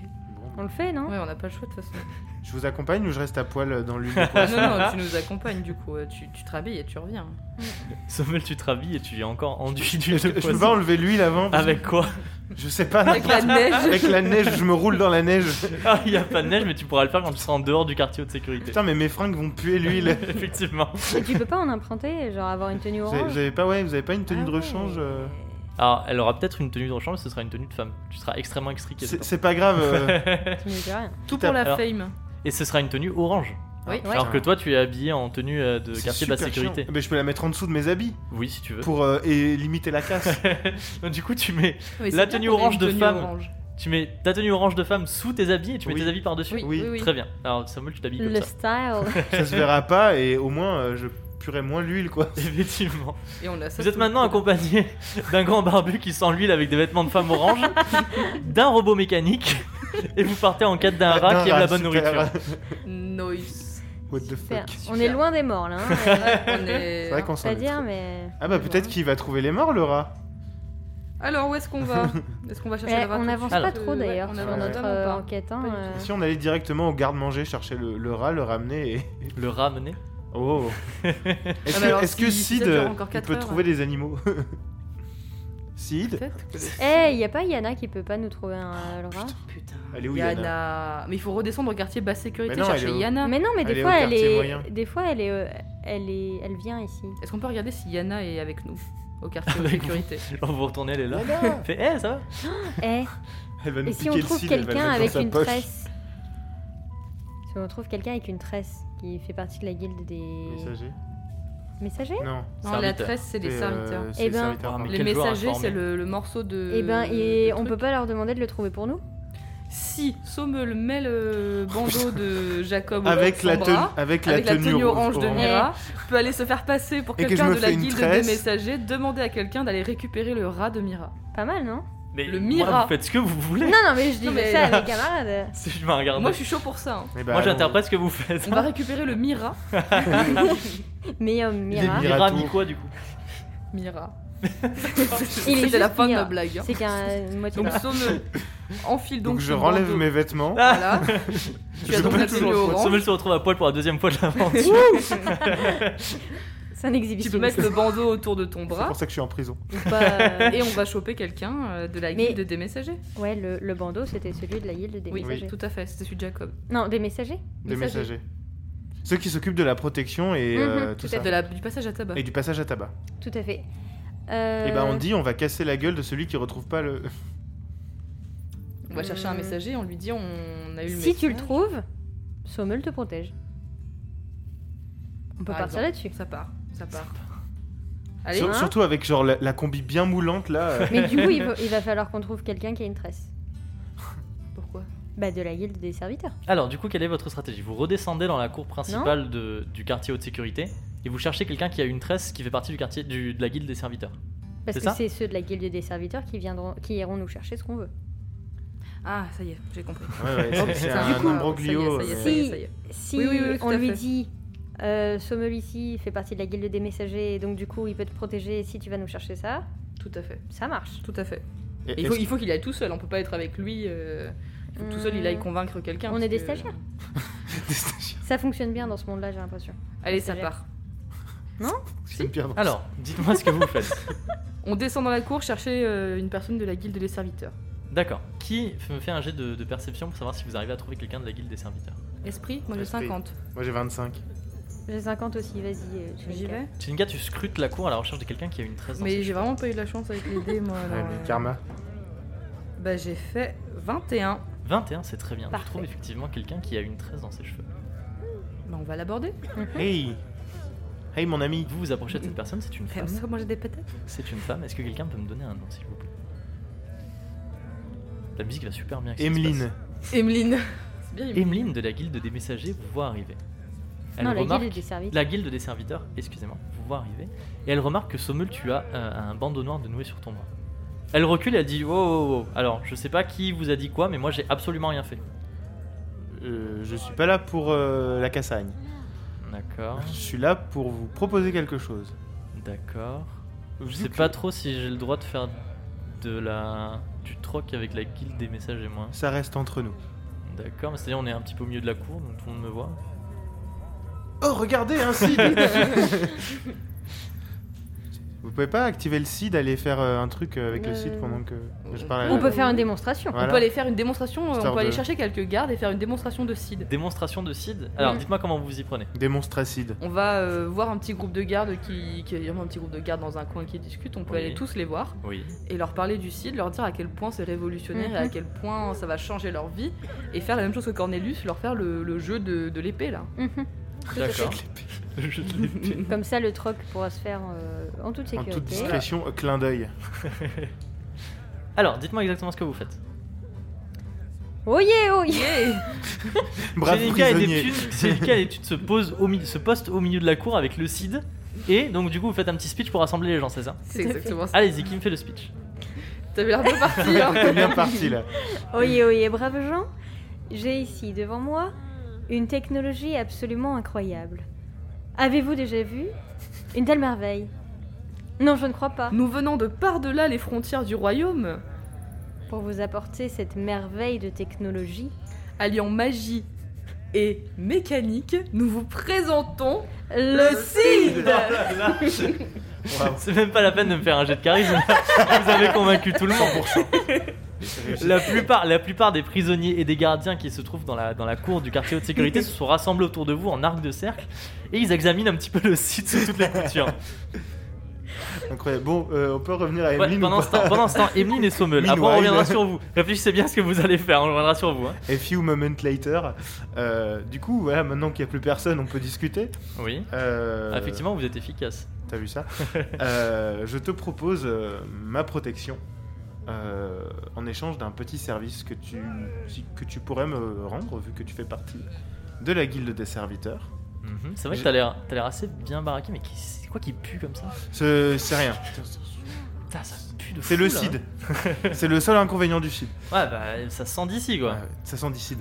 S7: on le fait, non
S5: Ouais, on n'a pas le choix de toute façon.
S2: Je vous accompagne ou je reste à poil dans l'huile de
S5: Ah
S2: poisson
S5: non, non, tu nous accompagnes du coup, euh, tu, tu te rhabilles et tu reviens.
S4: Sommel, tu te rhabilles et tu es encore enduit d'huile
S2: Je
S4: de
S2: je peux
S4: poisson.
S2: pas enlever l'huile avant parce que
S4: Avec quoi
S2: Je sais pas.
S5: Avec la neige
S2: Avec la neige, je me roule dans la neige.
S4: Ah, il y a pas de neige, mais tu pourras le faire quand tu seras en dehors du quartier de sécurité.
S2: Putain, mais mes fringues vont puer l'huile.
S4: Effectivement.
S7: Et tu peux pas en emprunter, genre avoir une tenue
S2: Vous avez,
S7: orange
S2: vous avez pas, ouais, vous avez pas une tenue
S7: Ah
S2: de
S7: ouais.
S2: rechange euh,
S4: Alors, elle aura peut-être une tenue de rechange, ce sera une tenue de femme. Tu seras extrêmement extriquée.
S2: C'est
S4: dedans.
S2: c'est pas grave. euh,
S7: Tu ne dis rien.
S5: Tout
S2: Putain,
S5: pour la
S4: alors-
S5: fame.
S4: Et ce sera une tenue orange.
S5: Oui,
S7: ouais.
S4: Alors que toi, tu es habillé en tenue euh, de
S2: c'est
S4: quartier de la
S2: super
S4: sécurité.
S2: chiant. Mais je peux la mettre en dessous de mes habits
S4: Oui, si tu veux.
S2: pour euh, et limiter la casse.
S4: Donc, du coup, tu mets,
S5: Oui, c'est
S4: La
S5: bien
S4: tenue
S5: qu'on ait une
S4: orange de
S5: tenue
S4: femme.
S5: orange.
S4: tu mets ta tenue orange de femme sous tes habits et tu mets
S2: Oui.
S4: tes habits par-dessus.
S5: Oui,
S2: Oui,
S5: oui, oui.
S4: Très bien. Alors, Samuel, tu t'habilles comme
S7: Le
S4: ça.
S7: style.
S2: ça se verra pas et au moins euh, je puerai moins l'huile quoi.
S4: Effectivement.
S5: Et on a ça
S4: Vous êtes
S5: tout-
S4: maintenant accompagné d'un grand barbu qui sent l'huile avec des vêtements de femme orange, d'un robot mécanique, et vous partez en quête d'un rat qui aime la bonne
S2: super.
S4: nourriture.
S5: Noise.
S2: What the
S7: Super.
S2: fuck.
S7: On est loin des morts, là. hein.
S5: on est...
S2: C'est vrai qu'on
S7: C'est
S2: s'en
S7: à
S2: est
S7: dire,
S2: très-
S7: mais.
S2: Ah bah peut-être qu'il va trouver les morts le rat.
S5: Alors, où est-ce qu'on va Est-ce qu'on va chercher
S7: Eh,
S5: la
S7: on n'avance
S4: Alors.
S7: pas trop d'ailleurs
S5: on
S7: sur
S5: avance
S7: notre
S5: vraiment
S7: euh,
S5: pas.
S7: enquête. hein,
S5: Pas du
S7: euh.
S2: Si on allait directement au garde-manger chercher le, le rat, le ramener et.
S4: Le ramener
S2: Oh Est-ce
S5: Ah bah
S2: que,
S5: alors,
S2: est-ce que
S5: si- si
S2: Sid
S5: ça dure
S2: euh,
S5: encore
S2: il
S5: quatre
S2: peut
S5: heures, hein.
S2: trouver des animaux Sid
S5: Peut-être que
S7: Eh, y a pas Yana qui peut pas nous trouver un euh, le rat
S5: Putain.
S2: Elle est où,
S5: Yana, Mais il faut redescendre au quartier basse sécurité
S2: Mais non, elle
S5: chercher
S2: est où
S5: Yana.
S7: Mais non, mais
S2: Elle est
S7: des
S2: au
S7: fois elle
S2: quartier
S7: est,
S2: moyen.
S7: des fois elle est, euh, elle est, elle vient ici.
S5: Est-ce qu'on peut regarder si Yana est avec nous au quartier de
S4: Avec vous.
S5: sécurité
S4: Oh, vous retournez, elle est là.
S2: Yana
S4: Fait, eh, ça va
S7: Eh,
S2: Elle va nous
S7: et si
S2: piquer
S7: on
S2: le
S7: trouve
S2: Sid, elle va le mettre
S7: quelqu'un
S2: dans
S7: avec
S2: sa
S7: une
S2: poche.
S7: tresse, si on trouve quelqu'un avec une tresse qui fait partie de la guilde des
S2: Messager
S7: messagers,
S2: Non.
S5: Non, la
S4: Serviteur.
S5: tresse, c'est les
S2: c'est, euh,
S5: serviteurs. Eh
S2: c'est les
S7: ben,
S2: serviteurs, pardon.
S4: mais
S5: Les
S4: quel joueur
S5: messagers,
S4: informé.
S5: c'est le, Euh, le morceau de.
S7: eh ben
S5: de
S7: et on
S5: truc.
S7: peut pas leur demander de le trouver pour nous.
S5: Si Sommel met le bandeau de Jacob
S2: avec, la
S5: autour de son
S2: tenue,
S5: bras,
S2: avec,
S5: avec la tenue, orange, de
S2: orange.
S5: Mira, peut aller se faire passer pour
S2: Et que
S5: quelqu'un
S2: je me
S5: de la
S2: fais une
S5: guilde
S2: tresse.
S5: des messagers, demander à quelqu'un d'aller récupérer le rat de Mira.
S7: Pas mal, non
S4: Mais
S5: Le
S4: moi,
S5: Mira.
S4: vous faites ce que vous voulez.
S7: Non, non, mais je dis
S5: Non, mais-
S7: ça à mes camarades.
S4: Si je me
S2: Ah
S4: regarde.
S5: Moi,
S4: Moi,
S5: je suis chaud pour ça. hein.
S2: Eh ben, allons-y.
S4: j'interprète ce que vous faites.
S5: On va récupérer le Mira.
S7: Mais euh,
S1: hein.
S7: Mira,
S2: Mira.
S4: Mira
S2: tout.
S4: ni quoi du coup
S5: Mira.
S7: Il est
S5: C'était la
S7: juste
S5: fin de
S7: Mira.
S5: ma blague. hein.
S7: c'est qu'un euh, moitié.
S5: Donc Sommel enfile donc.
S2: Donc je
S5: son
S2: renlève
S5: bandeau.
S2: mes vêtements.
S5: Voilà.
S7: Ah.
S5: tu as
S2: peux
S5: donc
S2: pas
S5: la
S2: toujours
S5: tenue
S2: le prendre.
S5: orange.
S4: Sommel se retrouve à poil pour la deuxième fois de l'aventure.
S7: C'est un
S5: Tu
S7: exhibition.
S5: peux mettre le bandeau autour de ton
S2: C'est
S5: bras
S2: pour ça que je suis en prison.
S5: ou
S1: euh,
S5: pas- et on va choper quelqu'un euh, de la
S7: Mais-
S5: guilde des messagers.
S7: Ouais, le, le bandeau c'était celui de la guilde des
S5: Oui,
S7: messagers.
S5: tout à fait, c'était celui de Jacob.
S7: Non, des messagers.
S2: Des
S5: Messagers.
S2: messagers. Ceux qui s'occupent de la protection et euh,
S7: Mhm,
S2: tout
S7: tout à
S2: ça.
S5: De la- du passage à tabac.
S2: Et du passage à tabac.
S7: Tout à fait.
S5: Eh
S7: Euh,
S2: Et ben on dit on va casser la gueule de celui qui retrouve pas le.
S5: On va chercher un
S7: Hmm.
S5: messager, on lui dit on a eu le
S7: Si tu le
S5: message.
S7: trouves, Sommel te protège. On peut
S5: Par
S7: partir
S5: exemple.
S7: là-dessus.
S5: Ça part, ça part. Allez,
S2: Sur-
S7: hein
S2: surtout avec genre la, la combi bien moulante là. euh,
S7: Mais du coup, il va, il va falloir qu'on trouve quelqu'un qui a une tresse.
S5: pourquoi
S7: Bah, de la guilde des serviteurs.
S4: Alors, du coup, quelle est votre stratégie Vous redescendez dans la cour principale de- du quartier haute sécurité et vous cherchez quelqu'un qui a une tresse qui fait partie du quartier du- de la guilde des serviteurs.
S7: Parce
S4: C'est
S7: que
S4: ça
S7: c'est ceux de la guilde des serviteurs qui, viendront, qui iront nous chercher ce qu'on veut.
S5: Ah, ça y est, j'ai compris.
S2: Ouais, ouais, c'est- c'est
S5: Putain,
S2: un
S5: Oh, ça y est,
S2: imbroglio.
S5: Ça y est,
S2: euh,
S5: ça y est,
S7: Si.
S5: ça y est.
S7: Si
S5: Oui, oui, oui, tout
S7: on
S5: à
S7: lui
S5: fait.
S7: dit euh, Sommel ici fait partie de la guilde des messagers, donc du coup, il peut te protéger si tu vas nous chercher ça,
S5: Tout à fait,
S7: ça marche.
S5: tout à fait.
S2: et-
S5: Et il
S2: est-ce
S5: faut, il faut qu'il aille tout seul, on peut pas être avec lui. euh, il faut que Tout seul, il aille convaincre quelqu'un.
S7: On
S5: parce
S7: est des
S5: que-
S7: stagiaires.
S2: que- des stagiaires
S7: Ça fonctionne bien dans ce monde-là, j'ai l'impression.
S5: Allez, ça
S7: Stagiaires.
S5: part.
S2: fonctionnent bien.
S4: Alors, dites-moi ce que vous faites.
S5: On descend dans la cour chercher euh, une personne de la guilde des serviteurs.
S4: D'accord. Qui f- me fait un jet de, de perception pour savoir si vous arrivez à trouver quelqu'un de la guilde des serviteurs
S5: Esprit Moi j'ai
S2: Esprit.
S5: 50.
S2: Moi j'ai 25.
S7: J'ai 50 aussi, vas-y. euh, tu fais
S5: J'y
S7: le cas.
S5: vais.
S1: Tchinga, tu scrutes la cour à la recherche de quelqu'un qui a une 13 dans
S5: Mais
S1: ses
S5: j'ai
S1: cheveux.
S5: vraiment pas eu de la chance avec les dés, moi.
S2: Ouais,
S5: alors,
S2: mais
S5: euh,
S2: karma.
S5: Bah, j'ai fait 21.
S1: 21, c'est très bien.
S7: Parfait.
S1: Tu trouves effectivement quelqu'un qui a une 13 dans ses cheveux.
S5: Bah, on va l'aborder.
S2: Hey Hey mon ami
S1: Vous vous approchez
S7: Mm.
S1: de cette personne, c'est une femme.
S5: Comme ça, moi j'ai des patates.
S1: C'est une femme. Est-ce que quelqu'un peut me donner un nom, s'il vous plaît La musique va super bien. avec ce qui se
S2: Emeline.
S5: Emeline. C'est bien,
S1: passe.
S5: Emeline.
S1: Emeline de la guilde des messagers vous voit arriver. Elle
S7: Non, la
S1: remarque
S7: guilde des serviteurs.
S1: la guilde des serviteurs, excusez-moi, vous voit arriver, et elle remarque que Sommel, tu as euh, un bandeau noir de noué sur ton bras. Elle recule et elle dit Wow, wow, wow. alors je sais pas qui vous a dit quoi, mais moi j'ai absolument rien fait.
S2: Euh, je suis pas là pour euh, la cassagne.
S1: D'accord,
S2: Je suis là pour vous proposer quelque chose.
S1: d'accord.
S2: Vu
S1: Je sais
S2: que
S1: pas trop si j'ai le droit de faire de la. du troc avec la guilde des messages et moi.
S2: Ça reste entre nous.
S1: D'accord, mais c'est-à-dire on est un petit peu au milieu de la cour, donc tout le monde me voit.
S2: Oh, regardez, un cid Vous pouvez pas activer le cid, aller faire euh, un truc euh, avec le
S5: Euh,
S2: cid pendant que je parle à
S7: On
S2: la-
S7: peut faire une démonstration.
S2: Voilà.
S5: On peut aller faire une démonstration, euh, on
S2: Histoire
S5: peut aller
S2: de-
S5: chercher quelques gardes et faire une démonstration de CID.
S1: Démonstration de Cid Alors
S5: Mm.
S1: dites-moi comment vous vous y prenez.
S2: Démonstracide.
S5: On va euh, voir un petit groupe de gardes qui, qui il y a un petit groupe de gardes dans un coin qui discute. On peut
S1: Oui.
S5: aller tous les voir
S1: Oui.
S5: et leur parler du CID, leur dire à quel point c'est révolutionnaire et à
S7: Mhm.
S5: quel point ça va changer leur vie et faire la même chose que Cornelius, leur faire le, le jeu de, de l'épée là.
S7: Mhm.
S1: D'accord. Je l'ai-
S7: Comme ça, le troc pourra se faire euh, en toute
S2: En
S7: sécurité.
S2: toute discrétion, euh, clin d'œil.
S1: alors dites-moi exactement ce que vous faites.
S7: Oh yeah, oh yeah.
S2: Brave
S1: Jenica et
S2: prisonnier.
S1: Neptune, Jenica et Neptune se, posent au milieu, se postent au milieu de la cour avec le Cid. Et donc, du coup, vous faites un petit speech pour rassembler les gens, c'est ça
S5: C'est exactement ça.
S1: Allez-y, qui me fait le speech
S5: T'avais l'air de partir.
S2: T'es bien parti là.
S7: Oyez, oyez, braves gens, j'ai ici devant moi une technologie absolument incroyable. Avez-vous déjà vu une telle merveille Non, je ne crois pas.
S5: Nous venons de par-delà les frontières du royaume,
S7: Pour vous apporter cette merveille de technologie,
S5: alliant magie et mécanique, nous vous présentons
S7: le
S5: CID
S1: C'est même pas la peine de me faire un jet de charisme. vous avez convaincu tout le monde. La plupart, la plupart des prisonniers et des gardiens qui se trouvent dans la, dans la cour du quartier haute sécurité se sont rassemblés autour de vous en arc de cercle et ils examinent un petit peu le Cid sous toutes les coutures.
S2: Incroyable. Bon, euh, on peut revenir à
S1: Ouais,
S2: Emeline. ou
S1: pendant,
S2: pas
S1: ce temps, pendant ce temps, Emeline et Sommel. Après, on
S2: Meanwhile.
S1: reviendra sur vous. Réfléchissez bien à ce que vous allez faire, on reviendra sur vous. hein.
S2: A few moments later. Euh, du coup, voilà, maintenant qu'il n'y a plus personne, on peut discuter.
S1: Oui.
S2: Euh,
S1: Ah, Effectivement, vous êtes efficace.
S2: T'as vu ça Euh, Je te propose euh, ma protection euh, en échange d'un petit service que tu, si- que tu pourrais me rendre, vu que tu fais partie de la guilde des serviteurs.
S1: Mhm. C'est vrai que
S2: Je-
S1: t'as l'air, t'as l'air assez bien baraqué, mais qui- c'est quoi qui pue comme ça
S2: Ce- C'est rien.
S1: Putain, ça pue de
S2: C'est
S1: fou,
S2: le
S1: là,
S2: CID.
S1: hein.
S2: C'est le seul inconvénient du CID.
S1: Ouais, bah ça sent d'ici quoi.
S2: Ouais, ça sent d'ici.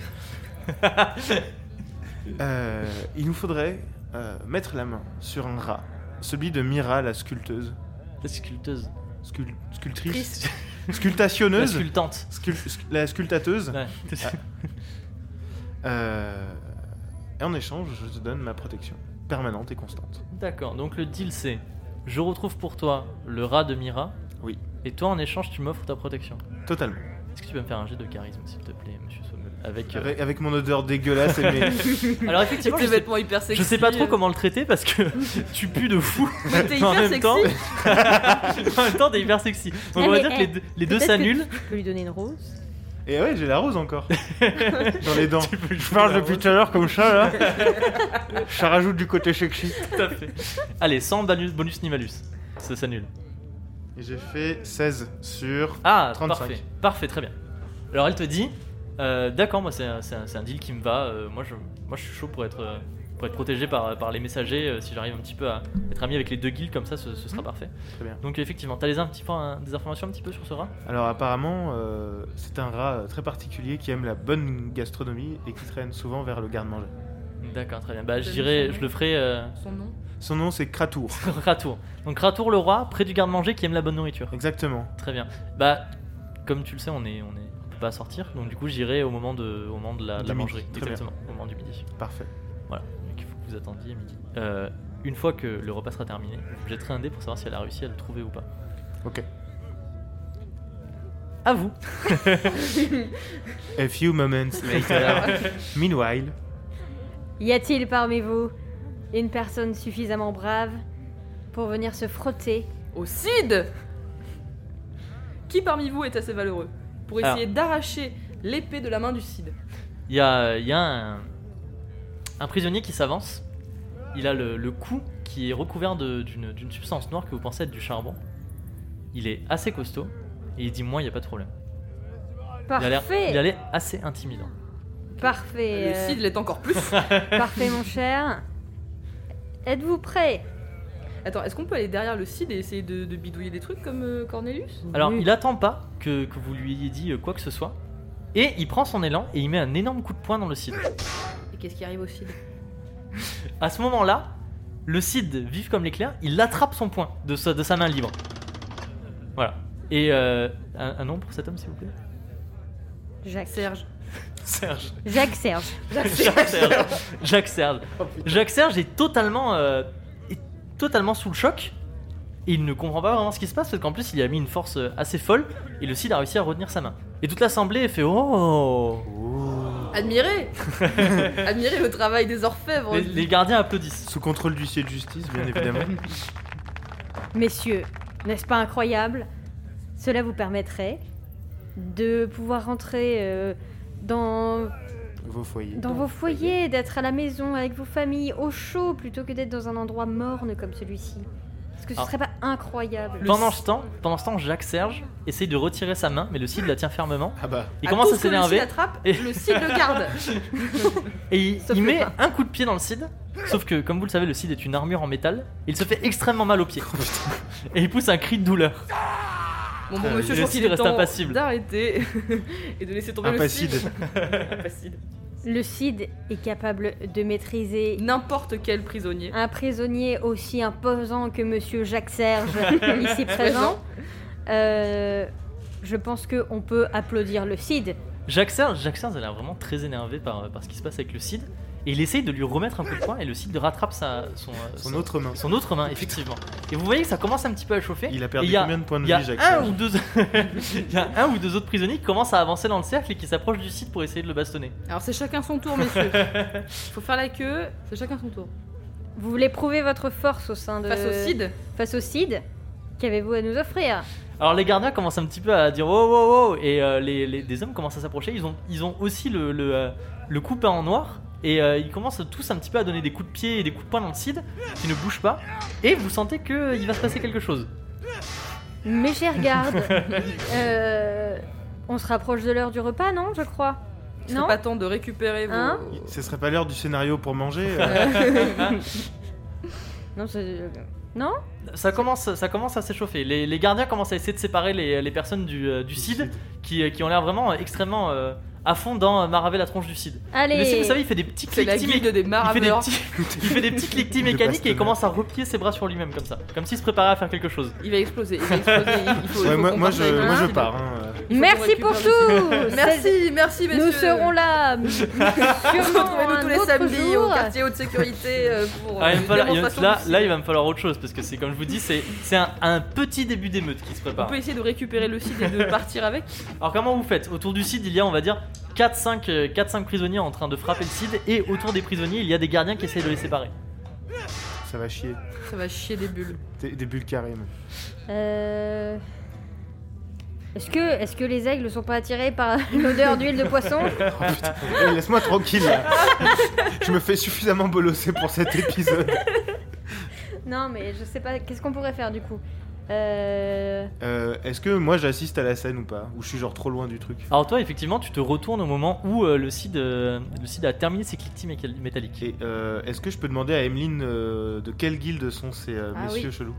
S2: Euh, il nous faudrait euh, mettre la main sur un rat, celui de Mira, la sculpteuse,
S1: La sculpteuse.
S2: Scul- sculptrice, sculptationneuse,
S1: La sculptante.
S2: Scul- sc- la sculptateuse.
S1: Ouais.
S2: Euh, et en échange, je te donne ma protection permanente et constante.
S1: D'accord, donc le deal c'est je retrouve pour toi le rat de Mira.
S2: Oui.
S1: Et toi en échange, tu m'offres ta protection.
S2: Totalement.
S1: Est-ce que tu peux me faire un jet de charisme s'il te plaît, monsieur Sommel Avec. euh,
S2: Avec, avec mon odeur dégueulasse et mes...
S1: Alors effectivement, je
S5: tes
S1: sais,
S5: vêtements hyper sexy. euh,
S1: je sais pas
S7: euh,
S1: trop comment le traiter parce que tu pues de fou.
S7: Bah,
S5: Mais t'es
S1: Mais en
S5: hyper
S1: même
S5: sexy.
S1: temps- en même temps, t'es hyper sexy. Donc
S7: Eh,
S1: on va
S7: mais,
S1: dire que les
S7: eh,
S1: deux- les deux
S7: peut-être que
S1: s'annulent.
S7: Tu peux lui donner une rose
S2: Et ouais, j'ai la rose encore. Dans les dents.
S1: Tu peux
S2: Je
S1: jouer
S2: parle
S1: la
S2: depuis
S1: rose.
S2: tout à l'heure comme ça, là. ça rajoute du côté sexy.
S1: Tout à fait. Allez, sans bonus, bonus ni malus. Ça s'annule.
S2: Et j'ai fait 16 sur...
S1: Ah,
S2: 35.
S1: parfait. Parfait, très bien. Alors elle te dit euh, D'accord, moi c'est un, c'est un- c'est un deal qui me va. euh, moi, je, moi je suis chaud pour être, euh, pour être protégé par, par les messagers. euh, si j'arrive un petit peu à être ami avec les deux guilds, comme ça ce, ce sera parfait.
S2: Mhm. Très bien.
S1: Donc effectivement, t'as les un petit peu, hein, des informations un petit peu sur ce rat
S2: Alors apparemment, euh, c'est un rat euh, très particulier qui aime la bonne gastronomie et qui traîne souvent vers le garde-manger.
S1: D'accord, très bien. Bah
S5: T'as
S1: j'irai,
S5: mis son
S1: je le ferai euh,
S5: Son nom.
S2: Son nom, c'est Kratour.
S1: Ratour. Donc Ratour le roi, près du garde-manger qui aime la bonne nourriture.
S2: Exactement.
S1: Très bien. Bah, comme tu le sais, on est, on est, on peut pas sortir, donc du coup j'irai au moment de, au moment de la, de
S2: Du
S1: la
S2: midi,
S1: mangerie.
S2: très bien.
S1: Exactement, au moment du midi.
S2: Parfait.
S1: Voilà, donc il faut que vous attendiez midi. Euh, une fois que le repas sera terminé, je jetterai un dé pour savoir si elle a réussi à le trouver ou pas.
S2: Ok.
S1: À vous
S2: A few moments later. Meanwhile...
S7: Y a-t-il parmi vous une personne suffisamment brave pour venir se frotter.
S5: Au CID Qui parmi vous est assez valeureux pour
S1: Alors.
S5: essayer d'arracher l'épée de la main du CID
S1: Il y a, il y a un, un prisonnier qui s'avance. Il a le, le cou qui est recouvert de- d'une d'une substance noire que vous pensez être du charbon. Il est assez costaud et il dit Moi, il n'y a pas de problème. Il a l'air-
S7: Parfait,
S1: il a l'air assez intimidant.
S7: parfait,
S5: Le
S7: euh,
S5: CID l'est encore plus
S7: parfait mon cher. Êtes-vous prêt
S5: Attends, est-ce qu'on peut aller derrière le CID et essayer de, de bidouiller des trucs comme euh, Cornelius
S1: Alors, il attend pas que, que vous lui ayez dit euh, quoi que ce soit. Et il prend son élan et il met un énorme coup de poing dans le cid.
S5: Et qu'est-ce qui arrive au CID
S1: À ce moment-là, le cid, vif comme l'éclair, il attrape son poing de sa, de sa main libre. Voilà. Et euh, un, un nom pour cet homme, s'il vous plaît
S7: Jacques.
S5: Serge.
S1: Serge.
S7: Jacques Serge.
S1: Jacques Serge. Jacques Serge. Jacques Serge est totalement, euh, est totalement sous le choc. Et il ne comprend pas vraiment ce qui se passe parce qu'en plus il y a mis une force euh, assez folle et le Cid a réussi à retenir sa main. Et toute l'assemblée fait Oh
S5: Admirez Admirez le travail des orfèvres
S1: Les, les gardiens applaudissent.
S2: Sous contrôle du ciel de justice, bien évidemment.
S7: Messieurs, n'est-ce pas incroyable Cela vous permettrait de pouvoir rentrer euh, dans,
S2: Vos foyers.
S7: dans vos foyers, d'être à la maison avec vos familles, au chaud, plutôt que d'être dans un endroit morne comme celui-ci. Est-ce que ce
S1: Ah.
S7: serait pas incroyable
S1: Pendant ce, temps, pendant ce temps, Jacques Serge essaye de retirer sa main, mais le Cid la tient fermement.
S2: Ah bah,
S1: Il commence à
S5: Le
S1: s'énerver
S5: CID attrape,
S1: Et-
S5: le CID le garde
S1: et il,
S5: Sauf
S1: il
S5: que
S1: met
S5: pas.
S1: un coup de pied dans le Cid. Sauf que, comme vous le savez, le Cid est une armure en métal. Il se fait extrêmement mal au pied. et il pousse un cri de douleur.
S5: Bon, bon
S1: Euh,
S5: monsieur,
S1: le
S5: je pense qu'il
S1: cid
S5: est
S1: reste
S5: temps
S1: impassible.
S5: d'arrêter et de laisser tomber
S2: Impacide.
S5: le cid. Impacide.
S7: Le Cid est capable de maîtriser
S5: N'importe quel prisonnier.
S7: un prisonnier aussi imposant que Monsieur Jacques Serge ici présent. Euh, je pense qu'on peut applaudir le Cid.
S1: Jacques Serge, Jacques Serge, elle a vraiment très énervé par, par ce qui se passe avec le Cid. Et il essaye de lui remettre un coup de poing et le Cid rattrape sa, son, euh,
S2: son
S1: son-
S2: autre main.
S1: son autre main, effectivement. Et vous voyez que ça commence un petit peu à chauffer.
S2: Il
S1: Et
S2: a perdu
S1: il y a-
S2: combien de points de
S1: Il y a
S2: vie, Jacques
S1: un
S2: Serge
S1: ou deux, il y a un ou deux autres prisonniers qui commencent à avancer dans le cercle et qui s'approchent du site pour essayer de le bastonner.
S5: Alors c'est chacun son tour, messieurs. Faut faire la queue, c'est chacun son tour.
S7: Vous voulez prouver votre force au sein de
S5: Face au Cid,
S7: Face au Cid, qu'avez-vous à nous offrir
S1: Alors les gardiens commencent un petit peu à dire wow wow wow et euh, les, les- des hommes commencent à s'approcher. Ils ont ils ont aussi le le, euh, le coup peint en noir et euh, ils commencent tous un petit peu à donner des coups de pied et des coups de poing dans le cid qui ne bougent pas. Et vous sentez que euh, il va se passer quelque chose.
S7: Mes chers gardes, euh, on se rapproche de l'heure du repas, non Je crois.
S5: c'est
S7: Non
S5: pas temps de récupérer vos...
S7: Hein
S2: Ce serait pas l'heure du scénario pour manger euh,
S7: Non, c'est-
S1: Ça commence ça commence à s'échauffer. Les, les gardiens commencent à essayer de séparer les, les personnes du, euh, du cid qui, euh, qui ont l'air vraiment euh, extrêmement euh, à fond dans euh, maraver la tronche du cid.
S7: Allez.
S1: Le cid vous savez il fait des petits
S5: C'est la
S1: cliquetis mé-
S5: guilde des
S1: Il fait, des
S5: maraveurs.
S1: petits, il fait des petits cliquetis
S2: De
S1: mécaniques et il
S2: bastonner.
S1: commence à replier ses bras sur lui-même comme ça, comme s'il se préparait à faire quelque chose.
S5: Il va exploser, il va exploser. il- Il faut, il
S2: ouais,
S5: faut
S2: moi,
S5: qu'on
S2: moi,
S5: parte
S2: je,
S5: avec le
S2: moi je
S5: cid.
S2: pars. hein.
S7: Merci pour tout.
S5: Merci, merci messieurs.
S7: Nous serons là.
S5: Retrouvez-nous
S7: Retrouvez-nous
S5: tous les samedis au quartier haute sécurité euh, pour
S1: Ah,
S5: euh,
S1: il va me falloir- il va-
S5: démonstration
S1: là,
S5: du
S1: là,
S5: cid.
S1: il va me falloir autre chose parce que c'est comme je vous dis, c'est c'est un, un petit début d'émeute qui se
S5: On
S1: prépare.
S5: peut essayer de récupérer le cid et de partir avec.
S1: Alors comment vous faites Autour du CID, il y a on va dire 4-5 euh, 4-5 prisonniers en train de frapper le CID et autour des prisonniers, il y a des gardiens qui essayent de les séparer.
S2: Ça va chier.
S5: Ça va chier des bulles.
S2: Des, des bulles carrées. moi.
S7: Euh, Est-ce que, est que les aigles ne sont pas attirés par l'odeur d'huile de poisson
S2: Oh, putain. Eh, Laisse-moi tranquille. là. je me fais suffisamment bolosser pour cet épisode.
S7: Non, mais je sais pas. Qu'est-ce qu'on pourrait faire du coup Euh,
S2: Euh, Est-ce que moi j'assiste à la scène ou pas Ou je suis genre trop loin du truc
S1: Alors toi, effectivement, tu te retournes au moment où euh, le CID euh, le CID a terminé ses cliquetis méca- métalliques.
S2: Et euh, est-ce que je peux demander à Emeline euh, de quelle guilde sont ces euh,
S5: Ah oui.
S2: messieurs chelous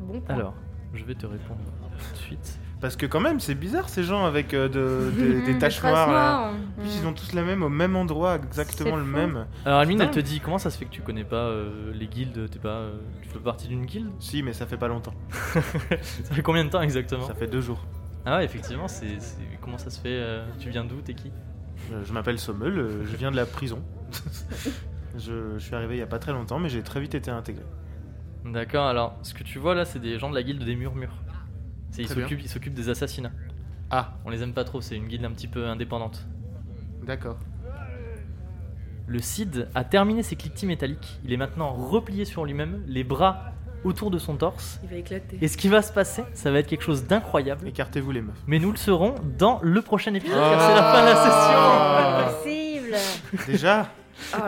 S5: Bon point.
S1: Alors, je vais te répondre tout de suite.
S2: Parce que quand même, c'est bizarre ces gens avec euh, de- des- des
S9: Mmh,
S2: taches noires. là. En plus,
S7: hmm.
S2: ils ont tous la même au même endroit, exactement
S7: C'est
S2: le
S7: fou.
S2: même.
S1: Alors Almine, elle
S2: Putain.
S1: te dit comment ça se fait que tu connais pas euh, les guildes, t'es pas, euh, tu fais partie d'une guilde
S2: Si, mais ça fait pas longtemps.
S1: Ça fait combien de temps exactement
S2: Ça fait deux jours.
S1: Ah ouais, effectivement, c'est c'est- comment ça se fait euh, Tu viens d'où T'es qui
S2: Euh, Je m'appelle Sommel, euh, je viens de la prison. je, je suis arrivé il y a pas très longtemps, mais j'ai très vite été intégré.
S1: D'accord. Alors, ce que tu vois là, c'est des gens de la guilde des murmures. C'est- Ils
S2: Très bien.
S1: s'occupent, ils s'occupent des assassinats.
S2: Ah,
S1: On les aime pas trop. C'est une guilde un petit peu indépendante.
S2: d'accord.
S1: Le Cid a terminé ses cliquetis métalliques. Il est maintenant replié sur lui-même, les bras autour de son torse.
S5: Il va éclater.
S1: Et ce qui va se passer, ça va être quelque chose d'incroyable.
S2: Écartez-vous les meufs.
S1: Mais nous le serons dans le prochain épisode, car Ah. c'est la fin de la session.
S2: Ah.
S3: Possible.
S2: Déjà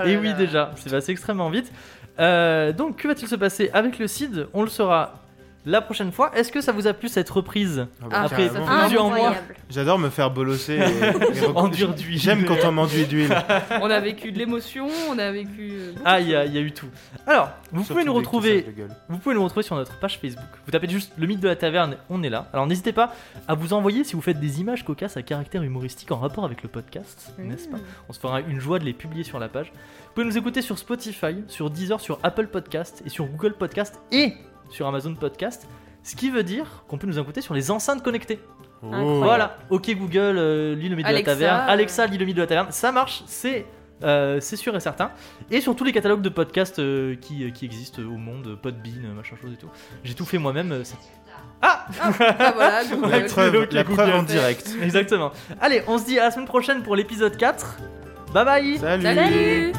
S1: Et Eh oui, déjà, c'est passé extrêmement vite. Euh, donc, que va-t-il se passer avec le CID On le saura la prochaine fois. Est-ce que ça vous a plu cette reprise
S2: Ah bah,
S5: Ah,
S1: Après
S2: carrément.
S5: Ah,
S1: plusieurs mois
S3: Incroyable.
S2: J'adore me faire bolosser. et- et rec-
S1: Enduire d'huile.
S2: J'aime quand on m'enduit d'huile.
S5: On a vécu de l'émotion, on a vécu. euh,
S1: Ah, il y, a il y a eu tout. Alors, vous
S2: Surtout
S1: pouvez
S2: dès que ça
S1: nous
S2: se
S1: retrouver.
S2: la gueule.
S1: Vous pouvez nous retrouver sur notre page Facebook. Vous tapez juste le mythe de la taverne, on est là. Alors n'hésitez pas à vous envoyer si vous faites des images cocasses à caractère humoristique en rapport avec le podcast, n'est-ce pas On se fera une joie de les publier sur la page. Vous pouvez nous écouter sur Spotify, sur Deezer, sur Apple Podcast et sur Google Podcast et sur Amazon Podcast. Ce qui veut dire qu'on peut nous écouter sur les enceintes connectées.
S2: Oh.
S3: Incroyable.
S1: Voilà, ok Google, euh, lis le mythe de la
S5: Alexa,
S1: taverne.
S5: euh.
S1: Alexa, lis le mythe de la taverne. Ça marche, c'est euh, c'est sûr et certain. Et sur tous les catalogues de podcasts euh, qui, euh, qui existent au monde, euh, Podbean, euh, machin chose et tout. J'ai tout fait moi-même. euh, c'est-
S5: Ah voilà, Google.
S2: La preuve,
S1: ok,
S2: la preuve en
S1: Google.
S2: direct.
S1: Exactement. Allez, on se dit à la semaine prochaine pour l'épisode 4. Bye bye
S5: Salut